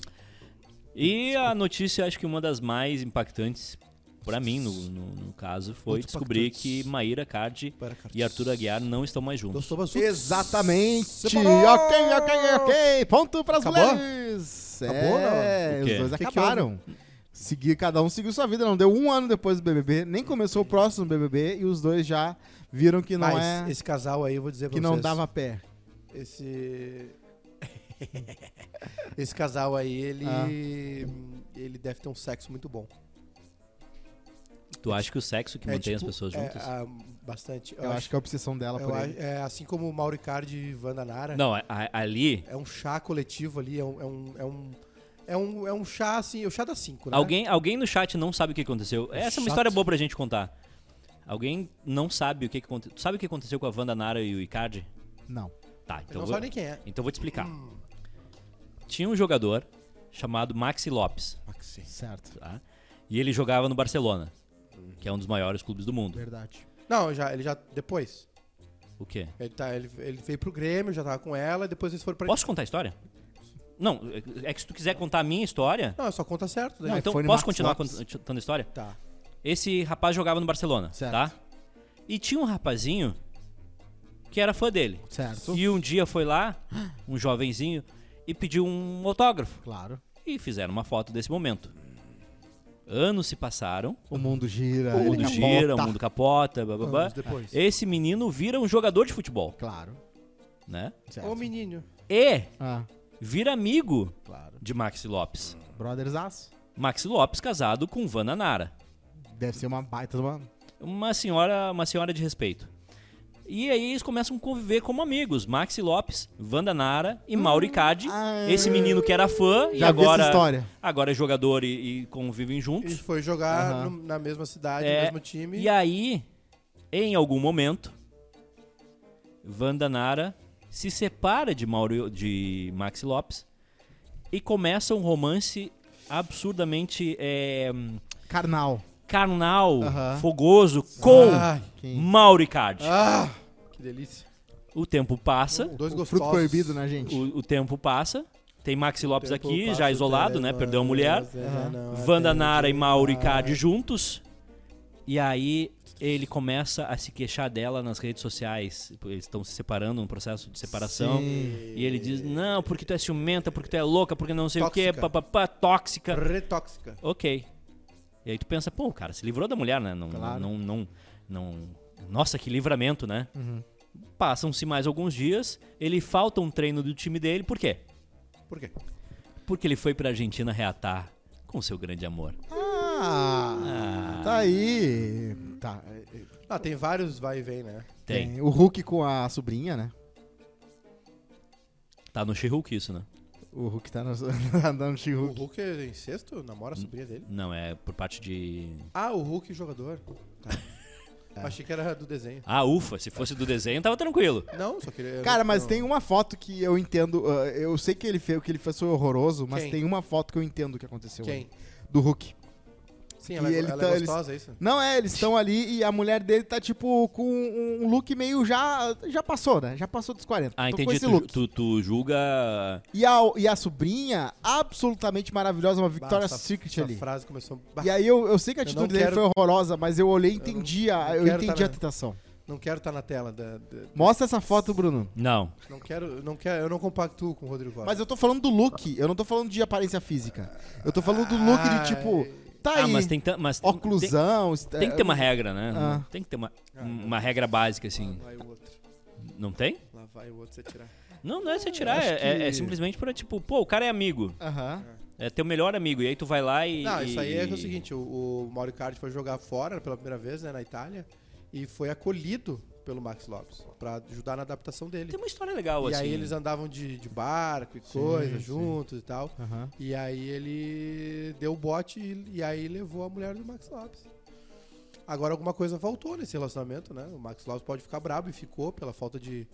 [SPEAKER 2] E a notícia, acho que uma das mais impactantes, pra mim, no, no- no caso, foi
[SPEAKER 1] Muito
[SPEAKER 2] descobrir
[SPEAKER 1] impactantes.
[SPEAKER 2] que Maíra Cardi
[SPEAKER 1] Para, cara.
[SPEAKER 2] e Arthur Aguiar não estão mais juntos.
[SPEAKER 1] Gostou bastante?
[SPEAKER 3] Exatamente. Ok,
[SPEAKER 1] Separou!
[SPEAKER 3] ok, ok. Ponto pras
[SPEAKER 1] Acabou?
[SPEAKER 3] mulheres.
[SPEAKER 1] Acabou,
[SPEAKER 3] é,
[SPEAKER 2] não? O
[SPEAKER 3] os
[SPEAKER 2] quê?
[SPEAKER 3] dois
[SPEAKER 1] Que que
[SPEAKER 3] acabaram. Seguir, cada um seguiu sua vida, não deu um ano depois do BBB, nem começou o próximo BBB e os dois já viram que não
[SPEAKER 1] Ah,
[SPEAKER 3] é,
[SPEAKER 1] esse, esse casal aí, eu vou dizer pra
[SPEAKER 3] que
[SPEAKER 1] vocês.
[SPEAKER 3] não dava pé.
[SPEAKER 1] Esse. esse casal aí, ele.
[SPEAKER 3] Ah.
[SPEAKER 1] Ele deve ter um sexo muito bom.
[SPEAKER 2] Tu acha que o sexo que
[SPEAKER 1] É,
[SPEAKER 2] mantém as
[SPEAKER 1] tipo,
[SPEAKER 2] pessoas
[SPEAKER 1] é,
[SPEAKER 2] juntas?
[SPEAKER 1] ah, bastante.
[SPEAKER 3] Eu, acho, que é a obsessão dela
[SPEAKER 1] eu
[SPEAKER 3] por
[SPEAKER 1] a-
[SPEAKER 3] ele.
[SPEAKER 1] é, assim como o Mauro Icardi e Wanda Nara.
[SPEAKER 2] Não, a- a- ali.
[SPEAKER 1] É um chá coletivo ali, é um. É um, é um, é um, é um chá assim, é o chá das cinco, né?
[SPEAKER 2] Alguém, alguém no chat não sabe o que aconteceu. Essa é
[SPEAKER 1] chato.
[SPEAKER 2] uma história boa pra gente contar. Alguém não sabe o que aconteceu. Tu sabe o que aconteceu com a Wanda Nara e o Icardi?
[SPEAKER 3] Não.
[SPEAKER 2] Tá,
[SPEAKER 1] Eu
[SPEAKER 2] então
[SPEAKER 1] não
[SPEAKER 2] vou,
[SPEAKER 1] sabe nem quem é.
[SPEAKER 2] então vou te explicar. Tinha um jogador chamado Maxi Lopes,
[SPEAKER 3] Certo.
[SPEAKER 2] tá? E ele jogava no Barcelona, que é um dos maiores clubes do mundo.
[SPEAKER 3] Verdade.
[SPEAKER 1] Não, já, ele já. Depois.
[SPEAKER 2] O quê?
[SPEAKER 1] Ele, tá, ele, ele veio pro Grêmio, já tava com ela, depois eles foram pra.
[SPEAKER 2] Posso contar a história? Não, é- é que se tu quiser contar a minha história.
[SPEAKER 1] Não, é só conta certo. né? Daí.
[SPEAKER 2] Não, então
[SPEAKER 3] iPhone
[SPEAKER 2] posso
[SPEAKER 3] Maxi
[SPEAKER 2] continuar
[SPEAKER 3] Lopes.
[SPEAKER 2] cont- contando a história?
[SPEAKER 1] Tá.
[SPEAKER 2] Esse rapaz jogava no Barcelona,
[SPEAKER 3] Certo.
[SPEAKER 2] tá? E tinha um rapazinho que era fã dele.
[SPEAKER 3] Certo.
[SPEAKER 2] E um dia foi lá, um jovenzinho, e pediu um autógrafo.
[SPEAKER 3] Claro.
[SPEAKER 2] E fizeram uma foto desse momento. Anos se passaram,
[SPEAKER 3] O mundo gira.
[SPEAKER 2] o
[SPEAKER 3] Ah, ele
[SPEAKER 2] mundo
[SPEAKER 3] capota.
[SPEAKER 2] gira, o mundo capota, blá, blá, blá.
[SPEAKER 1] Anos depois.
[SPEAKER 2] Esse menino vira um jogador de futebol,
[SPEAKER 3] Claro.
[SPEAKER 2] né?
[SPEAKER 3] Certo.
[SPEAKER 1] Ô menino.
[SPEAKER 2] E
[SPEAKER 3] Ah,
[SPEAKER 2] vira amigo
[SPEAKER 3] claro.
[SPEAKER 2] de Maxi Lopes.
[SPEAKER 3] Brothers Aço.
[SPEAKER 2] Maxi Lopes casado com Vanna Nara.
[SPEAKER 3] Deve ser uma baita de uma...
[SPEAKER 2] uma senhora, uma senhora de respeito. E aí eles começam a conviver como amigos. Maxi Lopes, Wanda Nara e Mauro Icardi.
[SPEAKER 3] ah,
[SPEAKER 2] esse menino que era fã e
[SPEAKER 3] Já vi essa
[SPEAKER 2] agora,
[SPEAKER 3] história.
[SPEAKER 2] agora é jogador e, e convivem
[SPEAKER 1] E
[SPEAKER 2] juntos.
[SPEAKER 1] foi jogar
[SPEAKER 3] Aham.
[SPEAKER 1] no- na mesma cidade,
[SPEAKER 2] É,
[SPEAKER 1] no mesmo time.
[SPEAKER 2] E aí, em algum momento, Wanda Nara se separa de, Mauro, de Maxi Lopes e começa um romance absurdamente é,
[SPEAKER 3] Carnal.
[SPEAKER 2] carnal,
[SPEAKER 3] Aham.
[SPEAKER 2] fogoso com
[SPEAKER 1] Ai,
[SPEAKER 3] Quem...
[SPEAKER 2] Mauro Icardi.
[SPEAKER 1] ah, que delícia.
[SPEAKER 2] O tempo passa,
[SPEAKER 1] Dois
[SPEAKER 3] O
[SPEAKER 1] gostosos.
[SPEAKER 3] fruto proibido, né, gente?
[SPEAKER 2] o, o tempo passa. Tem Maxi Lopes
[SPEAKER 1] Tempo
[SPEAKER 2] aqui,
[SPEAKER 1] passa, é,
[SPEAKER 2] já isolado, né?
[SPEAKER 1] telefone,
[SPEAKER 2] Perdeu a mulher.
[SPEAKER 1] você já não
[SPEAKER 2] Wanda
[SPEAKER 1] atende
[SPEAKER 2] Nara e Mauro
[SPEAKER 1] mais.
[SPEAKER 2] Icardi juntos. E aí ele começa a se queixar dela nas redes sociais. Eles estão se separando, um processo de separação.
[SPEAKER 3] Sim.
[SPEAKER 2] E ele diz, não, porque tu é ciumenta, porque tu é louca, porque não sei o quê,
[SPEAKER 1] Tóxica.
[SPEAKER 2] papapá, tóxica.
[SPEAKER 1] Retóxica.
[SPEAKER 2] Ok. E aí tu pensa, pô, o cara se livrou da mulher, né? Não,
[SPEAKER 3] Claro.
[SPEAKER 2] não, não, não- Nossa, que livramento, né?
[SPEAKER 3] Uhum.
[SPEAKER 2] Passam-se mais alguns dias, ele falta um treino do time dele, por quê?
[SPEAKER 1] Por quê?
[SPEAKER 2] Porque ele foi pra Argentina reatar com seu grande amor.
[SPEAKER 3] Ah, tá aí. Tá.
[SPEAKER 1] Ah, tem vários vai e vem, né?
[SPEAKER 2] Tem.
[SPEAKER 3] O Hulk com a sobrinha, né?
[SPEAKER 2] Tá no She-Hulk isso, né?
[SPEAKER 3] O Hulk tá no, tá no
[SPEAKER 1] O
[SPEAKER 3] She-Hulk.
[SPEAKER 1] Hulk é em sexto, namora a sobrinha dele.
[SPEAKER 2] Não, é por parte de.
[SPEAKER 1] Ah, o Hulk jogador.
[SPEAKER 3] É.
[SPEAKER 1] Tá. Achei que era do desenho.
[SPEAKER 2] Ah, ufa, se fosse do desenho, tava tranquilo.
[SPEAKER 1] Não, só queria.
[SPEAKER 3] Cara, mas
[SPEAKER 1] não.
[SPEAKER 3] tem uma foto que eu entendo. uh, eu sei que ele fez, o que ele fez foi horroroso, mas
[SPEAKER 1] Quem?
[SPEAKER 3] tem uma foto que eu entendo o que aconteceu.
[SPEAKER 1] um. Quem?
[SPEAKER 3] Do Hulk.
[SPEAKER 1] Sim, ela, é-
[SPEAKER 3] E ele
[SPEAKER 1] ela
[SPEAKER 3] tá-
[SPEAKER 1] é
[SPEAKER 3] eles-
[SPEAKER 1] gostosa, é isso?
[SPEAKER 3] Não, é, eles estão ali e a mulher dele tá, tipo, com um look meio já. Já passou, né? Já passou dos 40.
[SPEAKER 2] Ah,
[SPEAKER 3] Tô com
[SPEAKER 2] entendi.
[SPEAKER 3] esse
[SPEAKER 2] Tu,
[SPEAKER 3] look.
[SPEAKER 2] tu, tu julga.
[SPEAKER 3] E, a, e a sobrinha, absolutamente maravilhosa, uma Victoria's
[SPEAKER 1] Bah, essa-
[SPEAKER 3] Secret
[SPEAKER 1] essa
[SPEAKER 3] ali.
[SPEAKER 1] frase começou. Bah,
[SPEAKER 3] E aí eu, eu sei que a
[SPEAKER 1] Eu
[SPEAKER 3] atitude
[SPEAKER 1] não
[SPEAKER 3] dele
[SPEAKER 1] quero-
[SPEAKER 3] foi horrorosa, mas eu olhei e entendi,
[SPEAKER 1] não
[SPEAKER 3] a, eu
[SPEAKER 1] quero
[SPEAKER 3] entendi
[SPEAKER 1] tá
[SPEAKER 3] a
[SPEAKER 1] na-
[SPEAKER 3] tentação.
[SPEAKER 1] Não quero estar na tela. Da, da-
[SPEAKER 3] Mostra essa foto, Bruno.
[SPEAKER 2] Não.
[SPEAKER 1] não quero, não quero, eu não compactuo com o Rodrigo Costa.
[SPEAKER 3] Mas eu tô falando do look, eu não tô falando de aparência física. Eu tô falando do look de tipo, tá aí,
[SPEAKER 2] ah, mas tem. tan- Mas tem-
[SPEAKER 3] oclusão,
[SPEAKER 2] Tem, tem que
[SPEAKER 1] é,
[SPEAKER 2] ter uma regra, né?
[SPEAKER 3] Ah.
[SPEAKER 2] Tem que ter uma, uma regra básica, assim.
[SPEAKER 1] Lá vai o outro.
[SPEAKER 2] Não tem?
[SPEAKER 1] Lá vai o outro se atirar.
[SPEAKER 2] Não, não é se tirar.
[SPEAKER 3] acho
[SPEAKER 2] É, é-
[SPEAKER 3] que-
[SPEAKER 2] é simplesmente pra, tipo, pô, o cara é amigo.
[SPEAKER 3] Aham.
[SPEAKER 2] É teu melhor amigo. E aí tu vai lá e.
[SPEAKER 1] Não, isso aí é
[SPEAKER 2] e-
[SPEAKER 1] o seguinte, o, o Mauro Cardi foi jogar fora pela primeira vez, né, na Itália, e foi acolhido pelo Max Lopes pra ajudar na adaptação dele.
[SPEAKER 2] Tem uma história legal,
[SPEAKER 1] E
[SPEAKER 2] assim.
[SPEAKER 1] aí eles andavam de, de barco e coisa
[SPEAKER 3] sim.
[SPEAKER 1] juntos e tal.
[SPEAKER 3] Aham.
[SPEAKER 1] E aí ele deu o bote e, e aí levou a mulher do Max Lopes. Agora alguma coisa faltou nesse relacionamento, né? O Max Lopes pode ficar brabo e ficou pela falta de,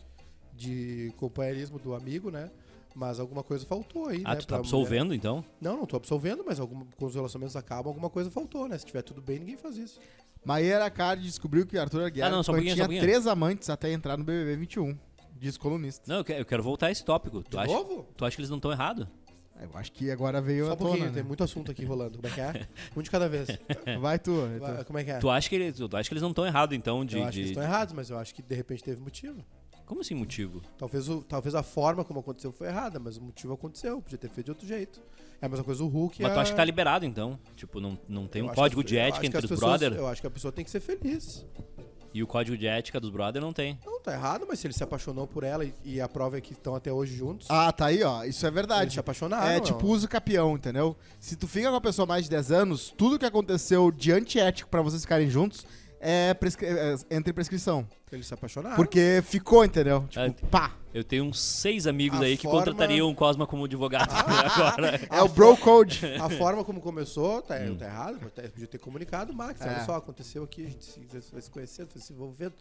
[SPEAKER 1] de companheirismo do amigo, né? Mas alguma coisa faltou aí,
[SPEAKER 2] Ah,
[SPEAKER 1] né?
[SPEAKER 2] tu tá
[SPEAKER 1] pra mulher.
[SPEAKER 2] absolvendo, então?
[SPEAKER 1] Não, não tô absolvendo, mas algum, quando os relacionamentos acabam, alguma coisa faltou, né? Se tiver tudo bem, ninguém faz isso.
[SPEAKER 3] Maíra Card descobriu que Arthur Aguiar
[SPEAKER 2] Ah, não, só um
[SPEAKER 3] foi-
[SPEAKER 2] pouquinho, só
[SPEAKER 3] tinha
[SPEAKER 2] um pouquinho.
[SPEAKER 3] três amantes até entrar no BBB 21, diz colunista.
[SPEAKER 2] Não, eu que- eu quero, voltar a esse tópico. Tu
[SPEAKER 1] De
[SPEAKER 2] acha,
[SPEAKER 1] novo?
[SPEAKER 2] tu acha que eles não estão errados?
[SPEAKER 3] Eu acho que agora veio
[SPEAKER 1] Só
[SPEAKER 3] a
[SPEAKER 1] um pouquinho,
[SPEAKER 3] tona,
[SPEAKER 1] tem
[SPEAKER 3] né?
[SPEAKER 1] muito assunto aqui rolando. Como é que é? Um de cada vez.
[SPEAKER 3] Vai tu, vai tu.
[SPEAKER 1] Vai, Como é que é?
[SPEAKER 2] Tu acha que eles, tu acha que eles não estão errados, então, de.
[SPEAKER 1] eu acho que
[SPEAKER 2] de-
[SPEAKER 1] eles estão errados, mas eu acho que de repente teve motivo.
[SPEAKER 2] Como assim motivo?
[SPEAKER 1] Talvez, o, talvez a forma como aconteceu foi errada, mas o motivo aconteceu. Podia ter feito de outro jeito. É a mesma coisa o Hulk. e
[SPEAKER 2] Mas tu
[SPEAKER 1] a-
[SPEAKER 2] acha que tá liberado, então? Tipo, não, não tem
[SPEAKER 1] Eu
[SPEAKER 2] um
[SPEAKER 1] acho
[SPEAKER 2] código
[SPEAKER 1] que-
[SPEAKER 2] de
[SPEAKER 1] eu acho
[SPEAKER 2] ética
[SPEAKER 1] que
[SPEAKER 2] entre
[SPEAKER 1] as
[SPEAKER 2] os
[SPEAKER 1] pessoas-
[SPEAKER 2] brother?
[SPEAKER 1] Eu acho que a pessoa tem que ser feliz.
[SPEAKER 2] E o código de ética dos brother não tem.
[SPEAKER 1] Não, tá errado, mas se ele se apaixonou por ela e, e a prova é que estão até hoje juntos,
[SPEAKER 3] Ah, tá aí, ó. Isso é
[SPEAKER 1] eles se
[SPEAKER 3] verdade.
[SPEAKER 1] apaixonaram.
[SPEAKER 3] É tipo uso capião, entendeu? Se tu fica com a pessoa mais de 10 anos, tudo que aconteceu de antiético pra vocês ficarem juntos é, prescri- é entre prescrição.
[SPEAKER 1] Eles se apaixonaram.
[SPEAKER 3] Porque ficou, entendeu? Tipo,
[SPEAKER 2] É.
[SPEAKER 3] pá.
[SPEAKER 2] Eu tenho uns seis amigos
[SPEAKER 1] A
[SPEAKER 2] aí que
[SPEAKER 1] forma-
[SPEAKER 2] contratariam o Cosma como advogado agora.
[SPEAKER 3] É o bro code.
[SPEAKER 1] A forma como começou, tá,
[SPEAKER 2] Hum.
[SPEAKER 1] tá errado, mas tá- podia ter comunicado, Max.
[SPEAKER 3] É.
[SPEAKER 1] Olha só, aconteceu aqui, a gente se, vai se conhecendo, vai se envolvendo.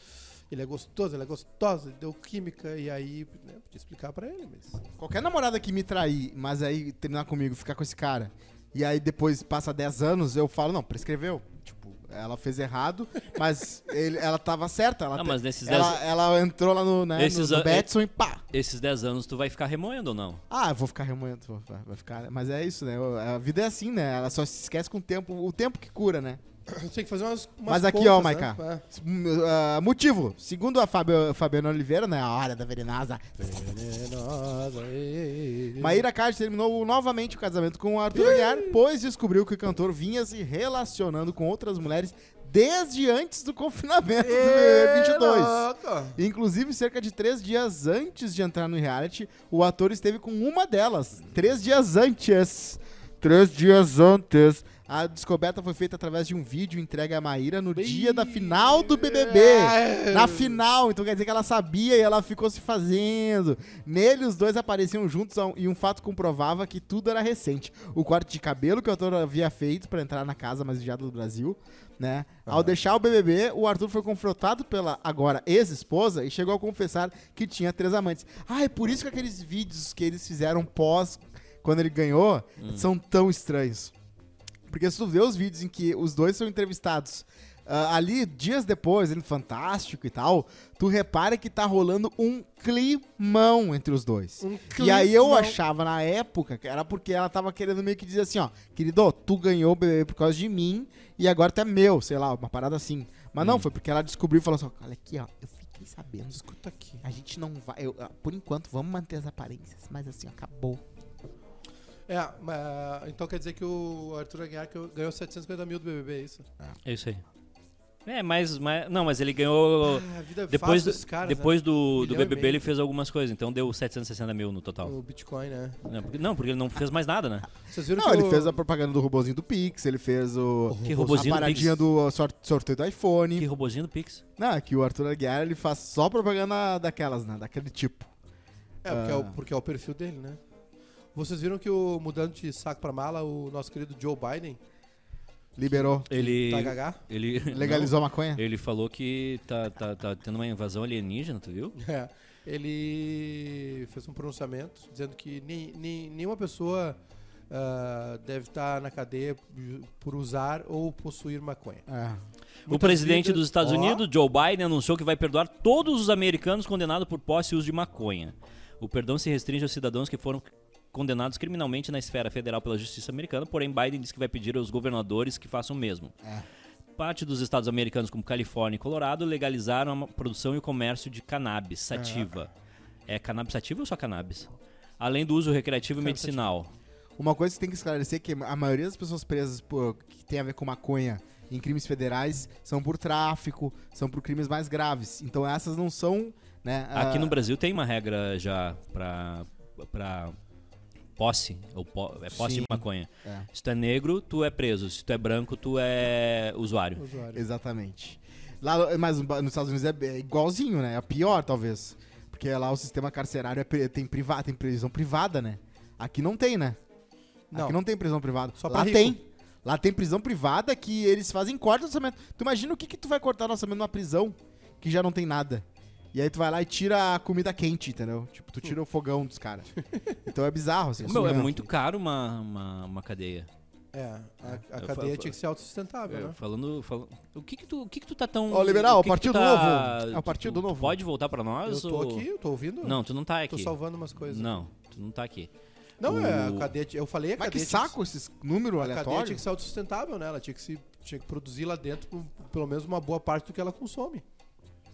[SPEAKER 1] Ele é gostoso, ela é gostosa, deu química, e aí, né, podia explicar pra ele, mas.
[SPEAKER 3] Qualquer namorada que me trair, mas aí terminar comigo, ficar com esse cara, e aí depois passa 10 anos, eu falo, não, prescreveu. Tipo, ela fez errado, mas ele- ela tava certa. Ela,
[SPEAKER 2] Ah,
[SPEAKER 3] te-
[SPEAKER 2] mas nesses
[SPEAKER 3] ela,
[SPEAKER 2] dez-
[SPEAKER 3] ela entrou lá no, né,
[SPEAKER 2] Esses
[SPEAKER 3] no,
[SPEAKER 2] an-
[SPEAKER 3] no Betson e pá.
[SPEAKER 2] Esses 10 anos tu vai ficar remoendo ou não?
[SPEAKER 3] Ah, eu vou ficar remoendo, vou- vai vai ficar. Mas é isso, né? A vida é assim, né? Ela só se esquece com o tempo, o tempo que cura, né?
[SPEAKER 1] Tem que fazer umas. umas
[SPEAKER 3] Mas aqui,
[SPEAKER 1] contas,
[SPEAKER 3] ó,
[SPEAKER 1] né?
[SPEAKER 3] Maiká.
[SPEAKER 1] É.
[SPEAKER 3] Hum, ah, motivo. Segundo a Fabio, Fabiana Oliveira, né? A hora da venenosa.
[SPEAKER 1] Venenosa, ei, ei.
[SPEAKER 3] Maíra Card terminou novamente o casamento com o Arthur Aguiar, pois descobriu que o cantor vinha se relacionando com outras mulheres desde antes do confinamento do
[SPEAKER 1] Ei,
[SPEAKER 3] 22.
[SPEAKER 1] louco.
[SPEAKER 3] Inclusive, cerca de três dias antes de entrar no reality, o ator esteve com uma delas. Três dias antes. Três dias antes. A descoberta foi feita através de um vídeo entregue a Maíra no dia da final do
[SPEAKER 1] É,
[SPEAKER 3] BBB. Na final, então quer dizer que ela sabia e ela ficou se fazendo. Nele, os dois apareciam juntos a um- e um fato comprovava que tudo era recente. O corte de cabelo que o ator havia feito para entrar na casa mais vigiada do Brasil, né? Ao deixar o BBB, o Arthur foi confrontado pela agora ex-esposa e chegou a confessar que tinha três amantes. Ah, é por isso que aqueles vídeos que eles fizeram pós quando ele ganhou são tão estranhos. Porque se tu vê os vídeos em que os dois são entrevistados ah, ali, dias depois, ele fantástico e tal, tu repara que tá rolando um climão entre os dois.
[SPEAKER 1] Um
[SPEAKER 3] E aí eu
[SPEAKER 1] climão.
[SPEAKER 3] achava na época que era porque ela tava querendo meio que dizer assim, ó, querido, tu ganhou o bebê por causa de mim e agora tu é meu, sei lá, uma parada assim. Mas não, foi porque ela descobriu e falou assim, ó, olha aqui, ó, eu fiquei sabendo,
[SPEAKER 1] Escuta aqui.
[SPEAKER 3] a gente não vai, eu, ah, por enquanto vamos manter as aparências, mas assim, acabou.
[SPEAKER 1] É, mas, então quer dizer que o Arthur Aguiar que ganhou 750 mil do BBB, é isso?
[SPEAKER 2] É isso aí. É, mas. mas não, mas ele ganhou.
[SPEAKER 1] Ah, a vida é
[SPEAKER 2] Depois,
[SPEAKER 1] fácil
[SPEAKER 2] do,
[SPEAKER 1] dos caras,
[SPEAKER 2] depois do, do
[SPEAKER 1] um Milhão e
[SPEAKER 2] BBB
[SPEAKER 1] meio.
[SPEAKER 2] ele fez algumas coisas, então deu 760 mil no
[SPEAKER 1] né?
[SPEAKER 2] total.
[SPEAKER 1] O Bitcoin, né?
[SPEAKER 2] Não porque, não, porque ele não fez mais nada, né?
[SPEAKER 1] Vocês viram
[SPEAKER 3] Não,
[SPEAKER 1] que
[SPEAKER 3] ele
[SPEAKER 1] o-
[SPEAKER 3] fez a propaganda do robozinho do Pix, ele fez o...
[SPEAKER 2] Que
[SPEAKER 3] A
[SPEAKER 2] robozinho do Pix.
[SPEAKER 3] paradinha do sor- sorteio do iPhone.
[SPEAKER 2] Que robozinho do Pix.
[SPEAKER 3] Não, é que o Arthur Aguiar ele faz só propaganda daquelas, né? Daquele tipo.
[SPEAKER 1] É, porque, é o, porque é o perfil dele, né? Vocês viram que o mudando de saco pra mala, o nosso querido Joe Biden
[SPEAKER 3] Liberou.
[SPEAKER 2] Ele.
[SPEAKER 1] tá gagá?
[SPEAKER 2] Ele.
[SPEAKER 3] Legalizou a maconha?
[SPEAKER 2] não, ele falou que tá, tá, tá tendo uma invasão alienígena, tu viu?
[SPEAKER 1] É. Ele fez um pronunciamento dizendo que nem, nem- nenhuma pessoa ah, deve estar na cadeia por usar ou possuir maconha.
[SPEAKER 3] É.
[SPEAKER 2] o
[SPEAKER 1] Muitas
[SPEAKER 2] presidente
[SPEAKER 1] vidas-
[SPEAKER 2] dos Estados
[SPEAKER 1] Ó.
[SPEAKER 2] Unidos, Joe Biden, anunciou que vai perdoar todos os americanos condenados por posse e uso de maconha. O perdão se restringe aos cidadãos que foram condenados criminalmente na esfera federal pela justiça americana, porém Biden disse que vai pedir aos governadores que façam o mesmo.
[SPEAKER 1] É.
[SPEAKER 2] Parte dos estados americanos, como Califórnia e Colorado, legalizaram a ma- produção e o comércio de cannabis sativa. É cannabis sativa ou só cannabis? Além do uso recreativo e medicinal.
[SPEAKER 3] Uma coisa que tem que esclarecer é que a maioria das pessoas presas por, que tem a ver com maconha em crimes federais são por tráfico, são por crimes mais graves. Então essas não são, né?
[SPEAKER 2] Aqui
[SPEAKER 3] ah,
[SPEAKER 2] no Brasil tem uma regra já pra, pra posse, ou po- é posse
[SPEAKER 3] Sim.
[SPEAKER 2] de maconha.
[SPEAKER 3] É.
[SPEAKER 2] Se tu é negro, tu é preso. Se tu é branco, tu é usuário.
[SPEAKER 1] Usuário.
[SPEAKER 3] Exatamente. Lá, no- mas no- nos Estados Unidos é, é igualzinho, né? É pior, talvez. Porque lá o sistema carcerário é pri- tem, priva, tem prisão privada, né? Aqui não tem, né?
[SPEAKER 1] Não.
[SPEAKER 3] Aqui não tem prisão privada.
[SPEAKER 1] Só pra
[SPEAKER 3] Lá
[SPEAKER 1] rico.
[SPEAKER 3] tem. Lá tem prisão privada que eles fazem corte no orçamento. Tu imagina o que, que tu vai cortar no orçamento numa prisão que já não tem nada. E aí tu vai lá e tira a comida quente, entendeu? Tipo, tu tira o fogão dos caras. Então é bizarro, assim.
[SPEAKER 2] Meu, é
[SPEAKER 3] surreal.
[SPEAKER 2] muito caro uma, uma, uma cadeia.
[SPEAKER 1] É, a, a
[SPEAKER 2] Eu
[SPEAKER 1] cadeia
[SPEAKER 2] fa-
[SPEAKER 1] tinha que ser autossustentável,
[SPEAKER 2] Eu
[SPEAKER 1] né?
[SPEAKER 2] falando, falando. O que que tu, o que que tu tá tão.
[SPEAKER 3] É. Ó, liberal,
[SPEAKER 2] o que que tu tá
[SPEAKER 3] Partido Novo. É o
[SPEAKER 2] tu-
[SPEAKER 3] Partido
[SPEAKER 2] tu
[SPEAKER 3] Novo.
[SPEAKER 2] Pode voltar pra nós?
[SPEAKER 1] Eu tô
[SPEAKER 2] ou-
[SPEAKER 1] aqui, eu tô ouvindo.
[SPEAKER 2] Não, tu não tá
[SPEAKER 1] Tô
[SPEAKER 2] aqui.
[SPEAKER 3] é.
[SPEAKER 1] salvando umas coisas.
[SPEAKER 2] Não, tu não tá aqui.
[SPEAKER 1] Não, é,
[SPEAKER 2] O-
[SPEAKER 1] a cadeia. Eu falei a
[SPEAKER 3] Mas que
[SPEAKER 1] cadeia.
[SPEAKER 3] saco esses números
[SPEAKER 1] tinha que, a cadeia tinha
[SPEAKER 3] aleatórios.
[SPEAKER 1] que ser autossustentável, né? Ela tinha que, se, tinha que produzir lá dentro por- pelo menos uma boa parte do que ela consome,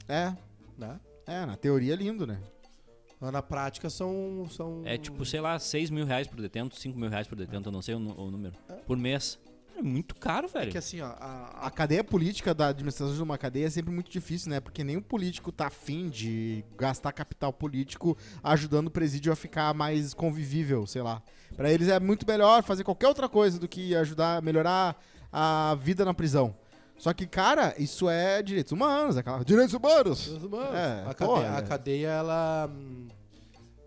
[SPEAKER 3] É,
[SPEAKER 1] né?
[SPEAKER 3] é, na teoria é lindo, né?
[SPEAKER 1] Na prática são. são
[SPEAKER 2] É tipo, sei lá, 6 mil reais por detento, 5 mil reais por detento, eu não sei o, nu- o número. Por mês. É muito caro, velho.
[SPEAKER 1] Que assim, ó. a- a-
[SPEAKER 3] A cadeia política da administração de uma cadeia é sempre muito difícil, né? Porque nenhum político tá afim de gastar capital político ajudando o presídio a ficar mais convivível, sei lá. Pra eles é muito melhor fazer qualquer outra coisa do que ajudar a melhorar a vida na prisão. Só que, cara, isso é direitos humanos, aquela... Direitos humanos!
[SPEAKER 1] Deus, mano,
[SPEAKER 3] É,
[SPEAKER 1] a,
[SPEAKER 3] porra,
[SPEAKER 1] cadeia, a
[SPEAKER 3] é.
[SPEAKER 1] cadeia, ela. hum,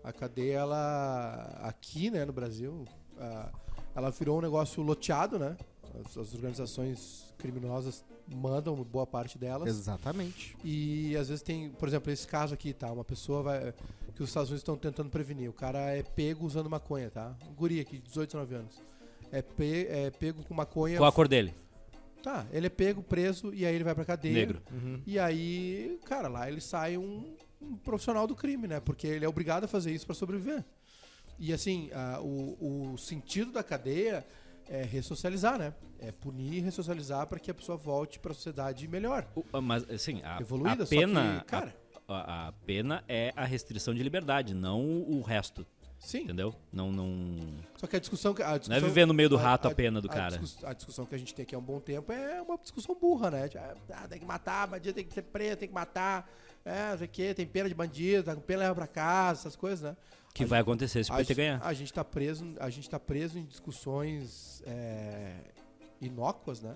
[SPEAKER 1] A cadeia, ela. Aqui, né, no Brasil, ah, ela virou um negócio loteado, né? As, as organizações criminosas mandam boa parte delas.
[SPEAKER 3] Exatamente.
[SPEAKER 1] E às vezes tem, por exemplo, esse caso aqui, tá? Uma pessoa vai, que os Estados Unidos estão tentando prevenir. O cara é pego usando maconha, tá? Um guri aqui, 18, 19 anos. É, pe- é pego com maconha.
[SPEAKER 2] Qual a cor dele?
[SPEAKER 1] Tá, ele é pego, preso, e aí ele vai pra cadeia.
[SPEAKER 2] Negro.
[SPEAKER 1] E aí, cara, lá ele sai um, um profissional do crime, né? Porque ele é obrigado a fazer isso pra sobreviver. E assim, a- o, o sentido da cadeia é ressocializar, né? É punir e ressocializar pra que a pessoa volte pra sociedade melhor.
[SPEAKER 2] O- Mas, assim, a,
[SPEAKER 1] Evoluída,
[SPEAKER 2] a
[SPEAKER 1] só
[SPEAKER 2] pena.
[SPEAKER 1] que, cara-
[SPEAKER 2] a, a- a pena é a restrição de liberdade, não o resto.
[SPEAKER 1] Sim.
[SPEAKER 2] Entendeu? Não, não.
[SPEAKER 1] Só que a discussão que. A discussão,
[SPEAKER 2] é viver no meio do rato a pena do cara.
[SPEAKER 1] discuss- a discussão que a gente tem aqui há um bom tempo é uma discussão burra, né? Tipo, Ah, tem que matar, bandido tem que ser preso, tem que matar. É, não sei o quê, tem pena de bandido, tá com pena leva pra casa, essas coisas, né?
[SPEAKER 2] Que vai acontecer se o
[SPEAKER 1] A,
[SPEAKER 2] PT
[SPEAKER 1] gente-
[SPEAKER 2] ganhar.
[SPEAKER 1] a gente tá preso, a gente tá preso em discussões é, inócuas, né?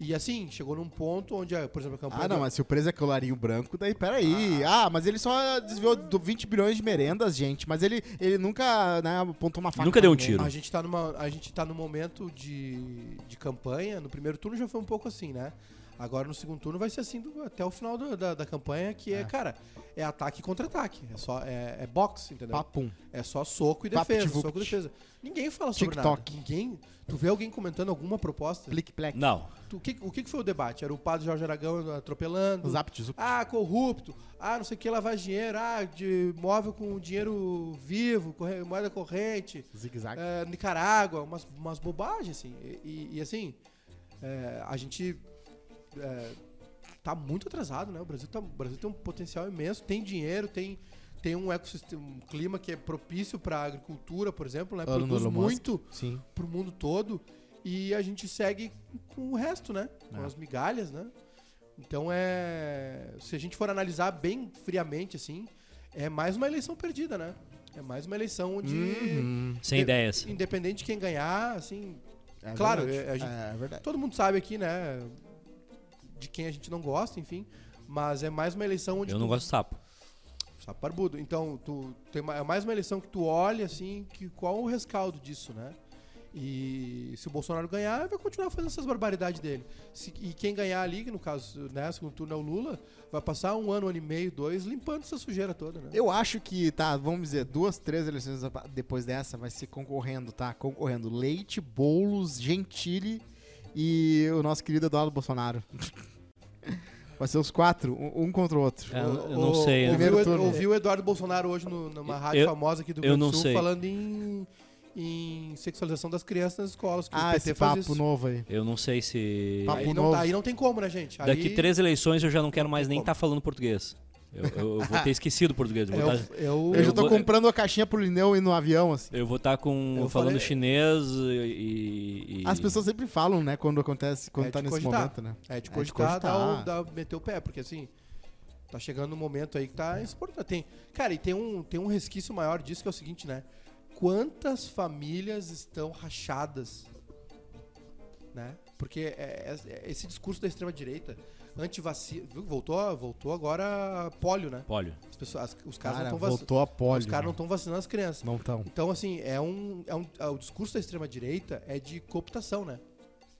[SPEAKER 1] E assim, chegou num ponto onde, ah, por exemplo, a campanha.
[SPEAKER 3] Ah, não,
[SPEAKER 1] do-
[SPEAKER 3] mas se o preso é colarinho branco, daí peraí. Ah, mas ele só desviou do 20 bilhões de merendas, gente. Mas ele, ele nunca né, apontou uma faca.
[SPEAKER 2] Nunca deu um
[SPEAKER 3] pra ninguém.
[SPEAKER 2] tiro.
[SPEAKER 1] A gente tá, numa, a gente tá num momento de, de campanha. No primeiro turno já foi um pouco assim, né? Agora no segundo turno vai ser assim do- até o final do- da, da campanha, que é, cara, é ataque e contra-ataque. É só é, é boxe, entendeu?
[SPEAKER 3] Papum.
[SPEAKER 1] É só soco e
[SPEAKER 3] Papo
[SPEAKER 1] defesa,
[SPEAKER 3] de vupt.
[SPEAKER 1] soco e defesa. Ninguém fala sobre
[SPEAKER 3] TikTok.
[SPEAKER 1] nada. Ninguém. Tu vê alguém comentando alguma proposta?
[SPEAKER 3] Plic, plec.
[SPEAKER 2] Não.
[SPEAKER 1] Tu- o, que, o que que foi o debate? Era o padre Jorge Aragão atropelando?
[SPEAKER 3] Zap, tzup.
[SPEAKER 1] Ah, corrupto. Ah, não sei o que, lavar dinheiro. Ah, de móvel com dinheiro vivo, corre- moeda corrente.
[SPEAKER 3] Zigue-zague.
[SPEAKER 1] É, Nicarágua, umas, umas bobagens, assim. E, e- e, assim, é, a gente é, tá muito atrasado, né? O Brasil, tá, o Brasil tem um potencial imenso, tem dinheiro, tem, tem um ecossistema, um clima que é propício pra agricultura, por exemplo, né?
[SPEAKER 3] Ano do
[SPEAKER 1] Produz
[SPEAKER 3] Elon Musk.
[SPEAKER 1] muito
[SPEAKER 3] Sim.
[SPEAKER 1] pro mundo todo e a gente segue com o resto, né? Com
[SPEAKER 2] É.
[SPEAKER 1] as migalhas, né? Então é. Se a gente for analisar bem friamente, assim, é mais uma eleição perdida, né? É mais uma eleição onde.
[SPEAKER 3] Uhum.
[SPEAKER 2] Sem
[SPEAKER 1] Eu- um
[SPEAKER 2] ideias.
[SPEAKER 1] Independente de quem ganhar, assim.
[SPEAKER 3] É
[SPEAKER 1] Claro,
[SPEAKER 3] verdade.
[SPEAKER 1] é- a gente-
[SPEAKER 3] É, verdade.
[SPEAKER 1] Todo mundo sabe aqui, né? De quem a gente não gosta, enfim. Mas é mais uma eleição onde.
[SPEAKER 2] Eu não
[SPEAKER 1] tu-
[SPEAKER 2] gosto de sapo.
[SPEAKER 1] Sapo barbudo. Então, tu tem ma- é mais uma eleição que tu olha, assim, que qual o rescaldo disso, né? E se o Bolsonaro ganhar, vai continuar fazendo essas barbaridades dele. Se- e quem ganhar ali, que no caso, né, segundo turno é o Lula, vai passar um ano, um ano e meio, dois, limpando essa sujeira toda, né?
[SPEAKER 3] Eu acho que, tá, vamos dizer, duas, três eleições apa- depois dessa vai ser concorrendo, tá? Concorrendo Leite, Boulos, Gentili e o nosso querido Eduardo Bolsonaro. Vai ser os quatro, um, um contra o outro.
[SPEAKER 2] É, eu
[SPEAKER 1] O-
[SPEAKER 2] não
[SPEAKER 1] o-
[SPEAKER 2] sei, eu-
[SPEAKER 1] Ouvi,
[SPEAKER 3] Primeiro
[SPEAKER 1] o, Ed-
[SPEAKER 3] turno.
[SPEAKER 1] ouvi o Eduardo Bolsonaro hoje no- numa rádio
[SPEAKER 2] eu-
[SPEAKER 1] famosa aqui do
[SPEAKER 2] eu
[SPEAKER 1] Rio Grande
[SPEAKER 2] não
[SPEAKER 1] do Sul
[SPEAKER 2] sei.
[SPEAKER 1] falando em, em sexualização das crianças nas escolas. Que o
[SPEAKER 3] Ah,
[SPEAKER 1] PT
[SPEAKER 3] esse
[SPEAKER 1] faz
[SPEAKER 3] papo
[SPEAKER 1] isso.
[SPEAKER 3] novo aí.
[SPEAKER 2] Eu não sei se.
[SPEAKER 3] Papo
[SPEAKER 1] Aí não,
[SPEAKER 3] novo.
[SPEAKER 1] aí não tem como, né, gente? Tá, Aí-
[SPEAKER 2] Daqui três eleições eu já não quero mais nem
[SPEAKER 1] como.
[SPEAKER 2] estar falando português. Eu, eu- eu vou ter esquecido o português. Eu
[SPEAKER 1] É, Eu,
[SPEAKER 2] vou tá, estar
[SPEAKER 1] eu,
[SPEAKER 3] Eu já tô
[SPEAKER 2] vou-
[SPEAKER 3] comprando a caixinha pro Lineu e no avião, assim.
[SPEAKER 2] tá com.
[SPEAKER 1] Eu
[SPEAKER 2] falando
[SPEAKER 1] falei-
[SPEAKER 2] chinês e. e-
[SPEAKER 3] As pessoas sempre falam, né, quando acontece, quando
[SPEAKER 1] É
[SPEAKER 3] tá
[SPEAKER 1] de
[SPEAKER 3] nesse
[SPEAKER 1] cogitar.
[SPEAKER 3] momento, né?
[SPEAKER 1] É, de
[SPEAKER 3] de
[SPEAKER 1] cogitar, dá
[SPEAKER 3] cogitar.
[SPEAKER 1] o- dá, meter o pé, porque assim, tá chegando um momento aí que
[SPEAKER 3] É.
[SPEAKER 1] tá exportando. Tem, cara, e tem um, tem um resquício maior disso que é o seguinte, né? Quantas famílias estão rachadas, né? Porque é- é- é esse discurso da extrema-direita, antivacina, viu? Voltou, voltou agora polio, né?
[SPEAKER 2] Olha.
[SPEAKER 1] As pessoas, as- os caras
[SPEAKER 3] Cara,
[SPEAKER 1] não estão vacinando.
[SPEAKER 3] voltou a polio.
[SPEAKER 1] Os caras não
[SPEAKER 3] né?
[SPEAKER 1] estão vacinando as crianças.
[SPEAKER 3] não tão.
[SPEAKER 1] Então, assim, é um, é um. é O discurso da extrema-direita é de cooptação, né?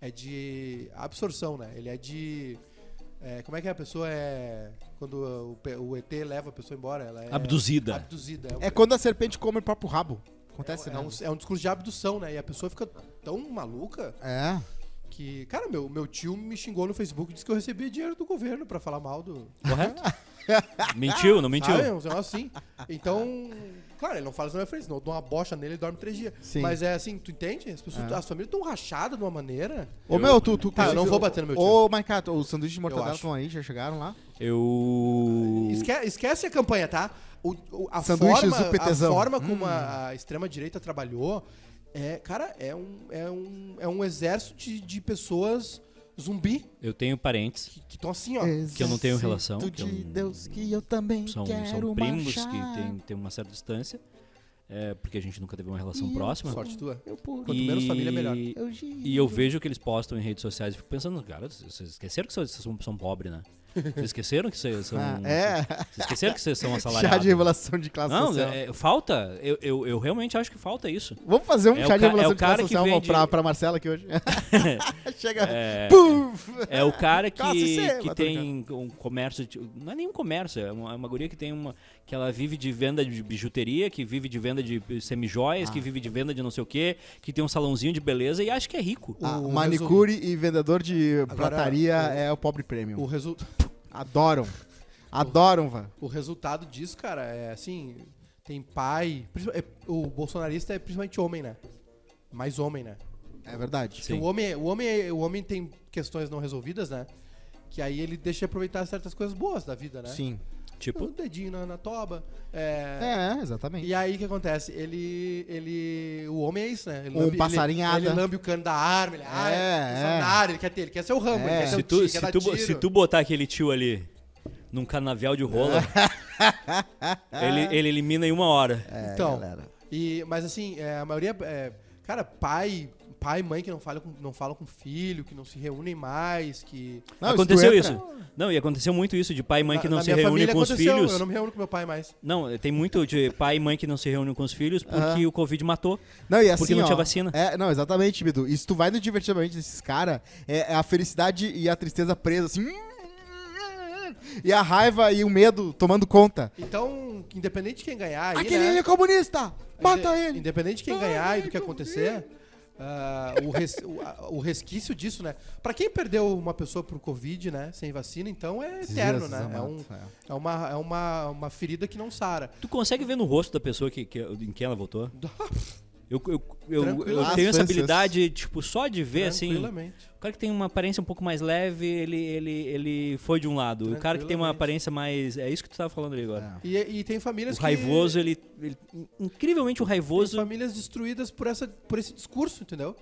[SPEAKER 1] É de absorção, né? Ele é de. é, como é que é a pessoa é. Quando o, P- o ET leva a pessoa embora? Ela é.
[SPEAKER 2] Abduzida.
[SPEAKER 1] Abduzida. um-
[SPEAKER 3] É quando a serpente come o próprio rabo. Acontece,
[SPEAKER 1] é,
[SPEAKER 3] né?
[SPEAKER 1] um, é um discurso de abdução, né? E a pessoa fica tão maluca
[SPEAKER 3] É.
[SPEAKER 1] que. Cara, meu, meu tio me xingou no Facebook e disse que eu recebia dinheiro do governo pra falar mal do. Ah, é,
[SPEAKER 2] Correto? mentiu, não mentiu?
[SPEAKER 1] Sabe? Um negócio assim. Então. Claro, ele não fala isso na minha frente, senão eu dou uma bocha nele e dorme três dias.
[SPEAKER 3] Sim.
[SPEAKER 1] Mas é assim, tu entende? As pessoas, as famílias estão rachadas de uma maneira.
[SPEAKER 3] Ô, meu, tu... tu
[SPEAKER 1] Tá, eu não vou bater no meu tio.
[SPEAKER 3] Ô, Maicato, os sanduíches de mortadela
[SPEAKER 1] acho.
[SPEAKER 3] estão aí, já chegaram lá?
[SPEAKER 2] Eu.
[SPEAKER 1] Esque- esquece a campanha, tá? O, o- a,
[SPEAKER 3] Sanduíche
[SPEAKER 1] forma, a
[SPEAKER 3] supetezão.
[SPEAKER 1] forma como a, a extrema-direita trabalhou, é, cara, é um, é um, é um exército de, de pessoas zumbi
[SPEAKER 2] Eu tenho parentes
[SPEAKER 1] que estão assim, ó.
[SPEAKER 2] que eu não tenho relação,
[SPEAKER 3] Exército
[SPEAKER 2] que eu não-
[SPEAKER 3] de Deus que eu também
[SPEAKER 2] são,
[SPEAKER 3] quero
[SPEAKER 2] são primos
[SPEAKER 3] marchar.
[SPEAKER 2] que têm tem uma certa distância, é, porque a gente nunca teve uma relação
[SPEAKER 3] E-
[SPEAKER 2] próxima.
[SPEAKER 1] Sorte tua.
[SPEAKER 3] Eu por...
[SPEAKER 1] Quanto menos família, melhor.
[SPEAKER 3] Eu giro.
[SPEAKER 2] E eu vejo o que eles postam em redes sociais e fico pensando, cara, vocês esqueceram que vocês são, são pobres, né? Vocês esqueceram que vocês são.
[SPEAKER 1] Hum,
[SPEAKER 3] Ah, é.
[SPEAKER 2] Vocês esqueceram que vocês são
[SPEAKER 1] tá
[SPEAKER 3] Chá
[SPEAKER 2] assalariados.
[SPEAKER 3] de revelação de classe
[SPEAKER 2] não,
[SPEAKER 3] social.
[SPEAKER 2] é- é- falta. Eu, eu, eu realmente acho que falta isso.
[SPEAKER 3] Vamos fazer um
[SPEAKER 2] é o
[SPEAKER 3] chá de
[SPEAKER 2] ca- é
[SPEAKER 3] revelação
[SPEAKER 2] o
[SPEAKER 3] de
[SPEAKER 2] cara
[SPEAKER 3] classe
[SPEAKER 2] que
[SPEAKER 3] social
[SPEAKER 2] vende-
[SPEAKER 3] pra, pra Marcela aqui hoje. Chega.
[SPEAKER 2] É,
[SPEAKER 3] Puf!
[SPEAKER 2] é o cara que,
[SPEAKER 3] Classe C,
[SPEAKER 2] que
[SPEAKER 3] mas tô
[SPEAKER 2] tem um comércio. de- não é nenhum comércio, é uma, é uma guria que tem uma. que ela vive de venda de bijuteria, que vive de venda de semijoias,
[SPEAKER 1] Ah.
[SPEAKER 2] que vive de venda de não sei o quê, que tem um salãozinho de beleza e acha que é rico.
[SPEAKER 3] Ah,
[SPEAKER 1] o
[SPEAKER 3] manicure e vendedor de
[SPEAKER 1] Agora,
[SPEAKER 3] prataria
[SPEAKER 1] o-
[SPEAKER 3] é o pobre premium.
[SPEAKER 1] O, resu
[SPEAKER 3] Adoram. Adoram, vá.
[SPEAKER 1] o resultado disso, cara, é assim, tem pai... princip- é- o bolsonarista é principalmente homem, né? Mais homem, né?
[SPEAKER 3] É verdade.
[SPEAKER 1] Porque O homem, o, homem, o homem tem questões não resolvidas, né? Que aí ele deixa de aproveitar certas coisas boas da vida, né?
[SPEAKER 3] Sim.
[SPEAKER 1] O
[SPEAKER 2] Tipo,
[SPEAKER 1] dedinho na, na toba. É,
[SPEAKER 3] É, exatamente.
[SPEAKER 1] E aí o que acontece? Ele. ele o homem é isso, né? Ele
[SPEAKER 3] Um passarinhada.
[SPEAKER 1] passarinhado Ele, lambe o cano da arma, ele, ah,
[SPEAKER 3] É,
[SPEAKER 1] é, funcionário, ele quer ter, ele quer ser o ramo, ele
[SPEAKER 3] É.
[SPEAKER 1] quer ser
[SPEAKER 2] se
[SPEAKER 1] o tio,
[SPEAKER 2] tu,
[SPEAKER 1] ele
[SPEAKER 2] se,
[SPEAKER 1] quer dar
[SPEAKER 2] tu, bo-
[SPEAKER 1] tiro.
[SPEAKER 2] se tu botar aquele tio ali num canavial de rola, ele, ele elimina em uma hora.
[SPEAKER 1] então,
[SPEAKER 3] galera.
[SPEAKER 1] e, mas assim, é, a maioria. é, cara, pai, pai e mãe que não falam, com, não falam com filho, que não se reúnem mais, que.
[SPEAKER 3] Não,
[SPEAKER 2] aconteceu
[SPEAKER 3] isso tu
[SPEAKER 2] isso.
[SPEAKER 3] entra-
[SPEAKER 2] Não, e aconteceu muito isso de pai e mãe que
[SPEAKER 1] Na-
[SPEAKER 2] não
[SPEAKER 1] na
[SPEAKER 2] se
[SPEAKER 1] minha
[SPEAKER 2] reúne
[SPEAKER 1] família
[SPEAKER 2] com os
[SPEAKER 1] aconteceu,
[SPEAKER 2] filhos.
[SPEAKER 1] Eu não me reúno com meu pai mais.
[SPEAKER 2] Não, tem muito de pai e mãe que não se reúnem com os filhos porque o Covid matou.
[SPEAKER 3] Não, e assim,
[SPEAKER 2] Porque não
[SPEAKER 3] ó,
[SPEAKER 2] tinha vacina.
[SPEAKER 3] É, não, exatamente, Bidu. E se tu vai no divertidamente desses caras, é, é a felicidade e a tristeza presa, assim. E a raiva e o medo tomando conta.
[SPEAKER 1] Então, independente de quem ganhar. aí,
[SPEAKER 3] Aquele
[SPEAKER 1] né?
[SPEAKER 3] ele é comunista! Mata
[SPEAKER 1] Inde-
[SPEAKER 3] ele!
[SPEAKER 1] Independente de quem ganhar e do que acontecer, ah, o, res- o- a- o resquício disso, né? Pra quem perdeu uma pessoa pro Covid, né? Sem vacina, então é eterno,
[SPEAKER 3] Jesus
[SPEAKER 1] né? É,
[SPEAKER 3] amado,
[SPEAKER 1] um-
[SPEAKER 3] é.
[SPEAKER 1] é uma, é uma, uma ferida que não sara.
[SPEAKER 2] Tu consegue ver no rosto da pessoa que, que- em quem ela votou? Eu, eu, eu,
[SPEAKER 1] Tranquilo.
[SPEAKER 2] eu
[SPEAKER 3] Ah,
[SPEAKER 2] tenho essa
[SPEAKER 3] Francis.
[SPEAKER 2] habilidade, tipo, só de ver, assim. O
[SPEAKER 1] Tranquilamente.
[SPEAKER 2] cara que tem uma aparência um pouco mais leve, ele, ele, ele foi de um lado. O cara que tem uma
[SPEAKER 1] Tranquilamente.
[SPEAKER 2] aparência mais. É isso que tu tava falando ali agora.
[SPEAKER 3] É.
[SPEAKER 1] E, e tem famílias
[SPEAKER 2] O
[SPEAKER 1] que-
[SPEAKER 2] raivoso, ele, ele- Incrivelmente o
[SPEAKER 1] Tem
[SPEAKER 2] raivoso.
[SPEAKER 1] famílias destruídas por, essa, por esse discurso, entendeu?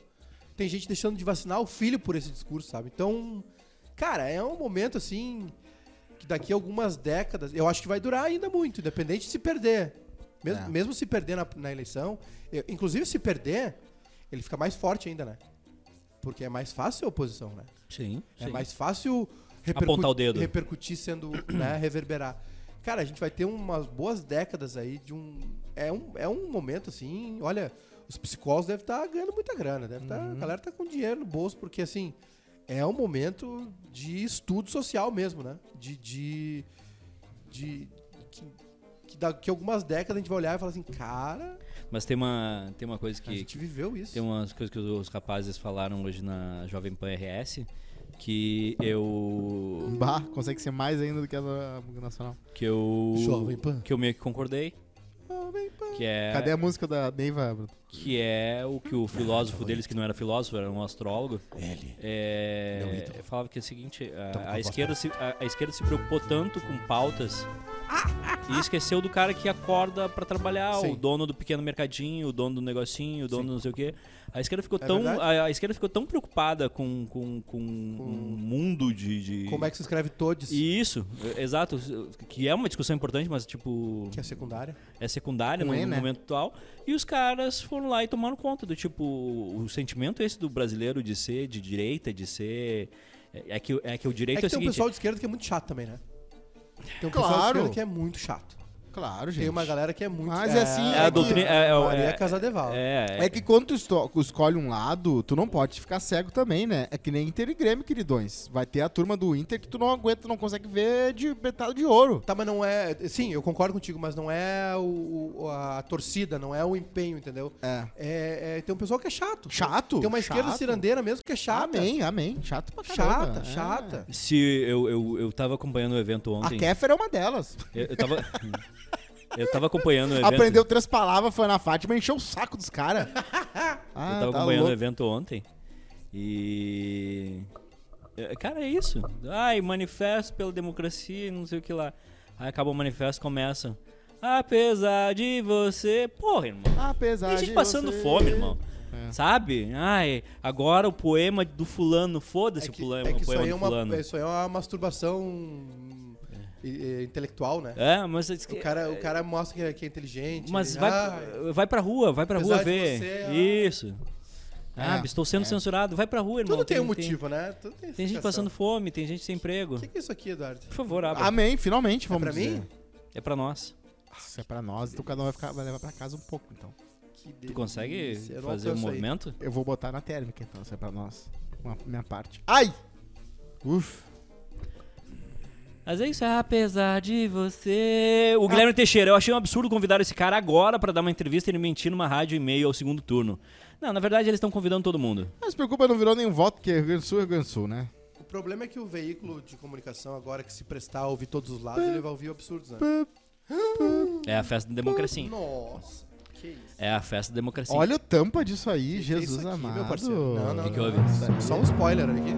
[SPEAKER 1] Tem gente deixando de vacinar o filho por esse discurso, sabe? Então, cara, é um momento assim que daqui a algumas décadas, eu acho que vai durar ainda muito, independente de se perder. Mesmo,
[SPEAKER 3] É.
[SPEAKER 1] mesmo se perder na, na eleição, eu- inclusive se perder, ele fica mais forte ainda, né? Porque é mais fácil a oposição, né?
[SPEAKER 2] Sim.
[SPEAKER 1] É
[SPEAKER 2] sim.
[SPEAKER 1] mais fácil repercu-
[SPEAKER 2] Apontar o dedo.
[SPEAKER 1] repercutir sendo, né, reverberar. Cara, a gente vai ter umas boas décadas aí de um é um é um momento assim, olha, os psicólogos devem estar ganhando muita grana, deve
[SPEAKER 2] Uhum.
[SPEAKER 1] tá, a galera tá com dinheiro no bolso porque assim, é um momento de estudo social mesmo, né? De de, de que, que daqui a algumas décadas a gente vai olhar e falar assim, cara,
[SPEAKER 2] Mas tem uma, tem uma coisa
[SPEAKER 1] a
[SPEAKER 2] que,
[SPEAKER 1] gente viveu isso.
[SPEAKER 2] Tem umas coisas que os rapazes falaram hoje na Jovem Pan RS que eu.
[SPEAKER 3] um, Bah, consegue ser mais ainda do que a da nacional.
[SPEAKER 2] que eu.
[SPEAKER 1] Jovem Pan.
[SPEAKER 2] que eu meio que concordei. Que é,
[SPEAKER 3] Cadê a música da Neiva? Bruno?
[SPEAKER 2] que é o que o filósofo deles, que não era filósofo, era um astrólogo, é, falava que é o seguinte: a, a esquerda se, a, a esquerda se preocupou tanto com pautas e esqueceu do cara que acorda pra trabalhar,
[SPEAKER 1] Sim.
[SPEAKER 2] o dono do pequeno mercadinho, o dono do negocinho, o dono do não sei o quê. A esquerda ficou,
[SPEAKER 1] É
[SPEAKER 2] tão,
[SPEAKER 1] verdade.
[SPEAKER 2] a, a esquerda ficou tão preocupada com, com, com um mundo de. de-
[SPEAKER 1] Como é que se escreve todos?
[SPEAKER 2] um E isso, é, exato, que é uma discussão importante, mas tipo
[SPEAKER 1] Que é secundária.
[SPEAKER 2] é secundária
[SPEAKER 3] Com
[SPEAKER 2] no,
[SPEAKER 3] E,
[SPEAKER 2] no
[SPEAKER 3] né?
[SPEAKER 2] momento atual. E os caras foram lá e tomaram conta do tipo, o sentimento esse do brasileiro de ser de direita, de ser. É é que, é que o direito
[SPEAKER 1] É que
[SPEAKER 2] é, o
[SPEAKER 1] tem um
[SPEAKER 2] seguinte.
[SPEAKER 1] pessoal de esquerda que é muito chato também, né? Tem um pessoal de
[SPEAKER 3] Claro.
[SPEAKER 1] esquerda que é muito chato.
[SPEAKER 3] Claro, gente.
[SPEAKER 1] Tem uma galera que é muito...
[SPEAKER 3] Mas é assim,
[SPEAKER 2] É a
[SPEAKER 3] que-
[SPEAKER 2] doutrina. É, é,
[SPEAKER 1] Maria
[SPEAKER 2] é,
[SPEAKER 1] Casadeval.
[SPEAKER 2] é,
[SPEAKER 3] É que quando tu esto- escolhe um lado, tu não pode ficar cego também, né? É que nem Inter e Grêmio, queridões. Vai ter a turma do Inter que tu não aguenta, não consegue ver de metade de ouro.
[SPEAKER 1] Tá, mas não é... Sim, eu concordo contigo, mas não é o, o- a torcida, não é o empenho, entendeu?
[SPEAKER 3] É.
[SPEAKER 1] É, é- tem um pessoal que é chato.
[SPEAKER 3] Chato.
[SPEAKER 1] Tem uma esquerda
[SPEAKER 3] chato.
[SPEAKER 1] cirandeira mesmo que é chata.
[SPEAKER 3] Tá, Amém, amém. Chato pra caramba.
[SPEAKER 1] Chata,
[SPEAKER 3] É.
[SPEAKER 1] chata.
[SPEAKER 2] Se eu, eu, eu tava acompanhando o evento
[SPEAKER 3] A
[SPEAKER 2] ontem.
[SPEAKER 3] Kéfera é uma delas.
[SPEAKER 2] Eu, eu tava. Eu tava acompanhando o evento.
[SPEAKER 3] Aprendeu três palavras, foi na Fátima, encheu o saco dos caras.
[SPEAKER 2] Eu
[SPEAKER 3] Ah,
[SPEAKER 2] tava
[SPEAKER 3] tá
[SPEAKER 2] acompanhando o
[SPEAKER 3] louco.
[SPEAKER 2] evento ontem. E. é, Cara, é isso. Ai, manifesto pela democracia e não sei o que lá. Aí acaba o manifesto, começa. Apesar de você. Porra, irmão.
[SPEAKER 3] Apesar
[SPEAKER 2] Tem gente
[SPEAKER 3] de
[SPEAKER 2] passando
[SPEAKER 3] você-
[SPEAKER 2] fome, irmão.
[SPEAKER 1] É.
[SPEAKER 2] Sabe? Ai, agora o poema do fulano. Foda-se
[SPEAKER 1] É
[SPEAKER 2] o poema,
[SPEAKER 1] é que
[SPEAKER 2] o
[SPEAKER 1] isso,
[SPEAKER 2] poema
[SPEAKER 1] aí é
[SPEAKER 2] do
[SPEAKER 1] uma,
[SPEAKER 2] fulano.
[SPEAKER 1] isso aí é uma masturbação eh, intelectual, né?
[SPEAKER 2] É, mas. é que-
[SPEAKER 1] O, cara, o cara mostra que é, que é inteligente.
[SPEAKER 2] Mas
[SPEAKER 1] ele-
[SPEAKER 2] vai,
[SPEAKER 1] ah,
[SPEAKER 2] vai pra rua, vai pra
[SPEAKER 1] Apesar
[SPEAKER 2] rua
[SPEAKER 1] de
[SPEAKER 2] ver.
[SPEAKER 1] você, ah.
[SPEAKER 2] Isso. Ah,
[SPEAKER 3] É,
[SPEAKER 2] estou sendo censurado. Vai pra rua, irmão.
[SPEAKER 1] tudo tem um motivo, né? Tudo tem,
[SPEAKER 2] Tem, gente
[SPEAKER 1] explicação.
[SPEAKER 2] passando fome, tem gente sem emprego.
[SPEAKER 1] O que que é isso aqui, Eduardo?
[SPEAKER 2] Por favor, abra.
[SPEAKER 3] Amém, finalmente, vamos
[SPEAKER 1] pra
[SPEAKER 3] dizer.
[SPEAKER 1] mim?
[SPEAKER 2] É pra nós.
[SPEAKER 3] Isso é pra nós, então cada um vai, ficar- vai levar pra casa um pouco, então.
[SPEAKER 1] Que
[SPEAKER 2] Tu
[SPEAKER 1] delícia,
[SPEAKER 2] consegue
[SPEAKER 1] eu não
[SPEAKER 3] um
[SPEAKER 2] fazer o
[SPEAKER 1] alcanço aí.
[SPEAKER 2] movimento?
[SPEAKER 3] Eu vou botar na térmica, então, isso é pra nós. Uma- minha parte. Ai! Uf.
[SPEAKER 2] Mas é isso, apesar de você. O Guilherme Teixeira, eu achei um absurdo convidar esse cara agora pra dar uma entrevista e ele mentir numa rádio e meio ao segundo turno. Não, na verdade eles estão convidando todo mundo.
[SPEAKER 3] Não Ah, se preocupa, não virou nenhum voto, porque Rio Grande do Sul é Rio Grande do Sul, né?
[SPEAKER 1] O problema é que o veículo de comunicação agora que se prestar a ouvir todos os lados, ele vai ouvir absurdos, né?
[SPEAKER 2] É a festa da democracia.
[SPEAKER 1] Nossa, que isso.
[SPEAKER 2] É a festa da democracia.
[SPEAKER 3] Olha o tampa disso aí,
[SPEAKER 1] Que que é
[SPEAKER 3] Jesus
[SPEAKER 1] isso aqui,
[SPEAKER 3] amado.
[SPEAKER 1] Meu parceiro? Não, não,
[SPEAKER 2] Que que
[SPEAKER 1] não.
[SPEAKER 2] houve?
[SPEAKER 3] Tá,
[SPEAKER 1] Só um spoiler aqui.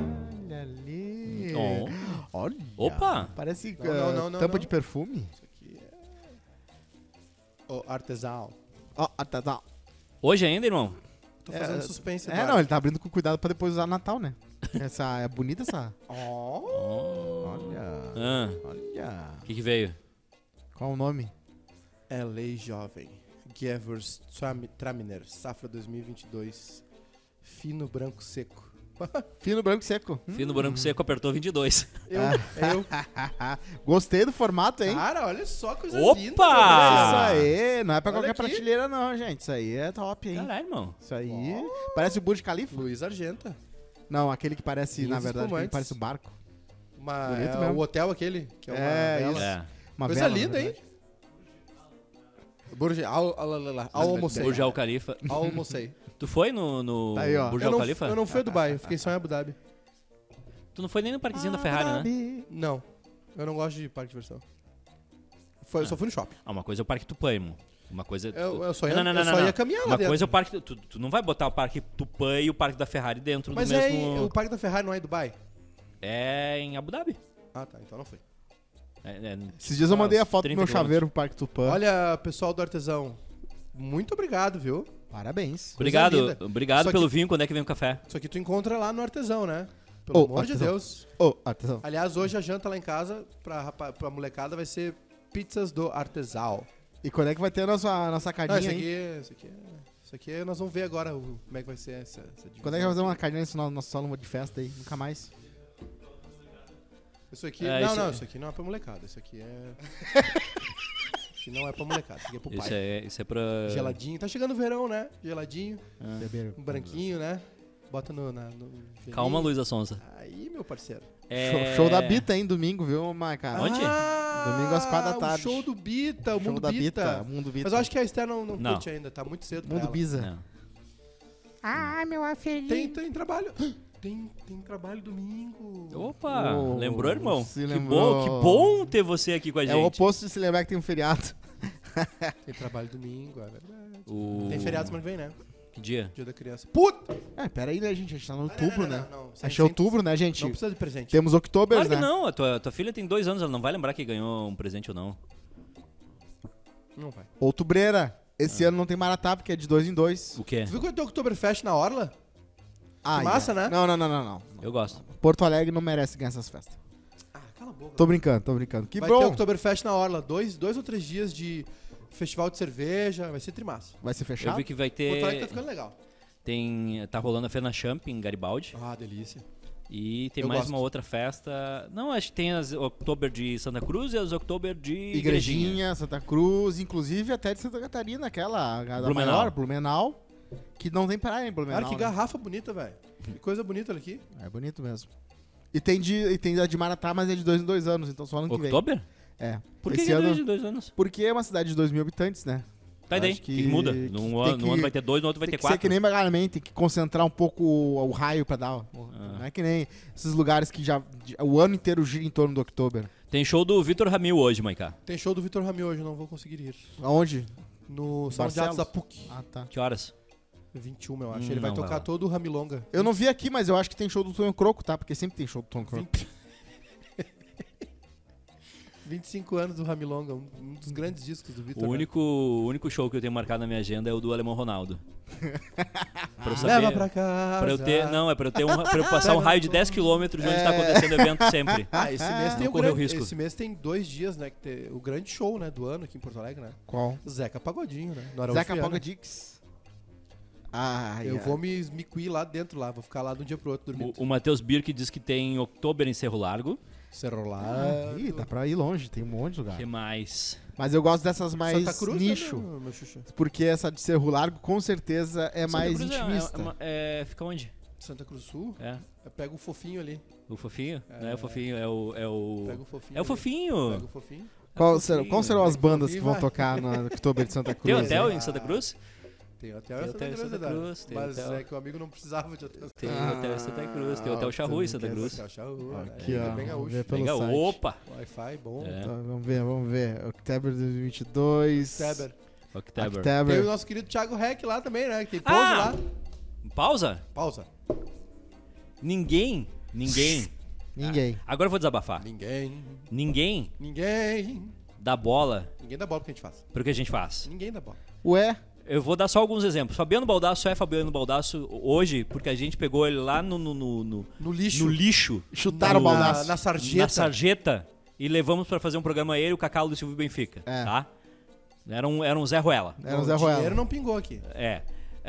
[SPEAKER 3] Olha ali.
[SPEAKER 2] Oh.
[SPEAKER 3] Olha.
[SPEAKER 2] Opa!
[SPEAKER 3] Parece
[SPEAKER 1] Não, não,
[SPEAKER 3] eh,
[SPEAKER 1] não, não,
[SPEAKER 3] tampa
[SPEAKER 1] não.
[SPEAKER 3] de perfume.
[SPEAKER 1] Isso aqui é... Ô, artesanal.
[SPEAKER 3] Ó, ah, tá, tá.
[SPEAKER 2] Hoje ainda, irmão?
[SPEAKER 1] Tô
[SPEAKER 3] É,
[SPEAKER 1] fazendo suspense,
[SPEAKER 3] É, não, ele tá abrindo com cuidado pra depois usar no Natal, né? Essa, é bonita essa.
[SPEAKER 1] Ó,
[SPEAKER 2] O
[SPEAKER 3] Olha,
[SPEAKER 2] ah,
[SPEAKER 3] olha.
[SPEAKER 2] que, que veio?
[SPEAKER 3] Qual o nome?
[SPEAKER 1] é lei jovem. Gevers Tram- Traminer, safra 2022. Fino branco seco.
[SPEAKER 3] Fino branco e seco. Hum.
[SPEAKER 2] Fino Branco Seco apertou 22.
[SPEAKER 1] Eu,
[SPEAKER 3] Ah.
[SPEAKER 1] eu.
[SPEAKER 3] Gostei do formato, hein?
[SPEAKER 1] Cara, olha só que coisa
[SPEAKER 2] Opa!
[SPEAKER 1] linda.
[SPEAKER 2] Ah!
[SPEAKER 3] Isso aí, não é pra
[SPEAKER 1] Olha
[SPEAKER 3] qualquer
[SPEAKER 1] aqui.
[SPEAKER 3] prateleira, não, gente. Isso aí é top, hein?
[SPEAKER 2] Caralho, irmão.
[SPEAKER 3] Isso aí. Parece o Burj Khalifa?
[SPEAKER 1] Luiz Argenta.
[SPEAKER 3] Não, aquele que parece,
[SPEAKER 1] Luzes
[SPEAKER 3] na verdade, aquele que
[SPEAKER 1] espumantes.
[SPEAKER 3] parece um barco.
[SPEAKER 1] Uma,
[SPEAKER 3] Bonito
[SPEAKER 1] é
[SPEAKER 3] mesmo.
[SPEAKER 1] o hotel aquele. Que é, uma
[SPEAKER 3] É,
[SPEAKER 1] vela.
[SPEAKER 3] isso.
[SPEAKER 2] É.
[SPEAKER 3] Uma
[SPEAKER 1] Coisa
[SPEAKER 3] vela, na
[SPEAKER 1] linda, hein?
[SPEAKER 3] verdade.
[SPEAKER 1] Burj Al, al, al, al, al almocei.
[SPEAKER 2] Burj Al Khalifa.
[SPEAKER 1] Al almocei.
[SPEAKER 2] Tu foi no, no
[SPEAKER 3] Tá aí, ó.
[SPEAKER 2] Burj
[SPEAKER 1] eu,
[SPEAKER 2] Al
[SPEAKER 1] não,
[SPEAKER 2] Khalifa?
[SPEAKER 1] eu não fui a Dubai, eu fiquei só em Abu Dhabi.
[SPEAKER 2] Tu não foi nem no parquezinho
[SPEAKER 1] Ah, tá
[SPEAKER 2] da Ferrari, né?
[SPEAKER 1] Não, eu não gosto de parque de diversão. Foi, Eu só fui no shopping.
[SPEAKER 2] Ah, uma coisa é o Parque Tupã, irmão. Uma coisa... é
[SPEAKER 1] Eu,
[SPEAKER 2] tu-
[SPEAKER 1] eu só ia,
[SPEAKER 2] não, não, não,
[SPEAKER 1] eu só
[SPEAKER 2] não, não.
[SPEAKER 1] ia caminhar lá
[SPEAKER 2] Uma
[SPEAKER 1] dentro.
[SPEAKER 2] coisa é o Parque... Tu, tu não vai botar o Parque Tupã e o Parque da Ferrari dentro
[SPEAKER 1] Mas
[SPEAKER 2] do
[SPEAKER 1] é,
[SPEAKER 2] mesmo...
[SPEAKER 1] em- o parque da Ferrari não é em Dubai?
[SPEAKER 2] É em Abu Dhabi.
[SPEAKER 1] Ah, tá, então não foi.
[SPEAKER 2] É- é-
[SPEAKER 3] Esses dias eu
[SPEAKER 2] Ah,
[SPEAKER 3] mandei a
[SPEAKER 2] uns
[SPEAKER 3] foto do
[SPEAKER 2] 30
[SPEAKER 3] meu
[SPEAKER 2] quilômetros.
[SPEAKER 3] chaveiro pro Parque Tupã.
[SPEAKER 1] Olha, pessoal do artesão, muito obrigado, viu?
[SPEAKER 3] Parabéns.
[SPEAKER 2] Obrigado,
[SPEAKER 1] linda.
[SPEAKER 2] obrigado
[SPEAKER 1] Só
[SPEAKER 2] pelo vinho. Quando é que vem o café?
[SPEAKER 1] Isso aqui tu encontra lá no artesão, né? Pelo
[SPEAKER 3] Ô,
[SPEAKER 1] amor de
[SPEAKER 3] Artesão.
[SPEAKER 1] Deus.
[SPEAKER 3] Ô, atenção.
[SPEAKER 1] Aliás, hoje a janta lá em casa pra, rapa- pra molecada vai ser pizzas do artesal.
[SPEAKER 3] E quando é que vai ter a nossa, a nossa
[SPEAKER 1] Não,
[SPEAKER 3] carninha,
[SPEAKER 1] isso
[SPEAKER 3] hein?
[SPEAKER 1] aqui, isso aqui, é- isso aqui nós vamos ver agora o- como é que vai ser essa, essa divisão.
[SPEAKER 3] Quando é que vai fazer uma carninha nesse no- nosso salão de festa aí? Nunca mais.
[SPEAKER 1] Isso aqui,
[SPEAKER 2] É,
[SPEAKER 1] não,
[SPEAKER 2] isso-
[SPEAKER 1] não, isso aqui não é pra molecada, isso aqui é... isso aqui não é pra molecada, isso aqui é pro
[SPEAKER 2] Isso
[SPEAKER 1] pai.
[SPEAKER 2] é, isso é pra...
[SPEAKER 1] Geladinho, tá chegando o verão, né? Geladinho,
[SPEAKER 3] Beber.
[SPEAKER 1] um branquinho, né? Bota no... na- no gelinho.
[SPEAKER 2] Calma, Luísa Sonza.
[SPEAKER 1] Aí, meu parceiro.
[SPEAKER 2] É-
[SPEAKER 3] Show, show da Bita, hein? Domingo, viu, Maica?
[SPEAKER 2] Onde?
[SPEAKER 1] Ah,
[SPEAKER 3] Domingo às quatro da
[SPEAKER 1] o
[SPEAKER 3] tarde.
[SPEAKER 1] show do Bita, o
[SPEAKER 3] Show
[SPEAKER 1] mundo
[SPEAKER 3] da
[SPEAKER 1] Bita.
[SPEAKER 3] Bita. É Mundo Bita.
[SPEAKER 1] Mas eu acho que a Esther não, não,
[SPEAKER 2] Não.
[SPEAKER 1] curte ainda, tá muito cedo pra
[SPEAKER 3] Mundo
[SPEAKER 1] ela.
[SPEAKER 3] Biza.
[SPEAKER 2] Não.
[SPEAKER 5] Ah, meu afeliz.
[SPEAKER 1] Tem, tem trabalho. Tem, tem trabalho domingo.
[SPEAKER 2] Opa,
[SPEAKER 3] Oh,
[SPEAKER 2] lembrou, irmão?
[SPEAKER 3] se
[SPEAKER 2] que
[SPEAKER 3] lembrou.
[SPEAKER 2] bom, que bom ter você aqui com a
[SPEAKER 3] É
[SPEAKER 2] gente.
[SPEAKER 3] o oposto de se lembrar que tem um feriado.
[SPEAKER 1] Tem trabalho domingo, é verdade.
[SPEAKER 2] O-
[SPEAKER 1] Tem feriado semana que vem, né?
[SPEAKER 2] Que dia?
[SPEAKER 1] Dia da criança. Puta!
[SPEAKER 3] É, pera aí, né, gente? A gente tá no outubro,
[SPEAKER 1] não, não,
[SPEAKER 3] né?
[SPEAKER 1] não, não, sem-
[SPEAKER 3] Achei
[SPEAKER 1] sem-
[SPEAKER 3] outubro, né, gente?
[SPEAKER 1] Não precisa de presente.
[SPEAKER 3] Temos
[SPEAKER 2] Claro
[SPEAKER 3] Octobers,
[SPEAKER 2] que
[SPEAKER 3] né?
[SPEAKER 2] não, a tua, tua filha tem dois anos, ela não vai lembrar que ganhou um presente ou não.
[SPEAKER 1] Não vai.
[SPEAKER 3] Outubreira. Esse ano não tem Maratá, porque é de dois em dois.
[SPEAKER 2] O quê?
[SPEAKER 1] Tu viu que tem Oktoberfest na Orla?
[SPEAKER 3] Ah,
[SPEAKER 1] massa, né?
[SPEAKER 3] Não, não, não, não, não.
[SPEAKER 2] Eu gosto.
[SPEAKER 3] Porto Alegre não merece ganhar essas festas.
[SPEAKER 1] Ah, cala a boca.
[SPEAKER 3] Tô brincando, tô brincando. Que
[SPEAKER 1] vai ter
[SPEAKER 3] bom.
[SPEAKER 1] Oktoberfest na Orla. Dois, dois ou três dias de festival de cerveja. Vai ser trimassa.
[SPEAKER 3] Vai ser
[SPEAKER 2] Eu
[SPEAKER 3] fechado?
[SPEAKER 2] vi que vai
[SPEAKER 1] Porto Alegre
[SPEAKER 2] ter.
[SPEAKER 1] tá ficando legal.
[SPEAKER 2] Tem. Tá rolando a Fena Champ em Garibaldi.
[SPEAKER 1] Ah, delícia.
[SPEAKER 2] E tem
[SPEAKER 1] Eu
[SPEAKER 2] mais
[SPEAKER 1] gosto.
[SPEAKER 2] uma outra festa. Não, acho que tem as Oktober de Santa Cruz e as Oktober de
[SPEAKER 3] Igrejinha,
[SPEAKER 2] Igrejinha.
[SPEAKER 3] Santa Cruz, inclusive até de Santa Catarina, aquela a da
[SPEAKER 2] Blumenau.
[SPEAKER 3] maior, Blumenau, que não tem praia em
[SPEAKER 2] é
[SPEAKER 3] Blumenau.
[SPEAKER 1] Cara, que
[SPEAKER 3] né?
[SPEAKER 1] garrafa bonita, velho. Que coisa bonita olha aqui.
[SPEAKER 3] É bonito mesmo. E tem, de, e tem a de Maratá, mas é de dois em dois anos, então só ano que vem.
[SPEAKER 2] Oktober?
[SPEAKER 3] É.
[SPEAKER 2] Por que
[SPEAKER 3] Esse
[SPEAKER 2] que é
[SPEAKER 3] ano,
[SPEAKER 2] dois de dois anos?
[SPEAKER 3] Porque é uma cidade de dois mil habitantes, né?
[SPEAKER 2] Tá aí daí.
[SPEAKER 3] acho
[SPEAKER 2] Que,
[SPEAKER 3] que-
[SPEAKER 2] que muda.
[SPEAKER 3] que-
[SPEAKER 2] Num
[SPEAKER 3] tem
[SPEAKER 2] ano, num
[SPEAKER 3] que-
[SPEAKER 2] ano vai ter dois, no outro vai
[SPEAKER 3] tem
[SPEAKER 2] ter
[SPEAKER 3] que
[SPEAKER 2] quatro.
[SPEAKER 3] ser que nem Megaman, tem que concentrar um pouco o,
[SPEAKER 2] Ah.
[SPEAKER 3] o raio pra dar. o- Não é que nem esses lugares que já, já- o ano inteiro gira em torno do Oktober.
[SPEAKER 2] Tem show do Vitor Ramil hoje, Maiká.
[SPEAKER 1] Tem show do Vitor Ramil hoje, não vou conseguir ir.
[SPEAKER 3] Aonde?
[SPEAKER 1] No Salão de Atos da PUC.
[SPEAKER 3] Ah, tá.
[SPEAKER 2] Que horas?
[SPEAKER 1] 21, eu acho.
[SPEAKER 2] Hum,
[SPEAKER 1] Ele vai
[SPEAKER 2] não,
[SPEAKER 1] tocar
[SPEAKER 2] vai lá.
[SPEAKER 1] todo o Ramilonga.
[SPEAKER 3] Eu não vi aqui, mas eu acho que tem show do Tonho Croco, tá? Porque sempre tem show do Tonho Croco.
[SPEAKER 1] 25 anos do Ramilonga, um- um dos grandes discos do Vitor. né?
[SPEAKER 2] O único, o único show que eu tenho marcado na minha agenda é o do Alemão Ronaldo. pra eu
[SPEAKER 1] né? Leva
[SPEAKER 2] saber.
[SPEAKER 1] pra casa.
[SPEAKER 2] Pra eu ter, não, é pra eu, ter um, pra eu passar um raio de 10km de onde
[SPEAKER 3] É.
[SPEAKER 2] tá acontecendo o evento sempre.
[SPEAKER 1] Ah, esse mês tem
[SPEAKER 2] Não
[SPEAKER 1] o
[SPEAKER 2] correu
[SPEAKER 1] grande-
[SPEAKER 2] risco.
[SPEAKER 1] Esse mês tem dois dias, né? Que tem o grande show, né? Do ano aqui em Porto Alegre, né?
[SPEAKER 3] Qual?
[SPEAKER 1] Zeca Pagodinho, né? No Araújo
[SPEAKER 3] Zeca
[SPEAKER 1] Viana.
[SPEAKER 3] Poga Dix. Ah,
[SPEAKER 1] Eu vou me esmicuir lá dentro lá, vou ficar lá de um dia pro outro dormindo.
[SPEAKER 2] O, o Matheus Birk diz que tem em outubro em Cerro Largo.
[SPEAKER 1] Cerro
[SPEAKER 3] Ah,
[SPEAKER 1] Largo.
[SPEAKER 3] ih, dá pra ir longe, tem um monte de lugar. é
[SPEAKER 2] que mais?
[SPEAKER 3] Mas eu gosto dessas mais
[SPEAKER 1] Santa Cruz,
[SPEAKER 3] nicho.
[SPEAKER 1] Né, meu, meu chuchu?
[SPEAKER 3] Porque essa de Cerro Largo, com certeza, é
[SPEAKER 2] Santa
[SPEAKER 3] mais
[SPEAKER 2] Cruz é-
[SPEAKER 3] intimista.
[SPEAKER 2] é uma- é- fica onde?
[SPEAKER 1] Santa Cruz do Sul.
[SPEAKER 2] É,
[SPEAKER 1] Pega o fofinho ali.
[SPEAKER 2] o fofinho? Não é o fofinho, é o... É
[SPEAKER 1] Pega
[SPEAKER 2] o,
[SPEAKER 1] o fofinho.
[SPEAKER 2] é o
[SPEAKER 1] ali. Pega
[SPEAKER 2] fofinho!
[SPEAKER 1] o fofinho.
[SPEAKER 3] Qual, serão,
[SPEAKER 2] fofinho,
[SPEAKER 3] qual serão as bandas que vão
[SPEAKER 1] vai.
[SPEAKER 3] tocar na Oktober de Santa
[SPEAKER 2] Tem
[SPEAKER 3] Cruz?
[SPEAKER 2] hotel
[SPEAKER 3] né?
[SPEAKER 2] em Santa Cruz?
[SPEAKER 1] Tem até
[SPEAKER 2] Tem
[SPEAKER 1] o
[SPEAKER 2] hotel
[SPEAKER 1] Santa
[SPEAKER 2] em
[SPEAKER 1] Cruz,
[SPEAKER 2] Santa
[SPEAKER 1] né, Dado?
[SPEAKER 2] Cruz, tem
[SPEAKER 1] Mas
[SPEAKER 2] hotel.
[SPEAKER 1] é que o amigo não precisava de hotel.
[SPEAKER 2] Tem
[SPEAKER 3] Ah,
[SPEAKER 2] hotel em Santa Cruz, tem hotel Charrua em
[SPEAKER 3] tu
[SPEAKER 2] Santa
[SPEAKER 3] não
[SPEAKER 2] Cruz.
[SPEAKER 1] Achar o-
[SPEAKER 3] Aqui,
[SPEAKER 1] é
[SPEAKER 3] ó,
[SPEAKER 1] bem
[SPEAKER 3] vamos
[SPEAKER 1] gaúcho. né?
[SPEAKER 3] ver pelo
[SPEAKER 2] Legal,
[SPEAKER 3] site.
[SPEAKER 2] opa!
[SPEAKER 1] Wi-Fi bom.
[SPEAKER 2] É.
[SPEAKER 3] Tá, vamos ver, vamos ver. Oktober 2022.
[SPEAKER 1] Saber.
[SPEAKER 2] October.
[SPEAKER 1] Tem o
[SPEAKER 3] Oktober.
[SPEAKER 1] nosso querido Thiago Reck lá também, né? Que tem pouso
[SPEAKER 2] Ah!
[SPEAKER 1] lá.
[SPEAKER 2] Pausa?
[SPEAKER 1] Pausa.
[SPEAKER 2] Ninguém, ninguém.
[SPEAKER 3] Ninguém.
[SPEAKER 2] Agora eu vou desabafar.
[SPEAKER 1] Ninguém.
[SPEAKER 2] Ninguém
[SPEAKER 1] Ninguém.
[SPEAKER 2] dá bola
[SPEAKER 1] Ninguém dá bola pro que a gente faz.
[SPEAKER 2] pro que a gente faz.
[SPEAKER 1] Ninguém dá bola.
[SPEAKER 3] Ué?
[SPEAKER 2] Eu vou dar só alguns exemplos. Fabiano Baldasso é Fabiano Baldasso hoje, porque a gente pegou ele lá no, no, no, no-
[SPEAKER 1] No lixo.
[SPEAKER 2] no lixo,
[SPEAKER 3] Chutaram o
[SPEAKER 1] Na-
[SPEAKER 3] baldaço.
[SPEAKER 1] Na sarjeta.
[SPEAKER 2] na sarjeta, e levamos pra fazer um programa ele, o Cacau do Silvio Benfica,
[SPEAKER 3] É.
[SPEAKER 2] tá? Era um, era um Zé Ruela.
[SPEAKER 3] Era o
[SPEAKER 1] Não,
[SPEAKER 3] Zé
[SPEAKER 1] É, O dinheiro
[SPEAKER 3] Ruela.
[SPEAKER 1] não pingou aqui.
[SPEAKER 2] É.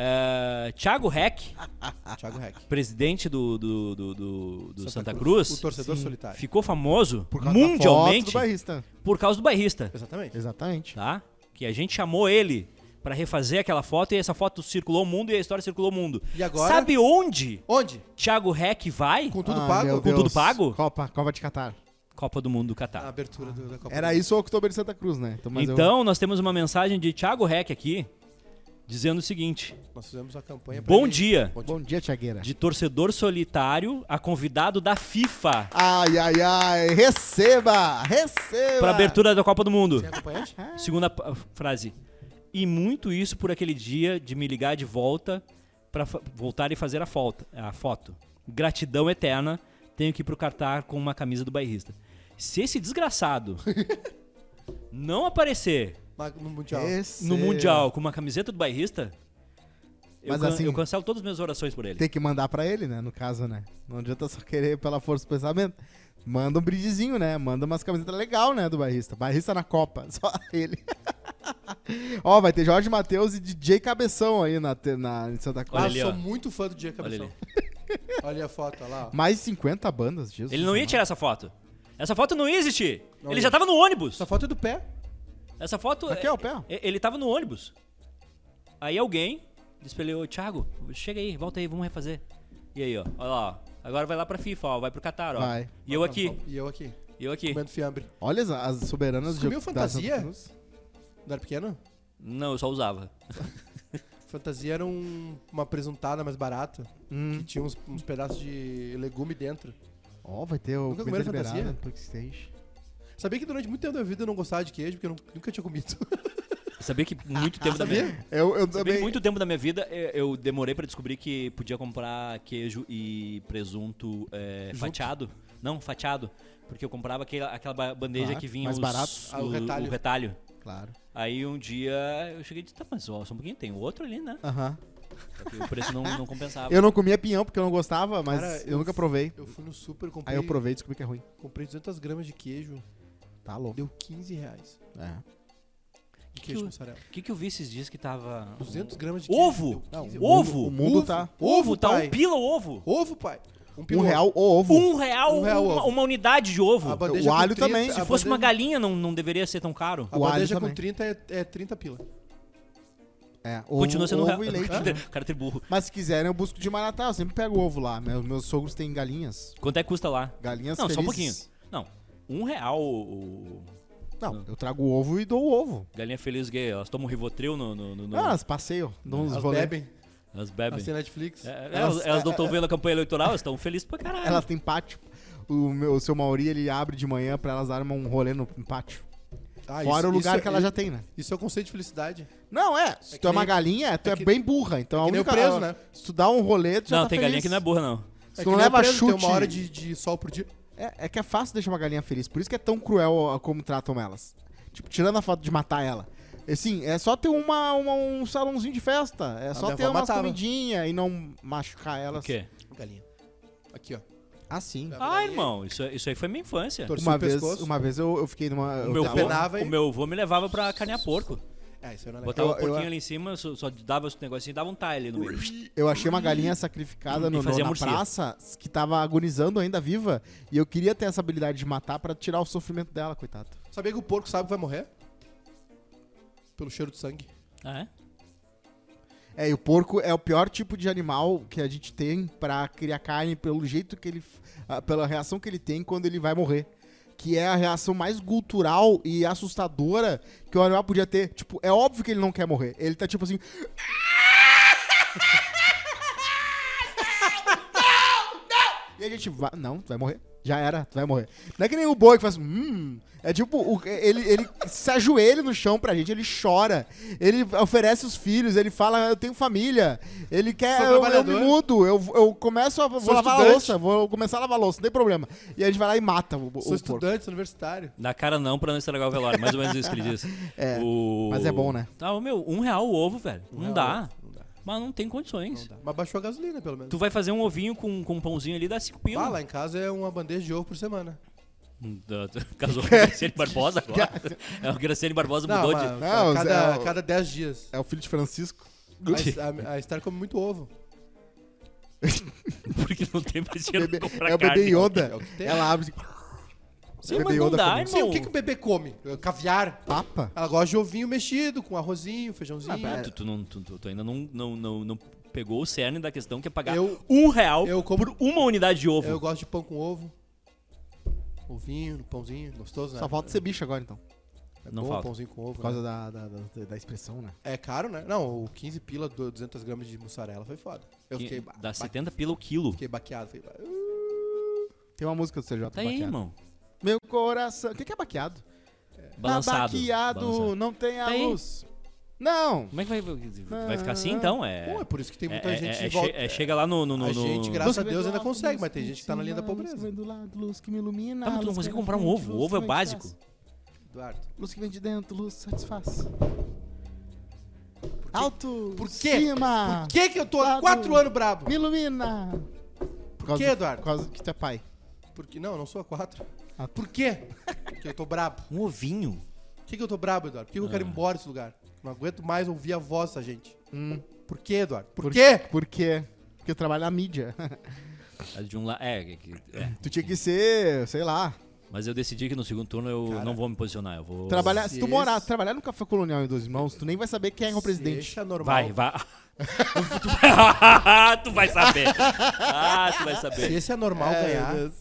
[SPEAKER 2] É, Thiago Heck,
[SPEAKER 3] Ah.
[SPEAKER 1] Thiago Reck.
[SPEAKER 2] presidente do, do, do, do- do Santa, Cruz,
[SPEAKER 1] O torcedor solitário.
[SPEAKER 2] ficou famoso
[SPEAKER 3] Por causa da foto
[SPEAKER 2] mundialmente
[SPEAKER 3] do barrista.
[SPEAKER 2] por causa do bairrista.
[SPEAKER 1] Exatamente.
[SPEAKER 3] Exatamente.
[SPEAKER 2] tá? Que a gente chamou ele pra refazer aquela foto e essa foto circulou o mundo e a história circulou o mundo.
[SPEAKER 1] E agora?
[SPEAKER 2] Sabe onde
[SPEAKER 1] Onde?
[SPEAKER 2] Thiago Reck vai?
[SPEAKER 1] Com tudo
[SPEAKER 3] Ai, Ah, meu
[SPEAKER 1] pago?
[SPEAKER 2] Com tudo
[SPEAKER 3] Deus.
[SPEAKER 2] pago?
[SPEAKER 3] Copa, Copa de Catar.
[SPEAKER 2] Copa do Mundo do
[SPEAKER 1] A
[SPEAKER 2] Catar.
[SPEAKER 1] abertura do- da Copa.
[SPEAKER 3] Era isso ou Oktober de Santa Cruz, né? mas eu-
[SPEAKER 2] então, nós temos uma mensagem de Thiago Reck aqui dizendo o seguinte:
[SPEAKER 1] Nós fizemos a campanha. pra
[SPEAKER 2] Bom
[SPEAKER 1] ele-
[SPEAKER 2] dia,
[SPEAKER 3] Bom dia, Tiagueira.
[SPEAKER 2] de torcedor solitário a convidado da FIFA
[SPEAKER 3] Ai, ai, ai. Receba! Receba!
[SPEAKER 2] pra abertura da Copa do Mundo.
[SPEAKER 1] Tem é acompanhante?
[SPEAKER 2] Segunda p- frase. E muito isso por aquele dia de me ligar de volta para voltar e fazer a, falta, a foto. Gratidão eterna. Tenho que ir pro Catar com uma camisa do bairrista. Se esse desgraçado não aparecer
[SPEAKER 1] Mas No Mundial.
[SPEAKER 3] Receba.
[SPEAKER 2] no Mundial com uma camiseta do bairrista, eu,
[SPEAKER 3] Mas
[SPEAKER 2] can-
[SPEAKER 3] assim-
[SPEAKER 2] eu cancelo todas as minhas orações por ele.
[SPEAKER 3] Tem que mandar pra ele, né? No caso, né? Não adianta só querer pela força do pensamento. Manda um brindezinho, né? Manda umas camisetas legal, né? Do barrista. Barrista na Copa. Só ele. Ó, vai ter Jorge Matheus e DJ Cabeção aí na, te- na, em Santa Cruz.
[SPEAKER 2] Olha
[SPEAKER 1] Ah,
[SPEAKER 2] ali,
[SPEAKER 1] sou
[SPEAKER 2] ó.
[SPEAKER 1] muito fã do Dia
[SPEAKER 2] Olha
[SPEAKER 1] Cabeção. Olha a foto, olha lá. ó.
[SPEAKER 3] Mais de 50 bandas, Jesus.
[SPEAKER 2] Ele não ia
[SPEAKER 3] amado.
[SPEAKER 2] tirar essa foto. Essa foto não ia existir.
[SPEAKER 1] Não
[SPEAKER 2] ele
[SPEAKER 1] ia.
[SPEAKER 2] já tava no ônibus.
[SPEAKER 1] Essa foto é do pé.
[SPEAKER 2] Essa foto.
[SPEAKER 3] Aqui,
[SPEAKER 2] é-
[SPEAKER 3] ó, o pé. ó.
[SPEAKER 2] E- Ele tava no ônibus. Aí alguém disse pra ele, ô Thiago, chega aí, volta aí, vamos refazer. E aí, ó, olha lá, ó. Agora vai lá pra FIFA, ó, vai pro Catar, ó.
[SPEAKER 3] Vai.
[SPEAKER 2] E eu aqui,
[SPEAKER 1] E eu aqui,
[SPEAKER 2] e eu aqui.
[SPEAKER 1] comendo fiambre.
[SPEAKER 3] Olha as, as soberanas
[SPEAKER 1] Você comeu
[SPEAKER 3] da
[SPEAKER 1] fantasia?
[SPEAKER 3] Santa Cruz.
[SPEAKER 1] Não era pequeno?
[SPEAKER 2] Não, eu só usava.
[SPEAKER 1] Fantasia era um- uma presuntada mais barata,
[SPEAKER 3] Hum.
[SPEAKER 1] que tinha uns, uns pedaços de legume dentro.
[SPEAKER 3] Ó, vai ter o
[SPEAKER 1] Nunca
[SPEAKER 3] comida
[SPEAKER 1] comeram fantasia?
[SPEAKER 3] liberada no Playstation.
[SPEAKER 1] Sabia que durante muito tempo da minha vida eu não gostava de queijo, porque eu nu- nunca tinha comido.
[SPEAKER 2] Sabia que muito tempo da minha vida.
[SPEAKER 3] Eu, eu
[SPEAKER 2] Sabia que
[SPEAKER 3] também...
[SPEAKER 2] muito tempo da minha vida eh, eu demorei pra descobrir que podia comprar queijo e presunto eh, fatiado. Não, fatiado. Porque eu comprava aquela, aquela ba- bandeja
[SPEAKER 3] Claro,
[SPEAKER 2] que vinha
[SPEAKER 3] mais
[SPEAKER 2] os-
[SPEAKER 3] barato.
[SPEAKER 1] Ah, o
[SPEAKER 2] o-
[SPEAKER 1] retalho.
[SPEAKER 2] o retalho.
[SPEAKER 3] Claro.
[SPEAKER 2] Aí um dia eu cheguei e disse, tá, mas ó, só um pouquinho, tem outro ali, né?
[SPEAKER 3] Aham.
[SPEAKER 2] Porque o preço não, não compensava.
[SPEAKER 3] Eu não comia pinhão porque eu não gostava, mas
[SPEAKER 1] Cara,
[SPEAKER 3] eu,
[SPEAKER 1] eu
[SPEAKER 3] nunca provei.
[SPEAKER 1] Eu fui no super, comprei,
[SPEAKER 3] Aí eu provei e descobri que é ruim.
[SPEAKER 1] comprei 200 gramas de queijo,
[SPEAKER 3] Tá louco.
[SPEAKER 1] deu 15 reais.
[SPEAKER 3] É.
[SPEAKER 1] de
[SPEAKER 2] que
[SPEAKER 1] queijo
[SPEAKER 2] o-
[SPEAKER 1] mussarela.
[SPEAKER 2] O que, que eu vi esses dias que tava.
[SPEAKER 1] 200 gramas de queijo.
[SPEAKER 2] Ovo!
[SPEAKER 1] deu 15 reais.
[SPEAKER 2] ovo!
[SPEAKER 3] O mundo tá.
[SPEAKER 2] Ovo, tá
[SPEAKER 1] pai.
[SPEAKER 2] um pila o ovo!
[SPEAKER 1] Ovo, pai.
[SPEAKER 3] Um
[SPEAKER 1] pila
[SPEAKER 3] real ou ovo.
[SPEAKER 2] Um real,
[SPEAKER 1] Um real
[SPEAKER 2] uma,
[SPEAKER 1] ovo.
[SPEAKER 2] uma unidade de ovo.
[SPEAKER 1] A
[SPEAKER 2] Se
[SPEAKER 1] bandeja
[SPEAKER 3] O
[SPEAKER 1] com
[SPEAKER 3] alho também. Se
[SPEAKER 1] a
[SPEAKER 2] fosse uma
[SPEAKER 1] bandeja- Ah,
[SPEAKER 2] galinha, não, não deveria ser tão caro.
[SPEAKER 1] A
[SPEAKER 3] O alho
[SPEAKER 1] bandeja com
[SPEAKER 3] também.
[SPEAKER 1] 30 é, é 30 pila.
[SPEAKER 3] É, ovo,
[SPEAKER 2] Continua sendo um
[SPEAKER 3] ovo
[SPEAKER 2] real.
[SPEAKER 3] e leite. né?
[SPEAKER 2] O cara tem burro.
[SPEAKER 3] Mas se quiserem, eu busco de Maratá. Eu sempre pego ovo lá. Meus, meus sogros têm galinhas.
[SPEAKER 2] Quanto é que custa lá?
[SPEAKER 3] Galinhas
[SPEAKER 2] Não, só um pouquinho.
[SPEAKER 3] felizes.
[SPEAKER 2] Não. Um real o, o-
[SPEAKER 3] Não, eu trago o ovo e dou o ovo.
[SPEAKER 2] Galinha Feliz Gay. Elas tomam um Rivotril no. no, no- no-
[SPEAKER 3] Ah, elas passeiam. Dão uns
[SPEAKER 1] Elas
[SPEAKER 3] rolê.
[SPEAKER 1] bebem,
[SPEAKER 2] Elas bebem.
[SPEAKER 1] elas têm Netflix.
[SPEAKER 2] É, é, elas,
[SPEAKER 3] Elas-
[SPEAKER 2] elas não estão vendo a campanha eleitoral, elas estão felizes pra caralho.
[SPEAKER 3] Elas têm pátio. o, meu, o seu Mauri, ele abre de manhã pra elas darem um rolê no pátio.
[SPEAKER 1] Ah,
[SPEAKER 3] Fora o lugar
[SPEAKER 1] isso-
[SPEAKER 3] que ela já tem, né?
[SPEAKER 1] Isso é o conceito de felicidade.
[SPEAKER 3] Não, é. Se
[SPEAKER 1] que
[SPEAKER 3] tu é uma
[SPEAKER 1] nem-
[SPEAKER 3] galinha, tu é,
[SPEAKER 1] é que-
[SPEAKER 3] bem burra. Então a
[SPEAKER 1] que nem o
[SPEAKER 3] única...
[SPEAKER 1] preso, né?
[SPEAKER 3] Se tu dá um rolê, tu já
[SPEAKER 2] Não,
[SPEAKER 3] tá
[SPEAKER 2] tem galinha
[SPEAKER 3] feliz.
[SPEAKER 2] que não é burra, não.
[SPEAKER 3] Se
[SPEAKER 1] É que
[SPEAKER 3] tu não
[SPEAKER 1] nem
[SPEAKER 3] leva
[SPEAKER 1] o preso,
[SPEAKER 3] chute...
[SPEAKER 1] Tem uma hora de, de sol por dia.
[SPEAKER 3] É, é que é fácil deixar uma galinha feliz. Por isso que é tão cruel a- como tratam elas. Tipo, tirando a foto de matar ela. Assim, é só ter uma, uma- um salãozinho de festa. É só
[SPEAKER 1] Ah, minha
[SPEAKER 3] ter
[SPEAKER 1] avó
[SPEAKER 3] umas
[SPEAKER 1] matava.
[SPEAKER 3] comidinhas e não machucar elas.
[SPEAKER 2] O quê?
[SPEAKER 1] Galinha. Aqui, ó.
[SPEAKER 3] Assim.
[SPEAKER 2] Ah, irmão, isso, isso aí foi minha infância.
[SPEAKER 1] Torci
[SPEAKER 3] Uma
[SPEAKER 1] o
[SPEAKER 3] vez,
[SPEAKER 1] pescoço.
[SPEAKER 3] uma vez eu, eu fiquei numa.
[SPEAKER 2] O
[SPEAKER 3] eu
[SPEAKER 2] meu,
[SPEAKER 3] tava-
[SPEAKER 2] vô,
[SPEAKER 1] penava,
[SPEAKER 2] o
[SPEAKER 1] hein?
[SPEAKER 2] meu vô me levava pra carnear porco.
[SPEAKER 1] É, isso aí não é legal.
[SPEAKER 2] Botava o
[SPEAKER 3] Eu- eu-
[SPEAKER 2] porquinho ali em cima, só, só dava os negocinhos e dava um tie ali no meio.
[SPEAKER 3] Eu achei uma galinha sacrificada
[SPEAKER 2] E
[SPEAKER 3] no, no,
[SPEAKER 2] fazia
[SPEAKER 3] na
[SPEAKER 2] murcia.
[SPEAKER 3] praça que tava agonizando ainda viva. E eu queria ter essa habilidade de matar pra tirar o sofrimento dela, coitado.
[SPEAKER 1] Sabia que o porco sabe que vai morrer? Pelo cheiro de sangue.
[SPEAKER 2] Ah, é?
[SPEAKER 3] É, e o porco é o pior tipo de animal que a gente tem pra criar carne pelo jeito que ele. ah, pela reação que ele tem quando ele vai morrer. Que é a reação mais cultural e assustadora que o animal podia ter. Tipo, é óbvio que ele não quer morrer. Ele tá tipo assim. E a gente vai. Não, tu vai morrer. Já era, tu vai morrer. Não é que nem o boi que faz. Hum. É tipo, o- ele, ele se ajoelha no chão pra gente, ele chora. Ele oferece os filhos, ele fala, eu tenho família. Ele quer.
[SPEAKER 1] Sou
[SPEAKER 3] Eu, eu me
[SPEAKER 1] trabalhador."
[SPEAKER 3] mudo, eu, eu começo a. Vou
[SPEAKER 1] Sou
[SPEAKER 3] lavar a
[SPEAKER 1] estudante.
[SPEAKER 3] louça, vou começar a lavar a louça, não tem problema. E a gente vai lá e mata o,
[SPEAKER 1] Sou
[SPEAKER 3] o porco.
[SPEAKER 1] estudante, sou universitário.
[SPEAKER 2] Na cara não, pra não estragar o velório. Mais ou menos isso que ele disse.
[SPEAKER 3] É,
[SPEAKER 2] O-
[SPEAKER 3] mas é bom, né?
[SPEAKER 2] Tá, ô, meu, um real o ovo, velho.
[SPEAKER 1] Um
[SPEAKER 2] não
[SPEAKER 1] real,
[SPEAKER 2] dá.
[SPEAKER 1] Não dá.
[SPEAKER 2] Mas não tem condições.
[SPEAKER 1] Não dá. Mas baixou a gasolina, pelo menos.
[SPEAKER 2] Tu vai fazer um ovinho com, com um pãozinho ali, dá cinco
[SPEAKER 1] Ah,
[SPEAKER 2] pila. Hum,
[SPEAKER 1] lá em casa é uma bandeja de ovo por semana.
[SPEAKER 2] Da- da- Casou com o Graciele Barbosa agora. é, o Graciele Barbosa mudou
[SPEAKER 1] mas-
[SPEAKER 2] de.
[SPEAKER 3] Não,
[SPEAKER 1] a cada,
[SPEAKER 3] Zé, o-
[SPEAKER 1] cada 10 dias.
[SPEAKER 3] É o filho de Francisco.
[SPEAKER 1] A, a, a Star come muito ovo.
[SPEAKER 2] Porque não tem mais dinheiro
[SPEAKER 3] Bebê-
[SPEAKER 2] pra comprar
[SPEAKER 3] é o
[SPEAKER 2] carne.
[SPEAKER 3] bebê Yoda.
[SPEAKER 1] É o que tem.
[SPEAKER 3] Ela abre assim,
[SPEAKER 2] Sim,
[SPEAKER 3] Bebê
[SPEAKER 2] mas não
[SPEAKER 3] Yoda
[SPEAKER 2] dá,
[SPEAKER 3] comendo.
[SPEAKER 2] irmão.
[SPEAKER 1] Sim, o que, que o bebê come? Caviar.
[SPEAKER 3] papa.
[SPEAKER 1] Ela gosta de ovinho mexido, com arrozinho, feijãozinho.
[SPEAKER 2] Ah, tu, tu não- tu- tu- tu ainda não, não- não- não pegou o cerne da questão que é pagar
[SPEAKER 1] Eu-
[SPEAKER 2] um real
[SPEAKER 1] eu como-
[SPEAKER 2] por uma unidade de ovo.
[SPEAKER 1] Eu gosto de pão com ovo. Ovinho, no pãozinho, gostoso, né?
[SPEAKER 3] Só falta ser bicho agora, então.
[SPEAKER 1] É
[SPEAKER 2] Não
[SPEAKER 1] bom,
[SPEAKER 2] falta.
[SPEAKER 1] pãozinho com ovo. né?
[SPEAKER 3] Por causa da, da, da, da expressão, né?
[SPEAKER 1] É caro, né? Não, o 15 pila, du- 200 gramas de mussarela foi foda. Eu
[SPEAKER 2] Que
[SPEAKER 1] fiquei, ba
[SPEAKER 2] dá É.
[SPEAKER 1] ba-
[SPEAKER 2] 70 pila o quilo.
[SPEAKER 1] fiquei baqueado. Fiquei ba- Uh,
[SPEAKER 3] Tem uma música do CJ
[SPEAKER 2] Tá aí,
[SPEAKER 3] baqueado.
[SPEAKER 2] irmão.
[SPEAKER 3] Meu coração. O que, que é baqueado?
[SPEAKER 2] Balançado.
[SPEAKER 3] Baqueado,
[SPEAKER 2] Balançado.
[SPEAKER 3] Tá não tem a
[SPEAKER 2] Tá aí.
[SPEAKER 3] luz. Não!
[SPEAKER 2] Como é que vai, vai ficar assim então? É,
[SPEAKER 1] Bom, é por isso que Ah. tem muita
[SPEAKER 2] é- é-
[SPEAKER 1] gente
[SPEAKER 2] é-
[SPEAKER 1] em volta.
[SPEAKER 2] che- é- chega lá no. no, no, Tá,
[SPEAKER 1] a
[SPEAKER 2] no-
[SPEAKER 1] gente, graças a Deus, ainda consegue, mas tem gente que tá na linha da
[SPEAKER 3] Luz
[SPEAKER 1] pobreza.
[SPEAKER 3] que vem do lado, luz que me ilumina.
[SPEAKER 2] Tá, mas tu não
[SPEAKER 3] luz que
[SPEAKER 2] consegue
[SPEAKER 3] vem
[SPEAKER 2] comprar
[SPEAKER 3] de
[SPEAKER 2] um
[SPEAKER 3] frente,
[SPEAKER 2] ovo. O
[SPEAKER 3] luz
[SPEAKER 2] ovo é
[SPEAKER 3] que vem de
[SPEAKER 2] básico.
[SPEAKER 3] trás.
[SPEAKER 1] Eduardo.
[SPEAKER 3] Luz que vem de dentro, luz satisfaz.
[SPEAKER 1] quê?
[SPEAKER 3] Alto!
[SPEAKER 1] Por quê?
[SPEAKER 3] Cima!
[SPEAKER 1] Por que que eu tô há
[SPEAKER 3] Eduardo.
[SPEAKER 1] 4 anos brabo?
[SPEAKER 3] Me ilumina! Por
[SPEAKER 1] quê, Eduardo?
[SPEAKER 3] Por causa que tu é pai.
[SPEAKER 1] Porque, não, eu não sou a 4.
[SPEAKER 3] Ah.
[SPEAKER 1] Por quê? Porque eu tô brabo.
[SPEAKER 2] Um ovinho.
[SPEAKER 1] Por que, que eu tô brabo, Eduardo? Por que, que eu quero ir
[SPEAKER 2] Ah.
[SPEAKER 1] embora desse lugar? Não aguento mais ouvir a voz da gente.
[SPEAKER 3] Hum.
[SPEAKER 1] Por quê, Eduardo? Por, quê?
[SPEAKER 3] Por quê? Porque eu trabalho na mídia.
[SPEAKER 2] De um la... é, que- é.
[SPEAKER 3] tu tinha que ser, sei lá,
[SPEAKER 2] Mas eu decidi que no segundo turno eu
[SPEAKER 1] Cara.
[SPEAKER 2] não vou me posicionar. Eu vou.
[SPEAKER 3] Trabalhar, se
[SPEAKER 1] Se
[SPEAKER 3] tu morar,
[SPEAKER 1] esse-
[SPEAKER 3] trabalhar no Café Colonial em Dois Irmãos, tu nem vai saber quem é o presidente.
[SPEAKER 1] Deixa normal.
[SPEAKER 2] Vai, vai. Tu vai- tu vai saber. Ah, tu vai
[SPEAKER 1] Se
[SPEAKER 2] saber.
[SPEAKER 1] esse é normal
[SPEAKER 3] Ai,
[SPEAKER 1] ganhar,
[SPEAKER 3] meu Deus.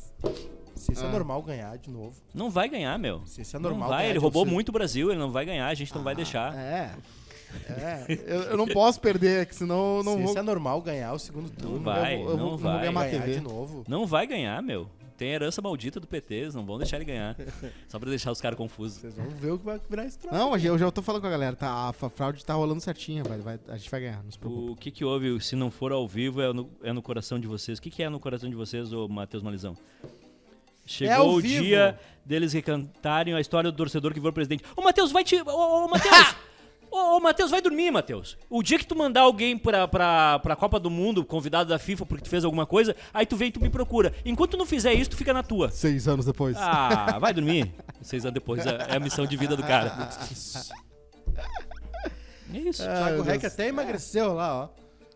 [SPEAKER 1] se
[SPEAKER 3] Ah.
[SPEAKER 1] esse é normal ganhar de novo,
[SPEAKER 2] Não vai ganhar, meu.
[SPEAKER 1] se esse é Ah, normal
[SPEAKER 2] não vai,
[SPEAKER 1] ganhar
[SPEAKER 2] ele
[SPEAKER 1] de
[SPEAKER 2] roubou
[SPEAKER 1] você-
[SPEAKER 2] muito o Brasil, ele não vai ganhar, a gente não vai deixar.
[SPEAKER 3] É. É, eu, eu não posso perder, que senão eu não
[SPEAKER 1] se
[SPEAKER 3] vou.
[SPEAKER 1] esse é normal ganhar o segundo turno,
[SPEAKER 2] vai,
[SPEAKER 3] eu vou, eu
[SPEAKER 2] não
[SPEAKER 3] vou,
[SPEAKER 2] vai.
[SPEAKER 3] vou ganhar uma
[SPEAKER 1] ganhar
[SPEAKER 3] TV.
[SPEAKER 1] de novo.
[SPEAKER 2] Não vai ganhar, meu. Tem herança maldita do PT, eles não vão deixar ele ganhar. Só pra deixar os caras confusos.
[SPEAKER 1] Vocês vão ver o que vai virar esse troço.
[SPEAKER 3] Não, mas eu já tô falando com a galera, tá? A fa- fraude tá rolando certinha, vai, vai- a gente vai ganhar, não se preocupa.
[SPEAKER 2] O que que houve, se não for ao vivo, é no, é no coração de vocês. O que que é no coração de vocês, ô Matheus Malizão? Chegou
[SPEAKER 1] É ao
[SPEAKER 2] o
[SPEAKER 1] vivo.
[SPEAKER 2] dia deles recantarem a história do torcedor que virou presidente. Ô, Matheus, vai te... Ô, ô, ô, Matheus! Ô, ô, Matheus, vai dormir, Matheus. O dia que tu mandar alguém pra, pra, pra Copa do Mundo, convidado da FIFA porque tu fez alguma coisa, aí tu vem e tu me procura. Enquanto tu não fizer isso, tu fica na tua.
[SPEAKER 3] Seis anos depois.
[SPEAKER 2] Ah, vai dormir. Seis anos depois é é a missão de vida do cara. É isso.
[SPEAKER 1] Thiago
[SPEAKER 3] meu
[SPEAKER 1] Reck
[SPEAKER 3] Deus.
[SPEAKER 1] até emagreceu lá, ó.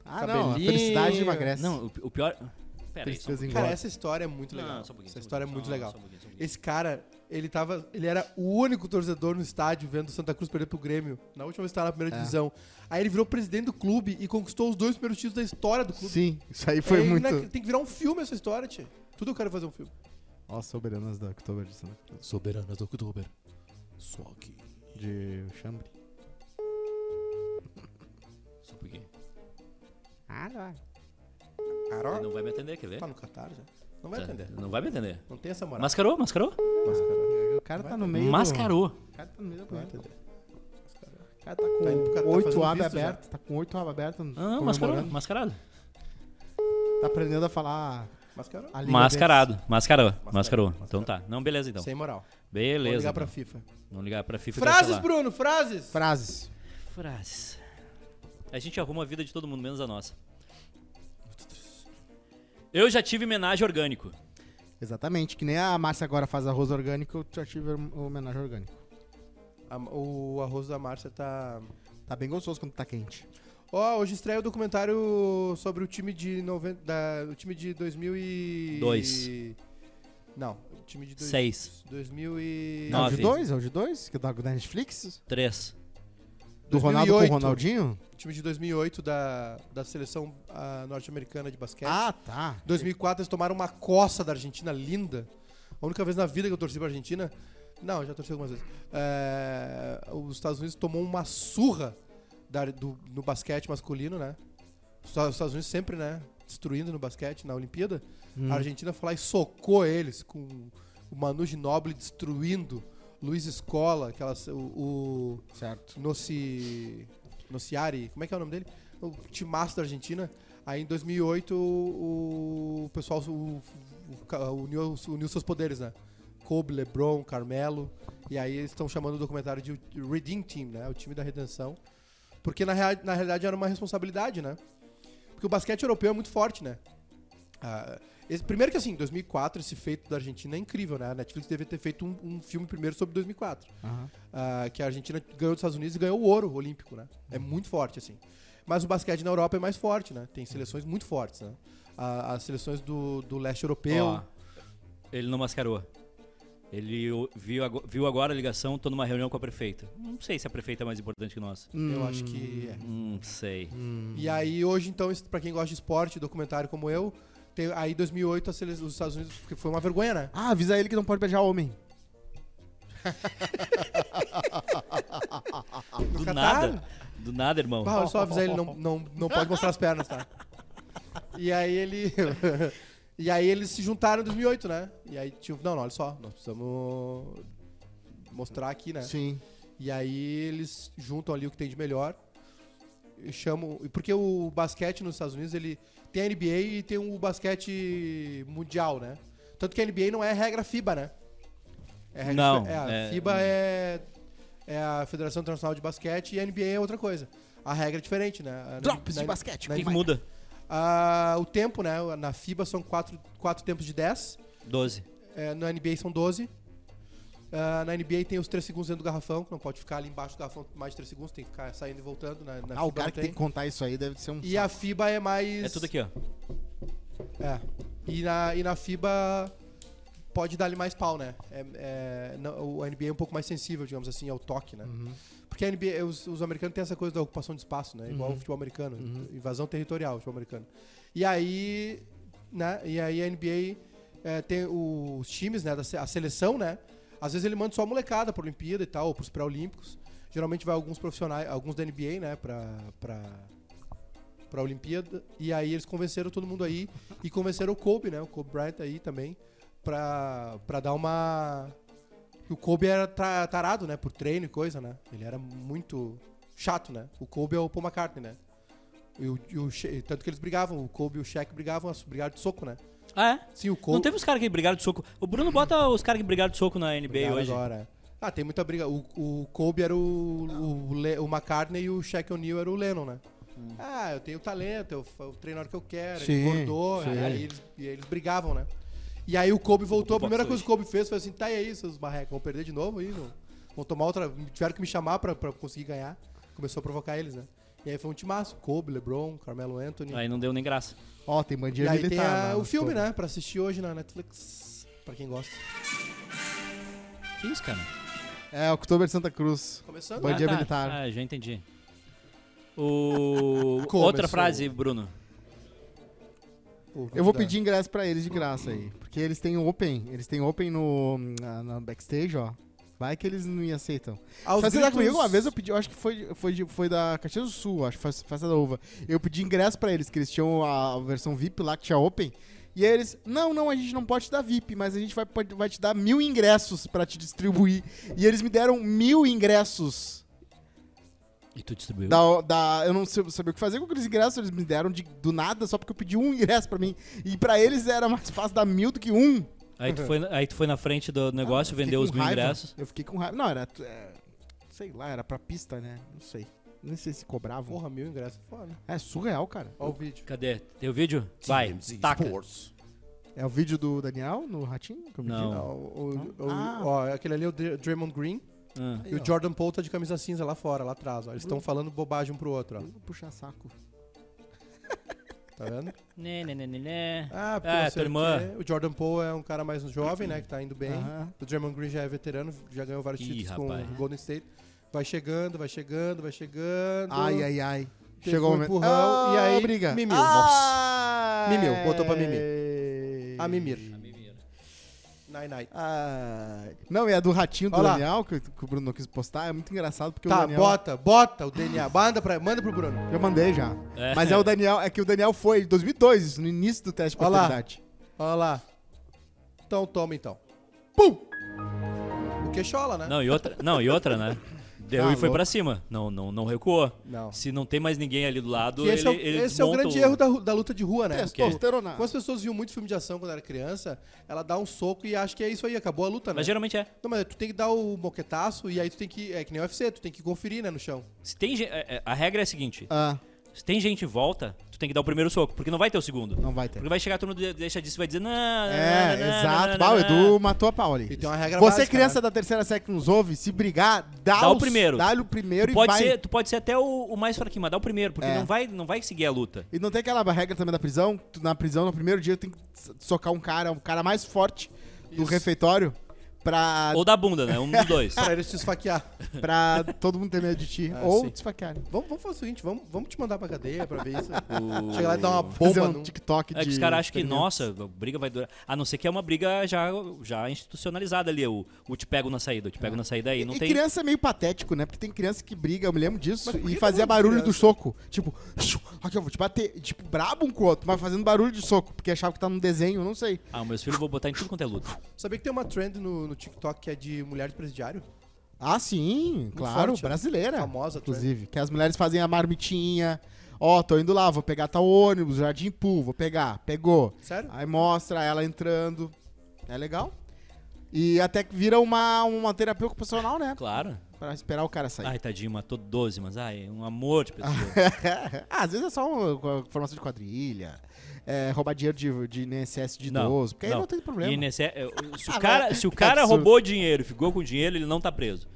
[SPEAKER 3] Ah, não, a
[SPEAKER 1] cabelinho.
[SPEAKER 3] felicidade emagrece.
[SPEAKER 2] Não, o, o pior. Pera aí, só um
[SPEAKER 3] tristeza
[SPEAKER 1] Cara,
[SPEAKER 3] engorda.
[SPEAKER 1] essa história é muito
[SPEAKER 2] Não,
[SPEAKER 1] legal.
[SPEAKER 2] só um pouquinho,
[SPEAKER 1] essa
[SPEAKER 2] só um
[SPEAKER 1] história é
[SPEAKER 2] pouquinho,
[SPEAKER 1] muito
[SPEAKER 2] só-
[SPEAKER 1] legal.
[SPEAKER 2] só um pouquinho, só um pouquinho.
[SPEAKER 1] Esse cara, ele tava. Ele era o único torcedor no estádio vendo o Santa Cruz perder pro Grêmio. Na última vez que tava na
[SPEAKER 3] É.
[SPEAKER 1] primeira divisão. Aí ele virou presidente do clube e conquistou os dois primeiros títulos da história do clube.
[SPEAKER 3] Sim, isso aí foi
[SPEAKER 1] É
[SPEAKER 3] muito.
[SPEAKER 1] inac- Tem que virar um filme essa história, tio. Tudo eu quero fazer um filme.
[SPEAKER 3] Ó, soberanas da October né? de Santa Cruz.
[SPEAKER 1] Soberanas do Oktober. Só que.
[SPEAKER 3] De Chambre.
[SPEAKER 2] Só um pouquinho.
[SPEAKER 5] Alô.
[SPEAKER 2] Ele não vai me atender, quer ver?
[SPEAKER 1] Tá no Catar já. Não vai entender.
[SPEAKER 2] Não vai me entender.
[SPEAKER 1] Não tem essa moral.
[SPEAKER 2] Mascarou, mascarou?
[SPEAKER 1] Mascarou.
[SPEAKER 3] O cara tá no meio. do-
[SPEAKER 2] Mascarou.
[SPEAKER 3] O cara tá no meio da
[SPEAKER 1] Não vai
[SPEAKER 3] coisa.
[SPEAKER 1] entender.
[SPEAKER 3] O cara tá
[SPEAKER 1] Tá indo pro cara-
[SPEAKER 3] com
[SPEAKER 1] tá
[SPEAKER 3] oito
[SPEAKER 1] fazendo
[SPEAKER 3] abas
[SPEAKER 1] visto já.
[SPEAKER 3] abertas. Tá com oito abas abertas.
[SPEAKER 2] Ah,
[SPEAKER 3] comemorando.
[SPEAKER 2] mascarou, mascarado.
[SPEAKER 3] Tá aprendendo a falar
[SPEAKER 1] Mascarou.
[SPEAKER 3] a língua
[SPEAKER 2] Mascarado, mascarou,
[SPEAKER 1] Mascarou,
[SPEAKER 2] mascarou. Então tá. Não, beleza então.
[SPEAKER 1] Sem moral. Vou
[SPEAKER 2] Beleza.
[SPEAKER 1] ligar pra
[SPEAKER 2] então.
[SPEAKER 1] FIFA.
[SPEAKER 2] Vamos ligar pra FIFA. e
[SPEAKER 1] Frases,
[SPEAKER 2] cancelar.
[SPEAKER 1] Bruno, frases!
[SPEAKER 3] deles. Frases.
[SPEAKER 2] Frases. A gente arruma a vida de todo mundo, menos a nossa. Eu já tive homenagem orgânico.
[SPEAKER 3] Exatamente. Que nem a Márcia agora faz arroz orgânico, eu já tive homenagem orgânico.
[SPEAKER 1] A- o arroz da Márcia tá.
[SPEAKER 3] Tá bem gostoso quando tá quente.
[SPEAKER 1] Ó, hoje estreia o documentário sobre o time de 90. Da, o time de 2000 e.
[SPEAKER 2] Dois.
[SPEAKER 1] Não, o time de dois,
[SPEAKER 2] Seis.
[SPEAKER 1] 2000 e.
[SPEAKER 3] É o de
[SPEAKER 2] Nove.
[SPEAKER 3] dois? É o de dois? Que dá da Netflix?
[SPEAKER 2] Três.
[SPEAKER 3] Do Ronaldo com o
[SPEAKER 1] 2008.
[SPEAKER 3] Ronaldinho?
[SPEAKER 1] O time de 2008 da, da seleção ah, norte-americana de basquete.
[SPEAKER 3] Ah, tá.
[SPEAKER 1] 2004 eles tomaram uma coça da Argentina linda. A única vez na vida que eu torci pra Argentina. Não, eu já torci algumas vezes. É, os Estados Unidos tomou uma surra da- do- no basquete masculino, né? Os Estados os Estados Unidos sempre, né? Destruindo no basquete, na Olimpíada. A Argentina foi lá e socou eles com o Manu Ginóbili destruindo. Luiz Escola, aquelas, o,
[SPEAKER 3] Certo.
[SPEAKER 1] o Noci, Nociari, como é que é o nome dele? O timaço da Argentina. Aí em 2008 o, o pessoal o, o, ca- uniu, uniu seus poderes, né? Kobe, LeBron, Carmelo. E aí eles estão chamando o documentário de Redeem Team, né? O time da redenção. Porque na, rea- na realidade era uma responsabilidade, né? Porque o basquete europeu é muito forte, né? Ah, esse- primeiro que assim, 2004, esse feito da Argentina é incrível, né? A Netflix devia ter feito um, um filme primeiro sobre 2004.
[SPEAKER 3] Aham.
[SPEAKER 1] Ah, que a Argentina ganhou dos Estados Unidos e ganhou o ouro olímpico, né? É muito forte, assim. Mas o basquete na Europa é mais forte, né? Tem seleções muito fortes, né? Ah, as seleções do, do leste europeu.
[SPEAKER 2] Ó, ele não mascarou. Ele o- viu, ago- viu agora a ligação, tô numa reunião com a prefeita. Não sei se a prefeita é mais importante que nós.
[SPEAKER 1] Eu acho que é.
[SPEAKER 2] Não sei.
[SPEAKER 1] E aí, hoje, então, isso- pra quem gosta de esporte, documentário como eu, tem, aí 2008 a sele- os Estados Unidos, porque foi uma vergonha, né?
[SPEAKER 3] Ah, avisa ele que não pode beijar homem.
[SPEAKER 2] Do
[SPEAKER 1] Catar?
[SPEAKER 2] nada. Do nada, irmão.
[SPEAKER 1] Bah, olha Ah, só avisar ele, não, não, não pode mostrar as pernas, tá? E aí ele. e aí eles se juntaram em 2008, né? E aí, tipo, não, não, olha só, nós precisamos mostrar aqui, né?
[SPEAKER 3] Sim.
[SPEAKER 1] E aí eles juntam ali o que tem de melhor. e Chamam. Porque o basquete nos Estados Unidos, ele tem a NBA e tem o basquete mundial, né? Tanto que a NBA não é regra FIBA, né? É regra
[SPEAKER 2] Não,
[SPEAKER 1] É, a
[SPEAKER 2] é-
[SPEAKER 1] FIBA é, é a Federação Internacional de Basquete e a NBA é outra coisa. A regra é diferente, né? Na-
[SPEAKER 3] Drops
[SPEAKER 1] na-
[SPEAKER 3] de basquete.
[SPEAKER 1] na-
[SPEAKER 2] O que, que muda?
[SPEAKER 1] Ah, o tempo, né? Na FIBA são quatro, quatro tempos de 10.
[SPEAKER 2] Doze.
[SPEAKER 1] É, na NBA são 12. Ah, na NBA tem os 3 segundos dentro do garrafão, que não pode ficar ali embaixo do garrafão mais de 3 segundos, tem que ficar saindo e voltando. Na, na
[SPEAKER 3] Ah, o
[SPEAKER 1] FIBA
[SPEAKER 3] cara
[SPEAKER 1] não
[SPEAKER 3] que tem que contar isso aí deve ser um.
[SPEAKER 1] E a FIBA é mais.
[SPEAKER 2] É tudo aqui, ó.
[SPEAKER 1] É. E na, e na FIBA pode dar-lhe mais pau, né? É, é, não, o NBA é um pouco mais sensível, digamos assim, ao toque, né?
[SPEAKER 3] Uhum.
[SPEAKER 1] Porque a NBA, os, os americanos têm essa coisa da ocupação de espaço, né? Igual o futebol americano, invasão territorial, o futebol americano. E aí, né? E aí a NBA é, tem o- os times, né? Da, se- a seleção, né? Às vezes ele manda só a molecada pra Olimpíada e tal, ou pros pré-olímpicos. Geralmente vai alguns profissionais, alguns da NBA, né? Pra, pra, pra Olimpíada. E aí eles convenceram todo mundo aí e convenceram o Kobe, né? O Kobe Bryant aí também pra, pra dar uma... O Kobe era tra- tarado, né? Por treino e coisa, né? Ele era muito chato, né? O Kobe é o Paul McCartney, né? E o, e o She- tanto que eles brigavam, o Kobe e o Shaq brigavam, brigaram de soco, né?
[SPEAKER 2] Ah, é?
[SPEAKER 1] Sim, o Kobe...
[SPEAKER 2] Não teve os caras que brigaram de soco. O Bruno bota os caras que brigaram de soco na NBA
[SPEAKER 1] Brigaram
[SPEAKER 2] hoje.
[SPEAKER 1] Agora. Ah, tem muita briga. O, o Kobe era o, o, Le- o McCartney e o Shaq O'Neal era o Lennon, né? Ah, eu tenho talento, eu, fa- eu treino a hora que eu quero, ele
[SPEAKER 3] Hum. Sim,
[SPEAKER 1] engordou,
[SPEAKER 3] sim.
[SPEAKER 1] e aí eles, e aí eles brigavam, né? E aí o Kobe voltou, a
[SPEAKER 2] Box
[SPEAKER 1] primeira coisa
[SPEAKER 2] hoje.
[SPEAKER 1] que o Kobe fez foi assim, tá e aí, seus barrecos, vão perder de novo aí, vão, vão tomar outra, tiveram que me chamar pra, pra conseguir ganhar. Começou a provocar eles, né? E aí foi um timaço, Kobe, LeBron, Carmelo Anthony.
[SPEAKER 2] Aí não deu nem graça.
[SPEAKER 3] Ó, tem
[SPEAKER 1] e
[SPEAKER 3] bandido
[SPEAKER 1] aí tem
[SPEAKER 3] militar.
[SPEAKER 1] a-
[SPEAKER 3] tá na-
[SPEAKER 1] o
[SPEAKER 3] nas
[SPEAKER 1] filme,
[SPEAKER 3] coisas.
[SPEAKER 1] né, pra assistir hoje na Netflix, pra quem gosta.
[SPEAKER 2] Que isso, cara?
[SPEAKER 1] né?
[SPEAKER 3] É, October Santa Cruz.
[SPEAKER 1] Começando,
[SPEAKER 3] Bandido
[SPEAKER 2] tá.
[SPEAKER 3] militar.
[SPEAKER 2] Ah, já entendi. O...
[SPEAKER 1] Começou.
[SPEAKER 2] Outra frase, Bruno.
[SPEAKER 1] o-
[SPEAKER 3] Eu vou pedir ingresso pra eles de graça aí. Porque eles têm open. Eles têm open no, na, na backstage, ó. Vai que eles não me aceitam.
[SPEAKER 1] Aos
[SPEAKER 3] Festa da
[SPEAKER 1] gritos-
[SPEAKER 3] tá comigo, uma vez eu pedi, eu acho que foi, foi, de- foi da Caxias do Sul, acho que foi festa da uva. Eu pedi ingresso pra eles, que eles tinham a versão VIP lá que tinha Open. E aí eles, não, não, a gente não pode te dar VIP, mas a gente vai, pode- vai te dar mil ingressos pra te distribuir. E eles me deram mil ingressos.
[SPEAKER 2] E tu distribuiu?
[SPEAKER 3] Da, da- eu não sei- sabia o que fazer com aqueles ingressos, eles me deram de- do nada só porque eu pedi um ingresso pra mim. E pra eles era mais fácil dar mil do que um.
[SPEAKER 2] Aí, tu foi, aí tu foi na frente do negócio,
[SPEAKER 3] Eu fiquei
[SPEAKER 2] vendeu
[SPEAKER 3] com
[SPEAKER 2] os mil
[SPEAKER 3] raiva.
[SPEAKER 2] ingressos.
[SPEAKER 3] Eu fiquei com raiva. Não, era. é, sei lá, era pra pista, né? Não sei. Nem sei se cobravam.
[SPEAKER 1] Porra, mil ingressos é foda.
[SPEAKER 3] É surreal, cara.
[SPEAKER 1] Olha o vídeo.
[SPEAKER 2] Cadê? Tem o vídeo? Vai, taca.
[SPEAKER 3] É o vídeo do Daniel no Ratinho? Que eu pedi?
[SPEAKER 2] Não.
[SPEAKER 1] Não, o- o- o-
[SPEAKER 3] Ah.
[SPEAKER 1] ó, aquele ali é o Dr- Draymond Green
[SPEAKER 2] Ah.
[SPEAKER 1] e o Jordan Poole tá de camisa cinza lá fora, lá atrás. Ó. Eles estão falando bobagem um pro outro, ó.
[SPEAKER 3] Vou puxar saco.
[SPEAKER 1] Tá vendo?
[SPEAKER 2] Né, né, né, né, né.
[SPEAKER 1] Ah, porque
[SPEAKER 2] Ah,
[SPEAKER 1] não sei
[SPEAKER 2] é tua
[SPEAKER 1] o
[SPEAKER 2] irmã.
[SPEAKER 1] quê. O Jordan Poole é um cara mais jovem, né? Que tá indo bem.
[SPEAKER 3] Aham.
[SPEAKER 1] O Draymond Green já é veterano, já ganhou vários
[SPEAKER 2] Ih,
[SPEAKER 1] títulos
[SPEAKER 2] rapaz.
[SPEAKER 1] com o Golden State. Vai chegando, vai chegando, vai chegando.
[SPEAKER 3] Ai, ai, ai.
[SPEAKER 1] Teve
[SPEAKER 3] Chegou
[SPEAKER 1] um
[SPEAKER 3] o momento. Ah,
[SPEAKER 1] empurrão, e aí,
[SPEAKER 3] briga. Ah!
[SPEAKER 1] mimiu.
[SPEAKER 3] Nossa. Ah,
[SPEAKER 1] Mimiu, Ah! botou pra mimir.
[SPEAKER 3] mimir.
[SPEAKER 1] A mimir. Night, night.
[SPEAKER 3] Ah, Ai. Não, e a do ratinho do
[SPEAKER 1] Olha lá.
[SPEAKER 3] Daniel, que, que o Bruno não quis postar, é muito engraçado porque o
[SPEAKER 1] Tá,
[SPEAKER 3] Daniel.
[SPEAKER 1] bota, bota o DNA. Manda, pra, manda pro Bruno.
[SPEAKER 3] Eu mandei já.
[SPEAKER 2] É.
[SPEAKER 3] Mas é o Daniel, é que o Daniel foi em 2002, isso, no início do teste de
[SPEAKER 1] Olha lá.
[SPEAKER 3] paternidade.
[SPEAKER 1] Olha lá. Então toma, então.
[SPEAKER 3] Pum!
[SPEAKER 1] O queixola, né?
[SPEAKER 2] Não, e outra, não, e outra, né? Deu
[SPEAKER 3] Tá
[SPEAKER 2] e foi
[SPEAKER 3] louco.
[SPEAKER 2] pra cima. Não, não, não recuou.
[SPEAKER 1] Não.
[SPEAKER 2] Se não tem mais ninguém ali do lado,
[SPEAKER 1] Que esse
[SPEAKER 2] ele,
[SPEAKER 1] é o,
[SPEAKER 2] ele
[SPEAKER 1] esse é o
[SPEAKER 2] desmonta
[SPEAKER 1] grande erro da, ru- da luta de rua,
[SPEAKER 3] É,
[SPEAKER 1] né?
[SPEAKER 2] é
[SPEAKER 3] Testosterona.
[SPEAKER 1] Quando as pessoas viam muito filme de ação quando era criança, ela dá um soco e acha que é isso aí, acabou a luta, né?
[SPEAKER 2] Mas geralmente é.
[SPEAKER 1] Não, mas tu tem que dar o moquetaço e aí tu tem que. É que nem o UFC, tu tem que conferir, né, no chão.
[SPEAKER 2] Se tem, gen- é, é, a regra é a seguinte:
[SPEAKER 3] Ah,
[SPEAKER 2] se tem gente em volta, tu tem que dar o primeiro soco, porque não vai ter o segundo.
[SPEAKER 3] não vai ter.
[SPEAKER 2] Porque vai chegar todo mundo de- deixa disso e vai dizer, não, não,
[SPEAKER 3] É,
[SPEAKER 2] não, não,
[SPEAKER 3] exato.
[SPEAKER 2] não,
[SPEAKER 3] Bah,
[SPEAKER 2] não,
[SPEAKER 3] o
[SPEAKER 2] não.
[SPEAKER 3] Edu matou a pau ali.
[SPEAKER 1] E tem uma regra
[SPEAKER 3] Você,
[SPEAKER 1] básica,
[SPEAKER 3] criança
[SPEAKER 1] né?
[SPEAKER 3] da terceira série que nos ouve, se brigar, dá,
[SPEAKER 2] Dá o
[SPEAKER 3] os-
[SPEAKER 2] primeiro.
[SPEAKER 3] Dá-lhe o primeiro
[SPEAKER 2] Tu
[SPEAKER 3] e
[SPEAKER 2] pode,
[SPEAKER 3] vai.
[SPEAKER 2] ser, tu pode ser até o, o mais fraquinho, mas dá o primeiro, porque
[SPEAKER 3] É.
[SPEAKER 2] não, vai, não vai seguir a luta.
[SPEAKER 3] E não tem aquela regra também da prisão? Tu, na prisão, no primeiro dia, tem que so- socar um cara, um cara mais forte do refeitório pra,
[SPEAKER 2] Ou da bunda, né? Um dos dois.
[SPEAKER 1] Pra eles te esfaquear.
[SPEAKER 3] pra todo mundo ter medo de ti.
[SPEAKER 1] Ah,
[SPEAKER 3] ou
[SPEAKER 1] sim.
[SPEAKER 3] te esfaquear.
[SPEAKER 1] Vamos, vamos fazer o seguinte, vamos, vamos te mandar pra cadeia pra ver isso. Chega lá e dá uma
[SPEAKER 3] Fazer
[SPEAKER 1] bomba
[SPEAKER 3] um
[SPEAKER 1] num-
[SPEAKER 3] TikTok de...
[SPEAKER 2] É que os caras acham que,
[SPEAKER 3] experimento.
[SPEAKER 2] nossa, a briga vai durar. A não ser que é uma briga já, já institucionalizada ali. O, o te pego na saída, o te pego na saída aí. Não
[SPEAKER 3] É. e
[SPEAKER 2] tem.
[SPEAKER 3] criança é meio patético, né? Porque tem criança que briga, eu me lembro disso,
[SPEAKER 1] Mas por
[SPEAKER 3] e
[SPEAKER 1] que
[SPEAKER 3] fazia
[SPEAKER 1] todo mundo
[SPEAKER 3] barulho
[SPEAKER 1] criança?
[SPEAKER 3] do soco. Tipo, aqui eu vou te bater. Tipo, brabo um com o outro, mas fazendo barulho de soco, porque achava que tá num desenho, não sei.
[SPEAKER 2] Ah, meus filhos vão botar em tudo quanto é luta.
[SPEAKER 1] Sabia que tem uma trend no, no TikTok que é de mulher de presidiário?
[SPEAKER 3] Ah, sim, claro,
[SPEAKER 2] né?
[SPEAKER 1] forte, ó.
[SPEAKER 3] brasileira.
[SPEAKER 2] é.
[SPEAKER 1] Famosa,
[SPEAKER 3] inclusive. Que as mulheres fazem a marmitinha. Ó, tô indo lá, vou pegar tal ônibus, Jardim Pool, vou pegar. Pegou.
[SPEAKER 1] Sério?
[SPEAKER 2] Ah.
[SPEAKER 3] Aí mostra ela entrando. É legal. E até que vira uma, uma terapia ocupacional, né?
[SPEAKER 2] Claro.
[SPEAKER 3] Pra esperar o cara sair.
[SPEAKER 2] Ai, tadinho, matou 12, mas ai, é um amor de pessoa.
[SPEAKER 3] Tá ah, às vezes é só uma formação de quadrilha. É, roubar dinheiro de, de INSS de
[SPEAKER 2] Não,
[SPEAKER 3] idoso. Porque aí não tem problema.
[SPEAKER 2] INSS é, o- se
[SPEAKER 3] Ah,
[SPEAKER 2] o cara, se o
[SPEAKER 3] que
[SPEAKER 2] cara
[SPEAKER 3] absurdo.
[SPEAKER 2] roubou dinheiro e ficou com dinheiro, ele não tá preso.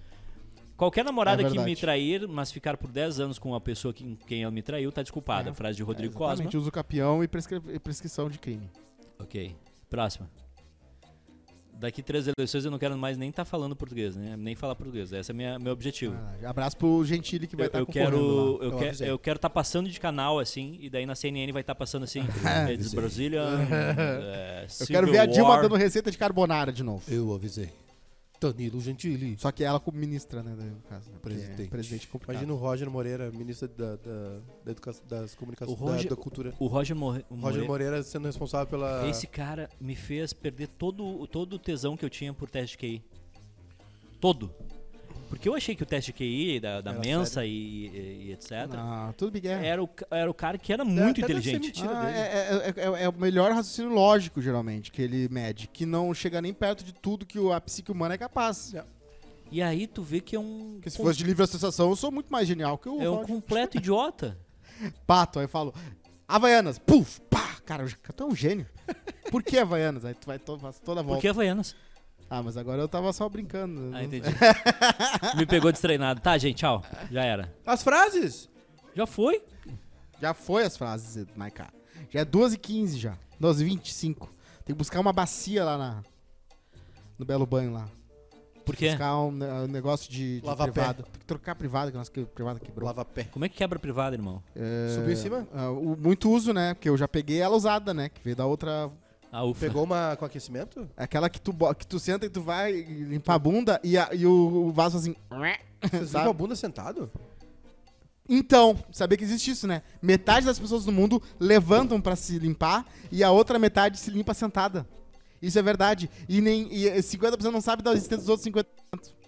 [SPEAKER 2] Qualquer namorada
[SPEAKER 3] É
[SPEAKER 2] que me
[SPEAKER 3] verdade.
[SPEAKER 2] trair, mas ficar por 10 anos com a pessoa que, quem ela me traiu, tá desculpada.
[SPEAKER 3] É.
[SPEAKER 2] Frase de Rodrigo Cosma.
[SPEAKER 3] Exatamente, uso capião e prescri- e prescrição de crime.
[SPEAKER 2] Ok. Próxima. Daqui três eleições eu não quero mais nem estar falando português, né? Nem falar português. Esse é minha, meu objetivo.
[SPEAKER 3] Ah, abraço pro Gentili que
[SPEAKER 2] eu,
[SPEAKER 3] vai estar
[SPEAKER 2] eu
[SPEAKER 3] concorrendo
[SPEAKER 2] quero,
[SPEAKER 3] lá.
[SPEAKER 2] eu,
[SPEAKER 1] eu
[SPEAKER 2] quero,
[SPEAKER 1] avisei.
[SPEAKER 2] eu quero estar passando de canal assim, e daí na CNN vai estar passando assim, Eles Brasília.
[SPEAKER 3] Ah, Eu
[SPEAKER 2] eh,
[SPEAKER 3] quero ver a Dilma dando receita de carbonara de novo.
[SPEAKER 1] Eu avisei. Danilo Gentili.
[SPEAKER 3] Só que ela como ministra, né, daí, no caso. né, porque
[SPEAKER 1] Presidente.
[SPEAKER 3] é Presidente complicado.
[SPEAKER 1] Imagina o Roger Moreira, ministro da, da, da educação, das comunicações,
[SPEAKER 2] O Roger-
[SPEAKER 1] da, da cultura.
[SPEAKER 2] O Roger, Morre...
[SPEAKER 1] Roger Moreira sendo responsável
[SPEAKER 3] ah.
[SPEAKER 1] pela...
[SPEAKER 2] Esse é cara me fez perder todo, todo o tesão que eu tinha por teste de QI. Todo. Porque eu achei que o teste de QI da, da
[SPEAKER 1] Era
[SPEAKER 2] Mensa e, e- e etc.
[SPEAKER 3] Ah, tudo bem, guerra.
[SPEAKER 2] Era, o, ca- era o cara que era muito
[SPEAKER 1] É, até deve ser
[SPEAKER 2] inteligente.
[SPEAKER 1] mentira
[SPEAKER 3] Ah,
[SPEAKER 1] dele.
[SPEAKER 3] é, é- é- é o melhor raciocínio lógico, geralmente, que ele mede, que não chega nem perto de tudo que o- a psique humana é capaz.
[SPEAKER 2] E aí tu vê que é um.
[SPEAKER 3] Porque se
[SPEAKER 2] com-
[SPEAKER 3] fosse de livre associação, eu sou muito mais genial que o
[SPEAKER 2] é um
[SPEAKER 3] Roger.
[SPEAKER 2] completo idiota.
[SPEAKER 3] pato. Aí eu falo, Havaianas, puf, pá, cara, eu- tu é um gênio. Por que Havaianas? Aí tu vai to- faz toda a volta.
[SPEAKER 2] Por que é Havaianas?
[SPEAKER 3] Ah, mas agora eu tava só brincando. né?
[SPEAKER 2] Ah, entendi. me pegou destreinado. Tá, gente, tchau. Já era.
[SPEAKER 1] As frases!
[SPEAKER 2] Já foi?
[SPEAKER 3] Já foi as frases, Maiká. Já é 12h15 já. 12h25. Tem que buscar uma bacia lá na. No Belo Banho lá.
[SPEAKER 2] Por quê?
[SPEAKER 3] Buscar um, ne- um negócio de, de
[SPEAKER 1] Lava pé.
[SPEAKER 3] privado. Tem que trocar a privada, que a nossa que- privada quebrou.
[SPEAKER 1] Lava pé.
[SPEAKER 2] Como é que quebra privada, irmão?
[SPEAKER 1] Subiu em cima?
[SPEAKER 3] Ah, o- muito uso, né? Porque eu já peguei ela usada, né? Que veio da outra.
[SPEAKER 2] Ah,
[SPEAKER 3] É.
[SPEAKER 2] ufa.
[SPEAKER 1] Pegou uma com aquecimento?
[SPEAKER 3] Aquela que tu, bo- que tu senta e tu vai limpar a bunda e, a- e o, o vaso assim.
[SPEAKER 1] Vocês
[SPEAKER 3] Sabe?
[SPEAKER 1] viram a bunda sentado?
[SPEAKER 3] Então, saber que existe isso, né? Metade das pessoas do mundo levantam pra se limpar e a outra metade se limpa sentada. Isso é verdade. E nem e eh, 50% não sabe da existência dos outros 50%.